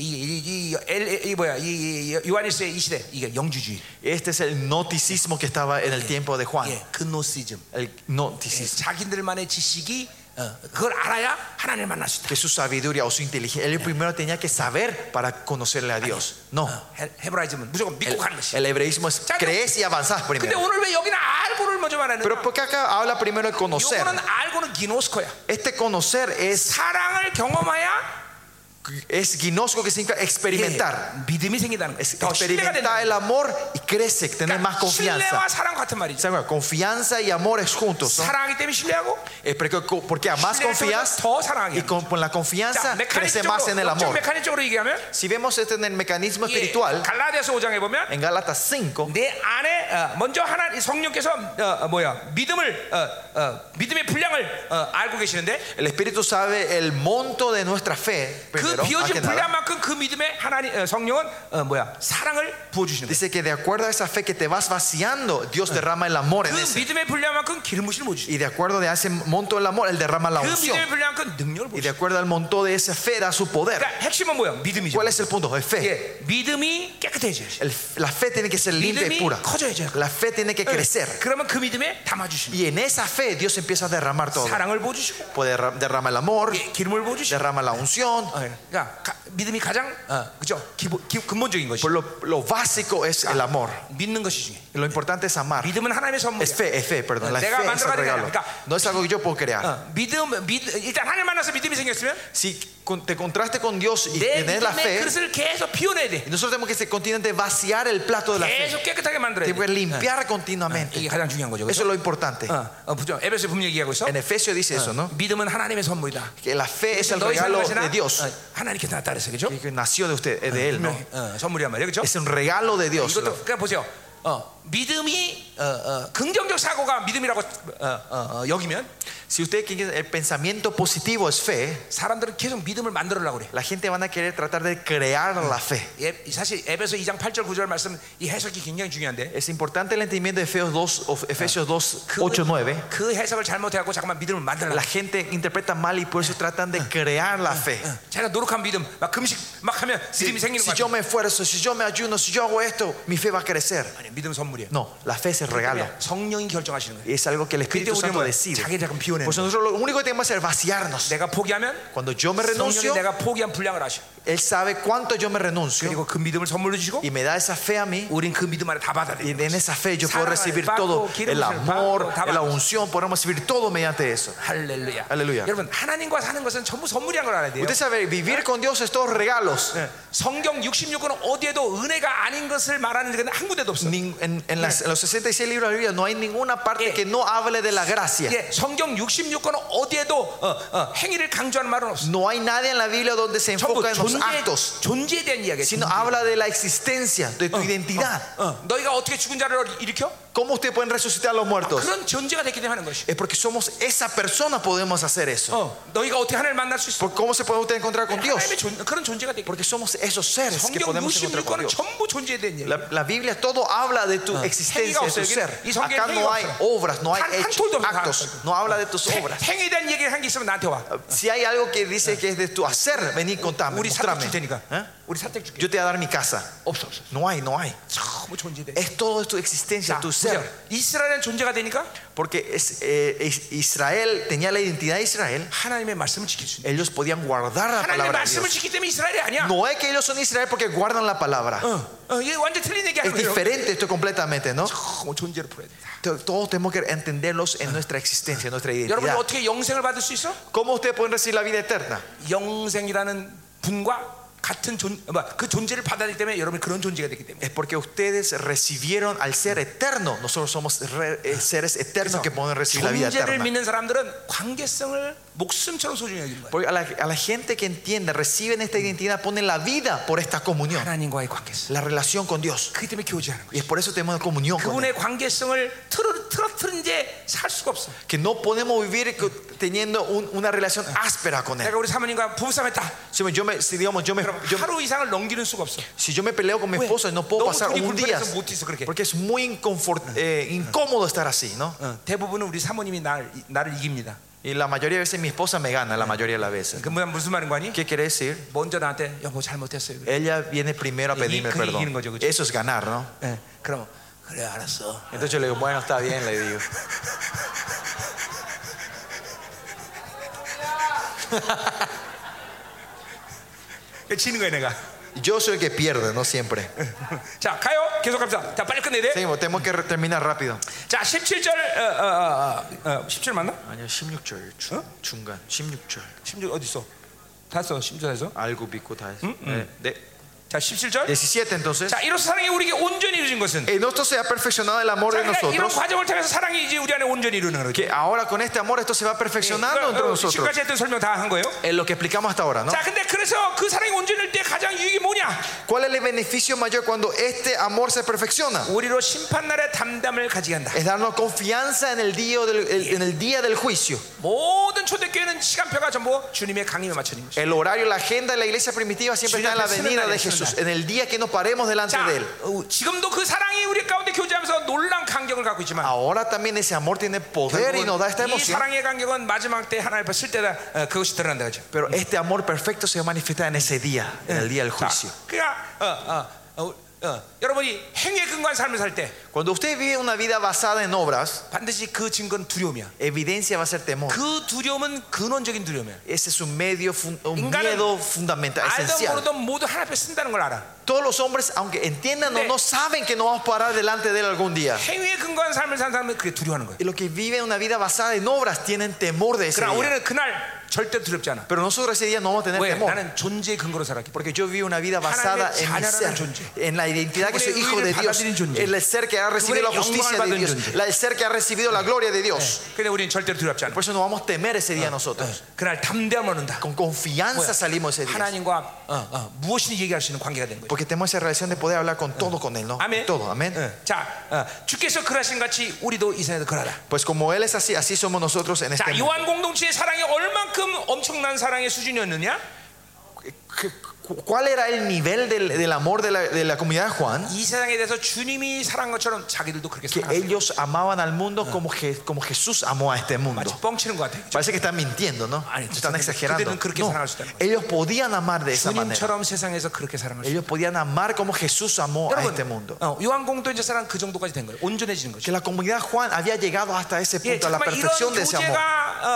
이이이 뭐야 이, 이, 이 요한일서의 이 시대 이게 영주주의.
Este es el noticismo que estaba en el tiempo de Juan.
예, 그노시즘.
El
예.
noticismo.
자기들만의 지식이 어, 그걸 알아야 하나님을 만날 수 있다.
Que su sabiduría o su inteligencia. Él primero tenía que 사ber para conocerle a Dios. No.
어, 헤- 헤브라이즘은 무조건 믿고 가는 것이.
El hebreísmo es
Chato.
crees y avanzás
근데
primero.
오늘 왜 여기는 알고를 먼저 말하는
Pero
거야?
porque acá habla primero el conocer.
요거는 알고는 기노스코야.
Este conocer es,
사랑을 경험해야
es gnosco que significa experimentar.
예, 믿음이 생긴다는 거야.
Es
더 신뢰가
experimentar
된다.
el amor y crece, tener más
그러니까
confianza.
신뢰와 사랑 같은 말이죠.
¿Se acuerdan? Confianza y amor es juntos. ¿no?
사랑하기 때문에 신뢰하고
Es porque, porque a más
신뢰를 통해서
confianza
더 사랑하게.
y
하는 거야.
con, con la confianza
자,
crece más en el
메카닉적으로
amor.
메카닉적으로 얘기하면
Si vemos esto en el mecanismo
예,
espiritual,
갈라디아서 5장에 보면
en Gálatas 5,
내 안에 어, 먼저 하나 성령께서 어, 어, 뭐야 믿음을 어, 어, 믿음의 분량을 어, 알고 계시는데
el Espíritu sabe el monto de nuestra fe.
그
Primero, más
비워진
que nada.
분량만큼 그 믿음의 하나님 어, 성령은 어, 뭐야 사랑을 부어주시는 거예요.
Dice que de acuerdo a esa fe que te vas vaciando, Dios derrama el amor en
그
ese.
믿음의 분량만큼 기름부심을 부어주시는
Y de acuerdo a ese monto del amor, Él derrama la
거예요. 그
unción.
믿음의 분량만큼 능력을
Y de
부어주시는 거예요.
acuerdo al monto de esa fe da su poder.
그러니까 핵심은 뭐야 믿음이죠.
¿Cuál es el punto? Es fe.
예, 믿음이 깨끗해져요.
El- la fe tiene que ser limpia y
믿음이
pura.
커져야죠.
La fe tiene
Eh.
que crecer.
예, 그러면 그 믿음에 담아주시는
Y en esa fe Dios empieza a derramar todo.
거예요. 사랑을 부어주시고
Puede derra- derrama el amor,
예, 기름을 부어주시고
derrama la unción.
어, 그러니까 가- 믿음이 가장 어, 그죠 기본 기- 근본적인 것이
Por Pues lo, lo básico es el amor.
믿는 것이 중요해.
Lo importante es amar.
믿음은 하나님의 선물.
Es fe, es fe, perdón. La fe
내가
es el
만들어가는 게
regalo.
아니라,
No es algo que yo puedo crear.
어, 믿음, 믿, 일단 하나님 만나서 믿음이 생겼으면
Si con- te contraste con Dios y
내
tenés la
믿음의
fe,
그릇을 계속 피워내야 돼.
Y nosotros tenemos que ser continuamente vaciar el plato de la fe.
계속 깨끗하게 만들어야
Tenemos
돼. 어,
que limpiar continuamente.
이게 가장 중요한 거죠. 그죠?
Eso es lo importante.
어, 어, 부정. 에베소 분명 얘기하고 있어.
En Efesios dice eso, ¿no?
믿음은 하나님의 선물이다.
Que la fe es el
너희
regalo
네. 삶에서나
de Dios.
하나님께 나타났어 그죠?
Que nació de usted, de él, ¿no?
분명히, 어, 선물이란 네, 말이에요, 그죠?
Es un regalo de Dios.
이것도 그러니까 보세요. 어, 믿음이 어, 어, 긍정적 사고가 믿음이라고 어, 어, 어, 여기면
Si usted quiere el pensamiento positivo es fe,
사람들은 계속 믿음을 만들려고 그래.
la gente van a querer tratar de crear la fe.
예, 사실 에베소 2장 8절 9절 말씀 이 해석이 굉장히 중요한데.
Es importante el entendimiento de Efesios 2, of- Efesios 2
그,
8, 9.
그 해석을 잘못해 갖고 잠깐만 믿음을 만들라.
La gente interpreta mal y por eso tratan de crear la fe.
자기가 노력한 믿음, 막 금식 막 하면 믿음이
Si,
생기는
si
거야.
yo me esfuerzo, si yo me ayuno, si yo hago esto, mi fe va a crecer.
아니, 믿음 선물이야.
No, la fe es el regalo.
그냥 성령이 결정하시는 거예요.
Es algo que el
그때
Espíritu
우리는
Santo
뭐야?
decide.
자기 자금 비워내는
Pues
거예요.
nosotros lo único que tenemos que hacer es vaciarnos.
내가 포기하면
Cuando yo me
성령이
renuncio,
내가 포기한 분량을 아셔.
Él sabe cuánto yo me renuncio
그리고 그 믿음을 선물로 주시고
y me da esa fe a mí.
우린 그 믿음 안에 다
Y
받아들여.
en esa fe yo puedo recibir todo: el amor, la unción, podemos recibir todo mediante eso.
할렐루야.
할렐루야.
여러분 하나님과 사는 것은 전부 선물이란 걸 알아야 돼요.
Usted sabe, vivir con Dios es todos regalos.
예. 성경 66권은 어디에도 은혜가 아닌 것을 말하는 데는 한 군데도 없어.
Nin- En, en las- en los 66 libros de la Biblia no hay ninguna parte
Yeah.
que no hable de la gracia.
예, 성경 66권은 어디에도 어, 어, 행위를 강조하는 말은 없어.
No hay nadie en la Biblia donde se
전부
enfoca en los
존재,
actos,
존재에 대한 이야기야.
sino
존재.
habla de la existencia, de
Ah,
tu identidad.
어, 너희가 어떻게 죽은 자를 일으켜?
¿Cómo usted pueden resucitar a los muertos?
그런 존재가 됐기 때문에 하는 것이.
Es porque somos esa persona podemos hacer eso.
어, 너희가 어떻게 하나님을 만날 수 있어?
¿Por ¿Cómo se puede usted encontrar con Dios?
하나님의 존, 그런 존재가 됐기 때문에.
Porque somos esos seres que
성경
Ah. podemos encontrar con
66권은
Dios.
전부 존재에 대한 이야기.
La, la Biblia todo habla de tu existencia, de
없어요.
tu ser.
이 성경에
Acá no
행위가
hay
없어.
obras, no hay
한- 한
hechos,
톨도 없어.
actos, no habla de tus obras.
행위에 대한 얘기를 한 게 있으면 나한테 와.
Si hay algo que dice que es de tu hacer, vení contame,
우리 사택
mostrame.
줄 테니까.
¿Eh?
우리 사택 줄게.
Yo te voy a dar mi casa.
없어 없어.
No hay, no hay.
전부 존재돼.
Es todo de tu existencia, tu
보세요.
ser.
이스라엘은 존재가 되니까
Porque es, eh, es- Israel tenía la identidad de Israel.
하나님의 말씀을 지킬 수 있는.
Ellos podían guardar la
하나님의
palabra de
말씀을
Dios.
지키기 때문에 이스라엘이 아니야.
No es que ellos son Israel porque guardan la palabra.
어, 이게 완전 틀린 얘기
Es
아니에요.
diferente esto completamente, ¿no?
전부 뭐 존재로 풀어야 돼.
To- Todos tenemos que entenderlos en nuestra existencia, en nuestra
여러분이
identidad.
어떻게 영생을 받을 수 있어?
¿Cómo ustedes pueden recibir la vida eterna?
영생이라는 분과 같은 존, 뭐, 그 존재를 받아들이기 때문에 여러분이 그런 존재가 됐기 때문에.
Es porque ustedes recibieron al ser eterno. Nosotros somos re- eh, seres eternos que podemos recibir la vida
존재를
eterna.
믿는 사람들은 관계성을 목숨처럼 소중히 여기는 거예요.
Porque a la, a la gente que entiende, reciben esta identidad, ponen la vida por esta comunión,
하나님과의 관계성.
la relación con Dios.
그렇기 때문에 교제하는 거예요.
Y es por eso tenemos comunión con Él.
그분의 관계성을 틀어 틀어트린 이제 살 수가 없어.
Que no podemos vivir co- teniendo un- una relación áspera con Él.
내가 우리 사모님과 부부싸움했다.
Si yo me, si digamos, yo me,
그럼
yo-
하루 이상을 넘기는 수가 없어.
si yo me peleo con mi esposa, no puedo
너무
pasar
둘이
un día.
불편해서 못 있어 그렇게.
Porque es muy inconfort- eh, incómodo estar así, ¿no?
어, 대부분은 우리 사모님이 날, 이- 나를 이깁니다.
Y la mayoría de veces mi esposa me gana, la mayoría de las veces.
그 뭐야, 무슨 말인 거니?
¿Qué quiere decir?
먼저 나한테 여보 잘못했어요.
Ella viene primero a pedirme
que
perdón.
digan 거죠, 그죠?
Eso es ganar, ¿no?
예, 그럼 그래 알았어.
Entonces yo le digo, bueno, está bien, le digo.
그러니까 지는 거야 내가.
Yo soy el que pierde, no siempre.
자 가요. 계속 갑시다. 자 빨리 끝내야 돼.
Seguimos, tenemos que re- terminar rápido.
자 17절 어, 어, 어, 어, 17 맞나?
아니요, 16절. 중, 중간. 16절.
16 어디 있어? 다 써. 16절에서.
알고 믿고 다 eso.
자 17절.
17 Eh, entonces.
자 이로써 사랑이 우리에게 온전히 이루어진 것은
En esto se ha perfeccionado el amor de
그러니까 예. 이런
nosotros.
과정을 통해서 사랑이 이제 우리 안에 온전히 이루는 거예요.
Que ahora con este amor esto se va perfeccionando entre nosotros.
지금까지 했던 설명 다 한 거예요.
Es lo que explicamos hasta ahora, ¿no?
자 근데 그래서 그 사랑이 온전할 때 가장 유익이 뭐냐?
¿Cuál es el beneficio mayor cuando este amor se perfecciona?
우리로 심판 날의 담담을 가지게 한다.
Es darnos confianza en el día del, el- en el día del juicio.
모든 초대교회는 시간표가 전부 주님의 강림에 맞춰진 것이죠.
El horario, la agenda de la iglesia primitiva siempre está en la venida de Jesús, en el día que nos paremos delante
자,
de Él.
어, 지금도 그 사랑이 우리 가운데 교제하면서 놀란 강경을 갖고 있지만
Ahora también ese amor tiene poder y nos da esta
결국은 이
emoción.
사랑의 강경은 마지막 때 하나님 앞에 쓸 때다 어, 그것이 드러난다 그죠.
Pero este amor perfecto se manifiesta en ese día, en el día del juicio.
그러니까 어, 어, 어, 어, 여러분이 행위에 근거한 삶을 살 때
Cuando usted vive una vida basada en obras,
반드시 그 증거는 두려움이야.
evidencia va a ser temor.
그 두려움은 근원적인 두려움이야.
Ese es un medio, fun- un
인간은
miedo fundamental,
알든
esencial.
모르든 모두 하나 앞에 쓴다는 걸 알아.
Todos los hombres, aunque entiendan o no, saben que no vamos a parar delante de Él algún día.
행위에 근거한 삶을 산 사람은 그게 두려워하는 거야.
Y los que viven una vida basada en obras tienen temor de ese
그러나
día.
우리는 그날 절대 두렵지 않아.
Pero nosotros ese día no vamos a tener
왜?
temor.
나는 존재의 근거로 살았기 때문에.
Porque yo viví una vida basada
하나님의
en mi
자녀라는
ser,
존재.
en la identidad que soy
그분의
hijo de
의를
Dios,
받아들인 존재.
el ser que ha recibido la
그분의
justicia
영광을
de
받은
Dios,
존재.
la- el ser que ha recibido la gloria de Dios.
근데 우리는 절대로 두렵지 않아.
Por eso no vamos a temer ese día nosotros.
그날 담대함을 얻는다.
Con confianza salimos ese día.
하나님과 어, 어, 무엇이든 얘기할 수 있는 관계가 된 거예요.
Porque tenemos esa relación de poder hablar con todo con Él, ¿no?
아멘.
Todo, Ah. amén. Ah.
어, 자, 어, 주께서 그러신 같이 우리도 이 세상에서 그러라.
Pues como Él es así, así somos nosotros en este
자,
mundo.
요한 공동체의 사랑이 얼만큼 엄청난 사랑의 수준이었느냐?
¿Cu- ¿Cuál era el nivel del, del amor de la, de la comunidad de Juan?
이 세상에 대해서 주님이 사랑한 것처럼 자기들도 그렇게
Que
사랑했어.
ellos amaban al
Ah.
mundo como, Je- como Jesús amó a este mundo.
마치 뻥치는 것 같아.
Parece que están mintiendo, ¿no?
Ay,
Están
entonces,
exagerando.
ustedes no creen que este
No,
sanar a ustedes.
ellos podían amar de esa manera.
주님처럼 세상에서 그렇게 사랑할 수. 있어요.
Ellos podían amar como Jesús amó a este
여러분,
mundo.
어, 요한 공동체 사랑 그 정도까지 된 거예요. 온전해지는 거죠.
Que la comunidad Juan había llegado hasta ese
예,
punto, a la
정말 이런
perfección de ese amor.
교제가 어,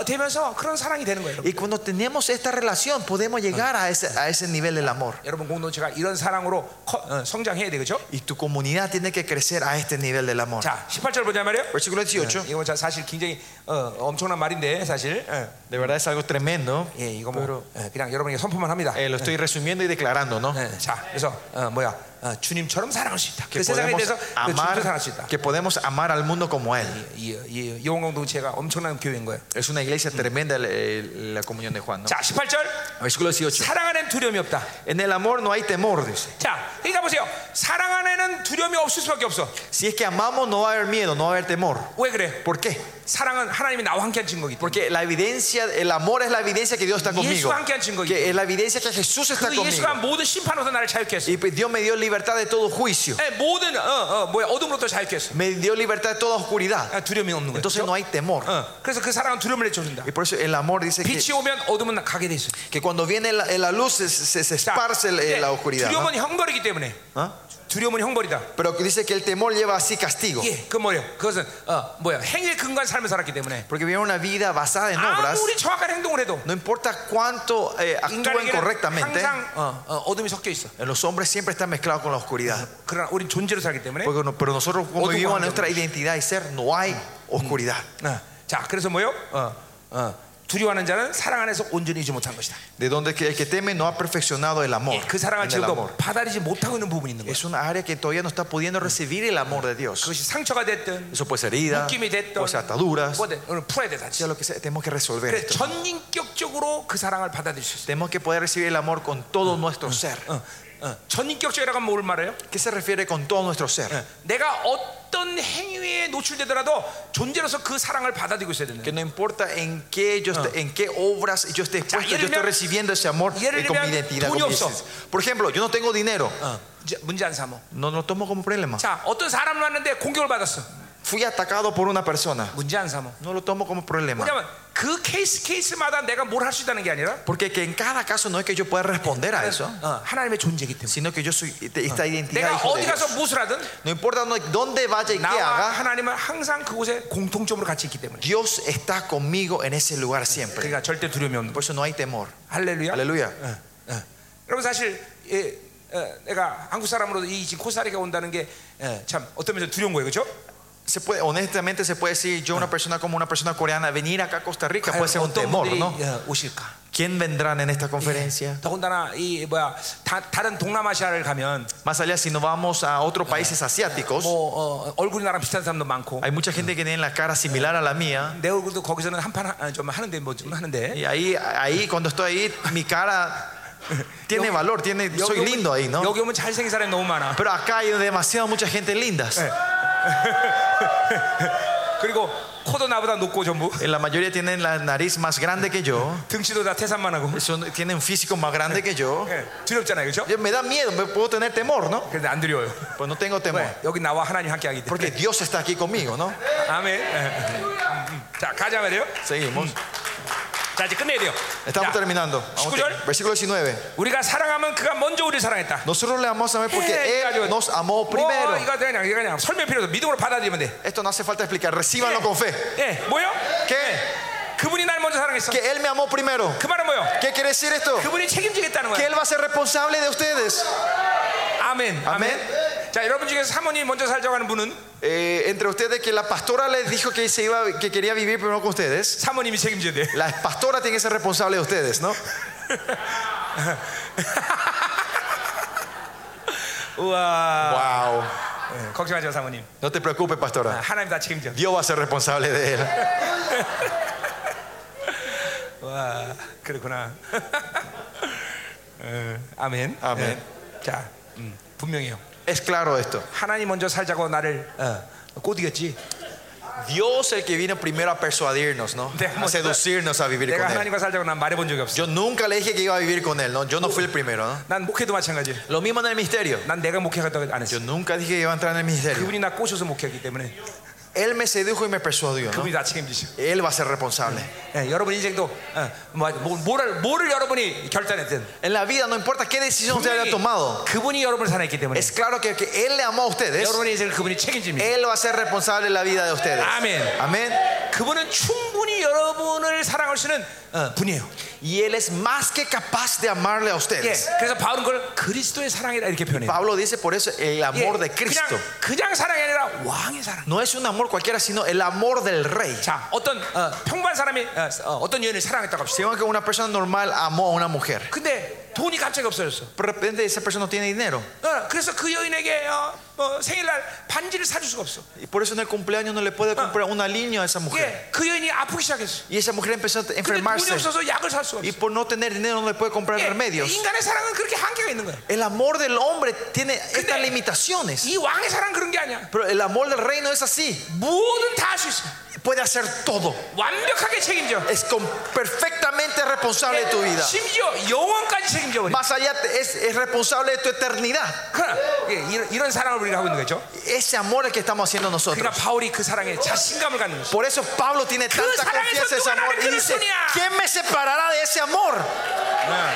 어, 되면서 그런 사랑이 되는 거예요. 여러분.
Y cuando tenemos esta relación, podemos llegar a ese, a ese nivel del amor.
여러분 공동체가 이런 사랑으로 커- 어, 성장해야 되겠죠?
Y tu comunidad tiene que crecer a este nivel del amor.
자, 18절 보자 말이에요. 그렇죠?
Versículo 18.
이거 자- 사실 굉장히 어, 엄청난 말인데 사실 예,
De verdad es algo tremendo.
예, 이거 뭐
Pero,
예, 그냥 여러분에게 선포만 합니다.
eh, lo estoy resumiendo y declarando, ¿no?
예, 자, 그래서 어, 뭐야 어, 주님처럼 사랑할 수 있다. 그
Que
세상에
podemos,
대해서 그 주님처럼
amar,
사랑할 수 있다.
que podemos amar al mundo como Él.
이, 이, 이 영혼 공동체가 엄청난 교회인 거예요.
Es una iglesia tremenda eh, la comunión de Juan. ¿no?
자, 18절
Versículo 18.
사랑 안에는 두려움이 없다.
En el amor no hay temor, dice.
자, 그러니까 보세요. 사랑 안에는 두려움이 없을 수밖에 없어.
Si es que amamos, no va a haber miedo, no va a haber temor.
왜 그래?
¿Por qué?
사랑은 하나님이 나와 함께 하신 거기 때문에.
Porque la evidencia, el amor es la evidencia que Dios está conmigo. Que es la evidencia que Jesús está
그 예수가
conmigo.
모든 심판으로서 나를 자유케 했어.
Y pues Dios me dio libertad de todo juicio.
예, 모든 어, 어, 뭐야 어둠으로부터 자유케 했어.
Me dio libertad de toda oscuridad.
아, 두려움이 없는 거예요.
Entonces no hay temor.
어, 그래서 그 사랑은 두려움을 내쫓는다.
Y por eso el amor dice que,
빛이 오면 어둠은 가게 돼 있어.
que cuando viene la, la luz se, se- se
자,
esparce el-
이제
la oscuridad. ¿no?
두려움은 형벌이기 때문에
¿Ah?
두려움은 형벌이다.
Pero que dice que el temor lleva así castigo.
예, 그 뭐예요? 그것은 어, 뭐야 행위에 근거한 삶을 살았기 때문에
Porque viene una vida basada
Ah,
en obras.
아무리 정확한 행동을 해도
No importa cuánto eh, actúen
인간에게는
correctamente.
항상 어, 어, 둠이 섞여 있어.
En Los hombres siempre están mezclados con la oscuridad.
그러나 우린 존재로 살기 때문에.
Porque no- pero nosotros, como
Otro
vivimos
cuando. Mm.
nuestra identidad y ser, no hay oscuridad.
어, 자, 그래서 뭐요? 어, 어, 두려워하는 자는 사랑 안에서 온전히 이지 못한 것이다.
De donde que el que teme no ha perfeccionado el amor.
그 사랑을
en el
지금도
amor.
받아들이지 못하고 있는 부분이 있는 거예요.
Es una área que todavía no está pudiendo recibir el amor de Dios.
그것이 상처가 됐든,
Eso puede ser herida,
묶임이 됐던,
puede ser ataduras,
뭐든 오늘 풀어야 되다.
sea lo que sea, tenemos que resolver
그래,
esto.
전인격적으로 그 사랑을 받아들일 수 있어.
Tenemos que poder recibir el amor con todo
Mm.
nuestro ser.
어, 어, 전인격적이라고 하면 뭘 말해요?
¿Qué se refiere con todo nuestro
Eh.
ser?
예, 내가 어떤 행위에 노출되더라도 존재로서 그 사랑을 받아들이고 있어야 된다.
Que no importa en qué, yo esté- en qué obras yo esté expuesto, yo estoy
예를 들면-
recibiendo ese amor
예를
eh, con mi
들면
identidad.
돈이
con mi
없어.
esencia. Por ejemplo, yo no tengo dinero,
어, 이제 문제 안 삼어.
no lo tomo como problema.
자, 어떤 사람을 왔는데 공격을 받았어.
Fui atacado por una persona,
문제 안 삼어.
no lo tomo como problema.
왜냐면 그 케이스 케이스마다 내가 뭘 할 수 있다는 게 아니라
Porque que en cada caso no es que yo pueda responder a eso,
어, 하나님의 존재이기 때문에.
sino que yo soy de esta identidad.
내가
hijo de
어디
Dios.
가서 무엇을 하든
No importa no- dónde vaya y qué
나와
haga,
하나님은 항상 그곳에 공통점으로 같이 있기 때문에.
Dios está conmigo en ese lugar siempre.
그러니까 절대 두려움이 없는 거.
Por eso no hay temor.
할렐루야.
Aleluya.
여러분 사실 예, 어, 내가 한국 사람으로 이 지금 코스타리카 온다는 게 참 어떤 면에서 두려운 거예요, 그렇죠?
Se puede, honestamente se puede decir, yo una persona como una persona coreana, venir acá a Costa Rica
그러니까
puede ser un
어떤
temor,
분들이
¿no?
어, 오실까?
¿Quién vendrán en esta
Eh.
conferencia?
더군다나 이 뭐야 다, 다른 동남아시아를 가면
Más allá, si nos vamos a otros países asiáticos,
Oh. 뭐 어, 얼굴이 나랑 비슷한 사람도 많고
hay mucha gente que tiene la cara similar a la mía.
내 얼굴도 거기서는 한판좀 하는데 뭐 좀 하는데
Y ahí, ahí cuando estoy ahí, mi cara tiene valor, tiene, soy lindo ahí, ¿no?
여기 오면 잘생긴 사람이 너무 많아.
Pero acá hay demasiada mucha gente lindas.
그리고 코도 나보다 높고 전부
Eh, La mayoría tienen la nariz más grande que yo.
등치도 다 태산만 하고
Son, tienen un físico más grande que yo.
예, 두렵잖아요, 그렇죠?
Yo- Me da miedo, me puedo tener temor, ¿no?
그런데 안 두려워요.
Pues no tengo temor.
왜? 여기 나와 하나님 함께하기 때문에.
Porque Dios está aquí conmigo, ¿no?
아멘. 예. 음, 자 가자 말이요.
Seguimos.
자 이제 끝내야 돼요.
Estamos
자,
terminando. Vamos
¿Escuchó?
ter- Versículo 19.
우리가 사랑하면 그가 먼저 우리를 사랑했다.
Nosotros le amamos a Él
[LAUGHS]
porque
Eh,
Él nos amó
뭐
primero.
이거 그냥 이거 그냥 설명 필요 없어. 믿음으로 받아들이면 돼.
Esto no hace falta explicar. Recíbanlo con fe.
예, 뭐요?
¿Qué?
그분이 날 먼저 사랑했어.
Que Él me amó primero.
그 말은 뭐요?
¿Qué quiere decir esto?
그분이 책임지겠다는
Que
거야.
Él va a ser responsable de ustedes.
아멘.
아멘.
아멘. 자, 여러분 중에서 사모님 먼저 살자고 하는 분은
eh, entre ustedes que la pastora les dijo que se iba, que quería vivir primero con ustedes.
사모님이 책임져야 돼.
La pastora tiene que ser responsable de ustedes, ¿no?
[LAUGHS] 우와.
Wow.
네, 걱정하지 마 사모님.
No te preocupes, pastora.
하나님 다 책임져.
Dios va a ser responsable de él.
와 그렇구나. [LAUGHS] 어, 아멘.
아멘.
예. 자 음, 분명해요.
Es claro esto.
하나님 먼저 살자고 나를 어, 꼬드겼지.
Dios el que vino primero a persuadirnos, ¿no?
Tenemos-
A seducirnos a vivir
내가
con él.
하나님과 살자고 네. 난 말해본 적이 없어.
Yo nunca le dije que iba a vivir con él, ¿no? Yo no fui el primero, ¿no?
난 목회도 마찬가지.
Lo mismo en el misterio.
난 내가 목회하겠다고 안 했어.
Yo nunca dije que iba a entrar en el ministerio.
그분이 나 꼬셔서 목회했기 때문에
Él me sedujo y me persuadió, ¿no?
그분이 다 책임지셔.
Él va a ser responsable.
예, 여러분 인생도 어, 뭐, 뭐, 뭐를, 뭐를 여러분이 결단했든
En la vida no importa qué decisión usted haya tomado.
그분이 여러분을 사랑했기 때문에
Es claro que, que Él le amó a ustedes.
여러분의 인생을 그분이 책임집니다.
Él va a ser responsable de la vida de ustedes.
아멘.
Amén.
그분은 충분히 여러분을 사랑할 수 있는 어, 분이에요.
Y Él es más que capaz de amarle a
예,
ustedes.
그래서 바울은 그걸 그리스도의 사랑이라 이렇게 표현해요.
Pablo dice por eso el
예,
amor de
그냥
Cristo.
그냥 사랑이 아니라 왕의 사랑.
No es un amor cualquiera, sino el amor del rey.
자, 어떤 어, 평범한 사람이 어, 떤 여인을 사랑했다고 합시다.
Digamos que una persona normal amó a una mujer.
근데 돈이 갑자기 없어졌어.
De repente esa persona no tiene dinero.
어, 그래서 그 여인에게 어, 뭐 생일날 반지를 사줄 수가 없어.
Y por eso en el cumpleaños no le puede comprar una línea a esa mujer.
예, 그 여인이 아프기 시작했어.
Y esa mujer empezó a
근데 돈이
enfermarse.
없어서 약을 살 수가
Y
없어.
por no tener dinero no le puede comprar
예,
그 remedios.
인간의 사랑은 그렇게 한계가 있는 거야.
El amor del hombre tiene estas limitaciones.
이 왕의 사랑 그런 게 아니야.
Pero el amor del reino es así.
뭐든 다 할 수 있어.
Puede hacer todo.
완벽하게 책임져.
Es con- perfectamente responsable de tu vida.
심지어 영원까지 책임져 버려.
Más allá te- es, es responsable de tu eternidad.
그러나 예, 이런, 이런 사랑을 우리가 하고 있는 거죠.
Ese amor es que estamos haciendo nosotros.
그러니까 바울이 그 사랑에 자신감을 갖는 것이.
Por eso Pablo tiene tanta
saran에서 누가
confianza en ese amor.
나를
Y dice,
끊었으냐?
¿quién me separará de ese amor?
아,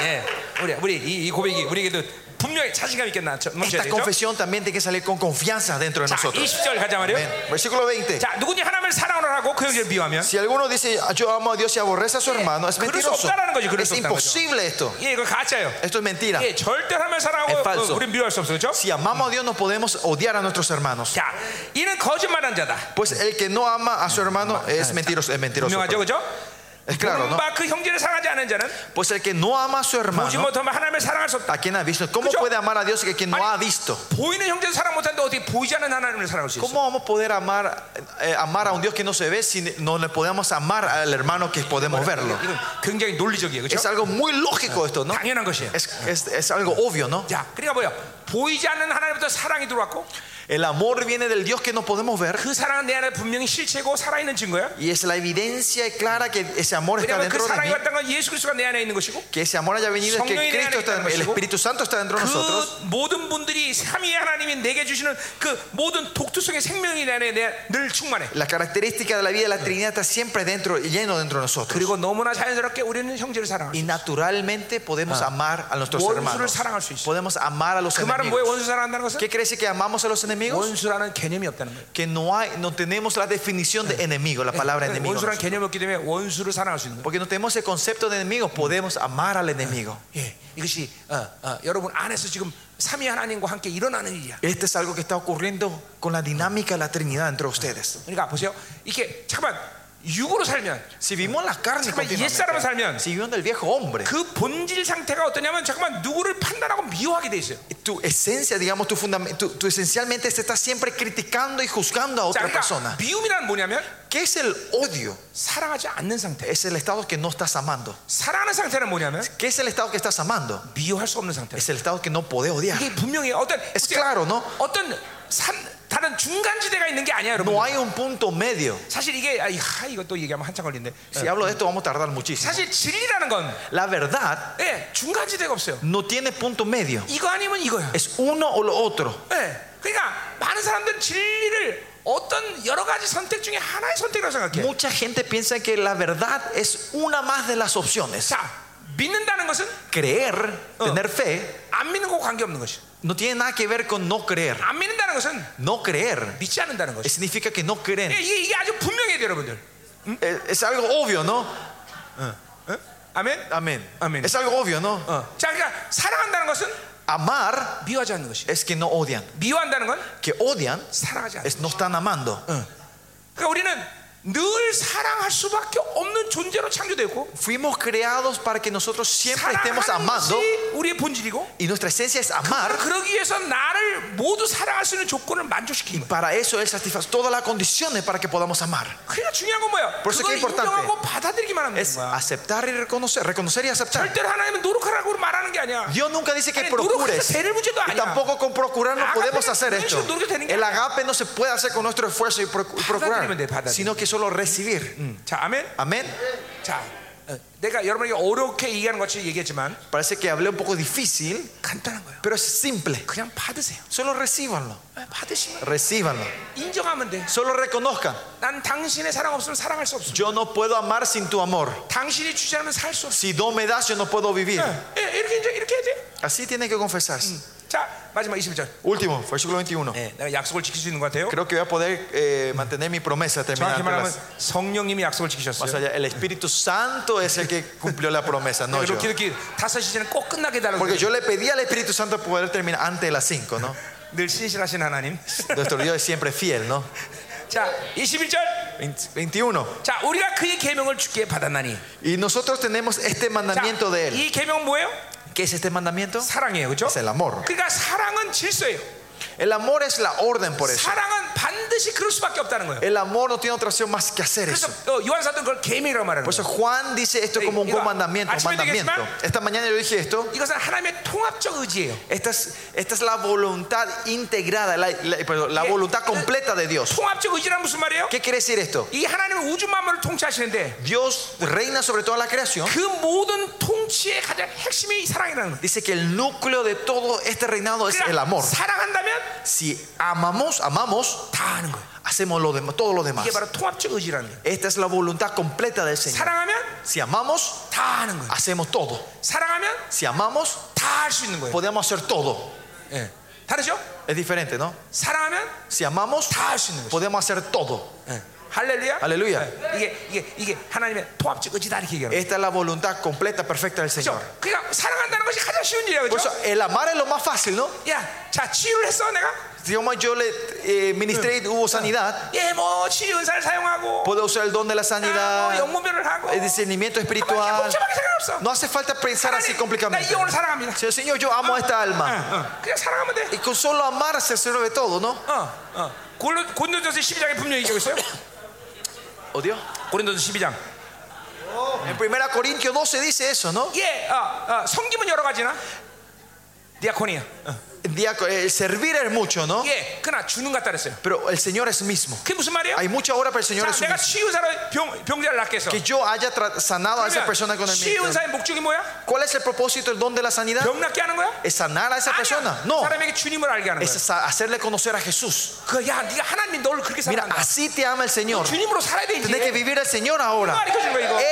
예, 우리 우리 이, 이 고백이 우리에게도 분명히 자신감 있게 나 넘쳐야
Esta
되죠.
confesión también tiene que salir con confianza dentro de
자,
nosotros.
20절 가자 말이요.
Amén. Versículo 20.
자, 누구니 하나님을 사랑하라 하고 그 형제를 미워하면
Si alguno dice "Ah, yo amo a Dios y aborrece a su hermano, es
그럴 수
mentiroso.
없다라는 거지, 그럴
Es
수 없다는
imposible esto.
예, 이거 가짜예요.
Esto es mentira.
예, 절대 하나님을
Es
사랑하고
falso.
어, 우리 미워할 수 없어. 그렇죠?
Si amamos a Dios, no podemos odiar a nuestros hermanos.
자, 이는 거짓말한 자다.
Pues el que no ama a su hermano es mentiroso. Es mentiroso.
분명하죠, 그렇죠? 그죠?
Es claro, ¿no?
바그 형제를 사랑하지 않은 자는
Pues el que no ama a su
보지
hermano,
못하면 하나님을 사랑할 수 없다.
¿a quién ha visto? ¿Cómo
Escucho.
puede amar a Dios que quien no
Ay.
ha visto?
보이는 형제를 사랑 못하는데 어떻게 보이지 않는 하나님을 사랑할 수 있어?
¿Cómo vamos a poder amar, eh, amar a un Dios que no se ve si no le podemos amar al hermano que podemos verlo?
이건 굉장히 논리적이에요,
Es
그렇죠?
algo muy lógico esto, ¿no?
당연한 것이에요.
Es, es- es algo obvio, ¿no?
자, 그러니까 뭐야? 보이지 않는 하나님부터 사랑이 들어왔고
El amor viene del Dios que no podemos ver.
그 사랑은 내 안에 분명히 실체고 살아있는 증거야.
Y es la evidencia clara que ese amor está
왜냐하면 그
dentro de
사랑이
mí,
왔다는 건 예수 그리스도가 내 안에 있는 것이고
que ese amor haya venido, es
성령이
que
내 안에
Cristo está,
있다는
el
것이고,
Espíritu Santo está dentro de nosotros.
그 모든 분들이 삼위의 하나님이 내게 주시는 그 모든 독특성의 생명이 내 안에 내- 늘 충만해.
La característica de la vida de la Trinidad está siempre dentro, lleno dentro de nosotros.
그리고 너무나 자연스럽게 우리는 형제를 사랑할 수
Y
있어.
naturalmente podemos amar a nuestros
원수를
hermanos.
사랑할 수 있어.
Podemos amar a los
그 말은 뭐예요?
enemigos.
원수 사랑한다는 것은
¿Qué quiere decir que amamos a los enemigos?
원수라는 개념이 없다는 거예요.
Que no, hay, no tenemos la definición de enemigo, la palabra
그러니까
enemigo.
원수라는 개념이 없기 때문에 원수를 사랑할 수 있는 거예요.
Porque no tenemos el concepto de enemigo, podemos amar al enemigo.
예, 이것이 어, 어, 여러분 안에서 지금 삼위 하나님과 함께 일어나는 일이야.
Este es algo que está ocurriendo con la dinámica de la Trinidad entre ustedes.
그러니까 보세요. 이게 잠깐만 육으로 살면
Si vivimos en la carne,
잠깐만
continuamente,
옛사람을 살면
si vivimos del viejo hombre,
그 본질 상태가 어떠냐면 잠깐만 누구를 판단하고 미워하게 돼 있어요.
tu esencia, digamos, tu fundamento, tú esencialmente te estás siempre criticando y juzgando a
자,
otra
그러니까
persona.
미움이란 뭐냐면
¿Qué es el odio?
사랑하지 않는 상태.
Es el estado que no estás amando.
사랑하는 상태는 뭐냐면
¿Qué es el estado que estás amando?
미워할 수 없는 상태.
Es el estado que no podés odiar.
이게 분명히 어떤
Es claro, ¿no?
어떤 산, 다른 중간 지대가 있는 게 아니야, 여러분.
No hay un punto medio.
사실 이게 아, 이하, 이것도 얘기하면 한참 걸린데.
Si hablo de esto, vamos a tardar muchísimo.
사실 진리라는 건
La verdad
예, 중간 지대가 없어요.
no tiene punto medio.
이거 아니면 이거야.
Es uno o lo otro.
예. 그러니까 많은 사람들은 진리를 어떤 여러 가지 선택 중에 하나의 선택이라고 생각해.
Mucha gente piensa que la verdad es una más de las opciones.
자, 믿는다는 것은
Creer, tener fe,
안 믿는 거 관계없는 것이.
no tiene nada que ver con no creer.
안 믿는다는 것은
No creer
믿지 않는다는 것이. 예,
significa que no creen.
이게, 이게 아주 분명해요, 여러분들.
Eh, Es algo obvio, ¿no?
아멘.
Amén.
Amén.
Es algo obvio, ¿no?
어. 자, 그러니까 사랑한다는 것은
Amar
미워하지 않는 것이.
es que no odian.
미워한다는 건
Que odian
사랑하지 않는.
es no están amando.
그러니까 우리는 늘 사랑할 수밖에 없는 존재로 창조되고
Fuimos creados para que nosotros siempre estemos
사랑하는
amando
것이 우리의 본질이고
y nuestra esencia es amar.
그러기 위해서 나를 모두 사랑할 수 있는 조건을 만족시키는 거야.
Para eso Él satisface todas las condiciones para que podamos amar.
그러니까 중요한 건 뭐야?
Por eso
그걸
que es importante.
인정하고 받아들이기만 하면 되는
Es
거야.
aceptar y reconocer, reconocer y aceptar.
절대로 하나님은 노력하라고 말하는 게 아니야.
Dios nunca dice que
Ay, duro,
procures.
ser el muchacho,
Y
ay,
tampoco con procurar no
Agape,
podemos hacer
no,
esto.
eso duro que tienen que
El
hacer.
agape no se puede hacer con nuestro esfuerzo y procu-
Padre,
y
Padre, Mm.
procurar,
Padre.
sino que solo recibir.
음, 자, 아멘.
Amén.
자, 어, 내가 여러분에게 어렵게 얘기하는 것처럼 얘기했지만
Parece que hablé un poco difícil,
간단한 거예요.
pero es simple.
그냥 받으세요.
Solo recíbanlo.
예, 받으시면
Recíbanlo.
인정하면 돼.
Solo reconozcan.
난 당신의 사랑 없으면 사랑할 수 없어.
Yo no puedo amar sin tu amor.
당신이 주지 않으면 살 수 없어.
Si no me das, yo no puedo vivir.
예, 예, 이렇게 이제 이렇게 해야 돼.
Así tiene que confesarse.
Mm. 자, 마지막 21절.
Último, versículo 21.
예, 내가 약속을 지킬 수 있는 것 같아요.
Creo que voy a poder eh, mantener mi promesa. Terminar
정확히
ante
말하면
las-
성령님이 약속을
más
지키셨어요.
allá. El Espíritu Santo es el que cumplió la promesa,
[LAUGHS]
no yo.
이렇게 이렇게 다섯 시즌은 꼭 끝나게 달라고.
Porque yo le pedí al Espíritu Santo poder terminar antes de las 5, ¿no?
늘 신실하신 하나님.
Nuestro Dios es siempre fiel, ¿no?
자, 21절.
20 21.
자, 우리가 그의 계명을 주께 받았나니.
Y nosotros tenemos este
자,
mandamiento de Él.
이 계명 뭐예요?
¿Qué es este mandamiento?
사랑이에요, 그렇죠?
Es el amor.
그러니까 사랑은 질서예요.
El amor es la orden por eso.
사랑은 반드시 그럴 수밖에 없다는 거예요.
El amor no tiene otra opción más que hacer
그래서
eso.
어, 요한사도 그걸 계명이라고 말하는
Por eso
거예요.
Juan dice esto como un comandamiento, un mandamiento. Esta mañana yo dije esto.
이것은 하나님의 통합적 의지예요.
Esta es, esta es la voluntad integrada, la, la- perdón, la voluntad completa de Dios.
통합적 의지란 무슨 말이에요?
¿Qué quiere decir esto?
이 하나님은 우주 만물을 통치하시는데
Dios reina sobre toda la creación.
그 모든 통치의 가장 핵심이 이 사랑이라는 거예요.
Dice que el núcleo de todo este reinado es el
그러니까
amor.
사랑한다면
Si amamos, amamos,
다 하는 거예요.
hacemos lo demás, todo lo demás.
이게 바로 통합적 의지라는 거예요.
Esta es la voluntad completa del Señor.
네. 사랑하면
Si amamos,
다 하는 거예요.
hacemos todo.
사랑하면
Si amamos,
다 할 수 있는 거예요.
podemos hacer todo.
예. 다르죠?
Es diferente, ¿no?
사랑하면
Si amamos,
다 할 수 있는 거예요.
podemos hacer todo.
예. 할렐루야.
Aleluya.
이게 이게 이게 하나님의 통합적 의지다 이렇게 얘기하는 거예요.
Esta es la voluntad completa, perfecta del Señor.
그렇죠? 그러니까 사랑한다는 것이 가장 쉬운 일이야,
Por eso,
그렇죠?
el amar es lo más fácil, ¿no?
야, 자 치유를 했어 내가.
Digamos, yo le eh, ministré y hubo sanidad.
예, 뭐 치유 은사를 사용하고,
Puedo usar el don de la
아, 뭐
sanidad,
영문별을 하고.
el discernimiento
아마
espiritual.
복잡하게 생각 없어.
No hace falta pensar así
하나님, 나
complicadamente.
이 영혼을 사랑합니다.
Sí, Señor, yo amo a esta alma.
어, 그냥 사랑하면 돼.
Y con solo amar se sirve todo, ¿no?
어, 어. 골로- 고린도전서 12장에 분명히 얘기하고 [LAUGHS] 있어요.
Oh, Dios.
고린도전서 12장.
En 1 Corintios 12 dice eso, ¿no?
예, 어, 어, 섬김은 여러 가지나. 디아코니아. 어.
Diaco- El servir es mucho, ¿no?
예, 그러나 주는 같다 그랬어요.
Pero el Señor es mismo.
그게 무슨 말이에요?
Hay mucha obra, pero el Señor
자,
es
내가
mismo.
치유사로 병, 병자를 낫게 해서.
Que yo haya tra- sanado
아,
a esa persona con el ministerio.
치유사의 목적이 뭐야?
¿Cuál es el propósito, el don de la sanidad?
병 낫게 하는 거야?
¿Es sanar
Ah,
a esa persona?
아니야.
No.
사람에게 주님을 알게 하는 거야.
Es sa- hacerle conocer a Jesús.
그, 야, 네가 하나님 너를 그렇게
Mira,
아, 사랑한다.
así te ama el Señor.
주님으로 살아야 돼
Tienes que
이제.
vivir al Señor ahora.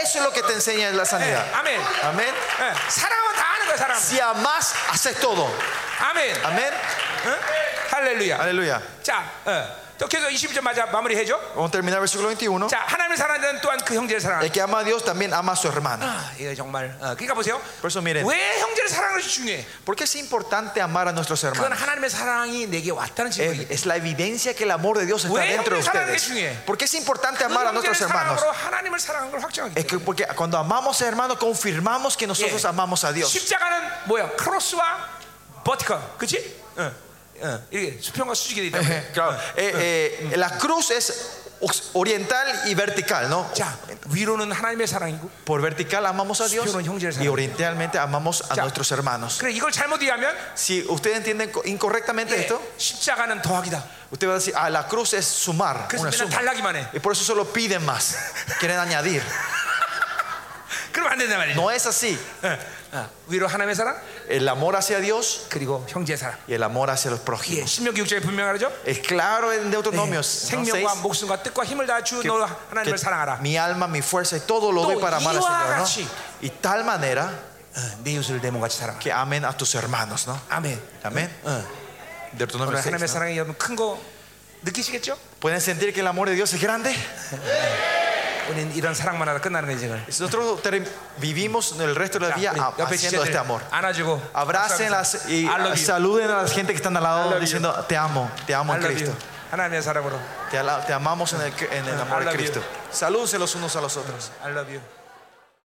Eso es lo que te enseña la
예,
sanidad.
아멘.
Amén.
예, 사랑하면 다 하는 거야 사람.
Si amas, haces todo.
아멘. 아.
Amén.
응? 할렐루야.
Aleluya.
자, 어, 또 계속 22절 맞아 마무리해줘.
Vamos a terminar el versículo 21.
자, 하나님을 사랑하는 또한 그 형제를 사랑한다.
El que ama a Dios también ama a su hermano.
아, 이거 정말. 어, 그러니까 보세요.
Por eso miren,
왜 형제를 사랑하는 것이 중요해?
¿por qué es importante amar a nuestros
그건
hermanos?
하나님의 사랑이 내게 왔다는
Es,
증거예요.
es la evidencia que el amor de Dios está
Güey,
dentro
hombre,
de
sabe
ustedes.
que chingue.
¿Por qué es importante
그
amar a
형제를
nuestros hermanos?
사랑으로 하나님을 사랑한 걸 확정하기
Es que
때문에. 그
porque cuando amamos a hermanos confirmamos que nosotros
Yeah.
amamos a Dios.
십자가는 뭐야? 크로스와 버티컬, 그렇지? 응, 응. 이게 수평과 수직이 어. 되다.
Eh, claro. Eh, eh, la cruz es ox- oriental y vertical, ¿no?
자, 위로는 하나님의 사랑이고.
Por vertical amamos a Dios
Supieron, 형제를
y orientalmente amamos a
Ya.
nuestros hermanos.
그래 이걸 잘못 이해하면
Si ustedes entienden co- incorrectamente
예,
esto,
십자가는 더하기다.
usted va a decir, ah, la cruz es sumar,
그래서
una
맨날
suma.
달라기만 해.
Y por eso solo piden más, quieren añadir.
그럼 안 된단 말이야.
No es así.
어, 위로 하나님의 사랑
El amor hacia Dios
그리고 형제의 사랑.
y el amor hacia los
예,
prójimos.
신명기 6장에 분명하죠. 네.
Es claro en Deuteronomio ¿no? Seis,
생명과 목숨과 뜻과 힘을 다 주 너
que
하나님을 사랑하라.
mi alma, mi fuerza y todo lo doy
또
para amar al
이와
Señor. ¿no?
같이.
Y tal manera
어, 내 이웃을 내 몸같이 사랑하라.
que amen a tus hermanos. ¿no?
아멘.
Amén. Deuteronomio
오늘
6,
하나님의
¿no?
사랑이 여러분 큰 거 느끼시겠죠?
¿Pueden sentir que el amor de Dios es grande?
우리는 이런 사랑만 하다 끝나는 거지 지금.
Nosotros ter- vivimos el resto de la
자,
vida
우리
a-
옆에
haciendo este
지체들
amor.
아, 안아주고
Abracen
박수하면서
las, y
I love you,
saluden a la gente que están al
I love
lado
you.
diciendo, te amo, te amo
I
en
love
Cristo.
you. 하나님의 사랑으로
Te, ala- te amamos en el, en el
I
amor de
love you.
Cristo. Salúdense los unos a los otros.
I love you.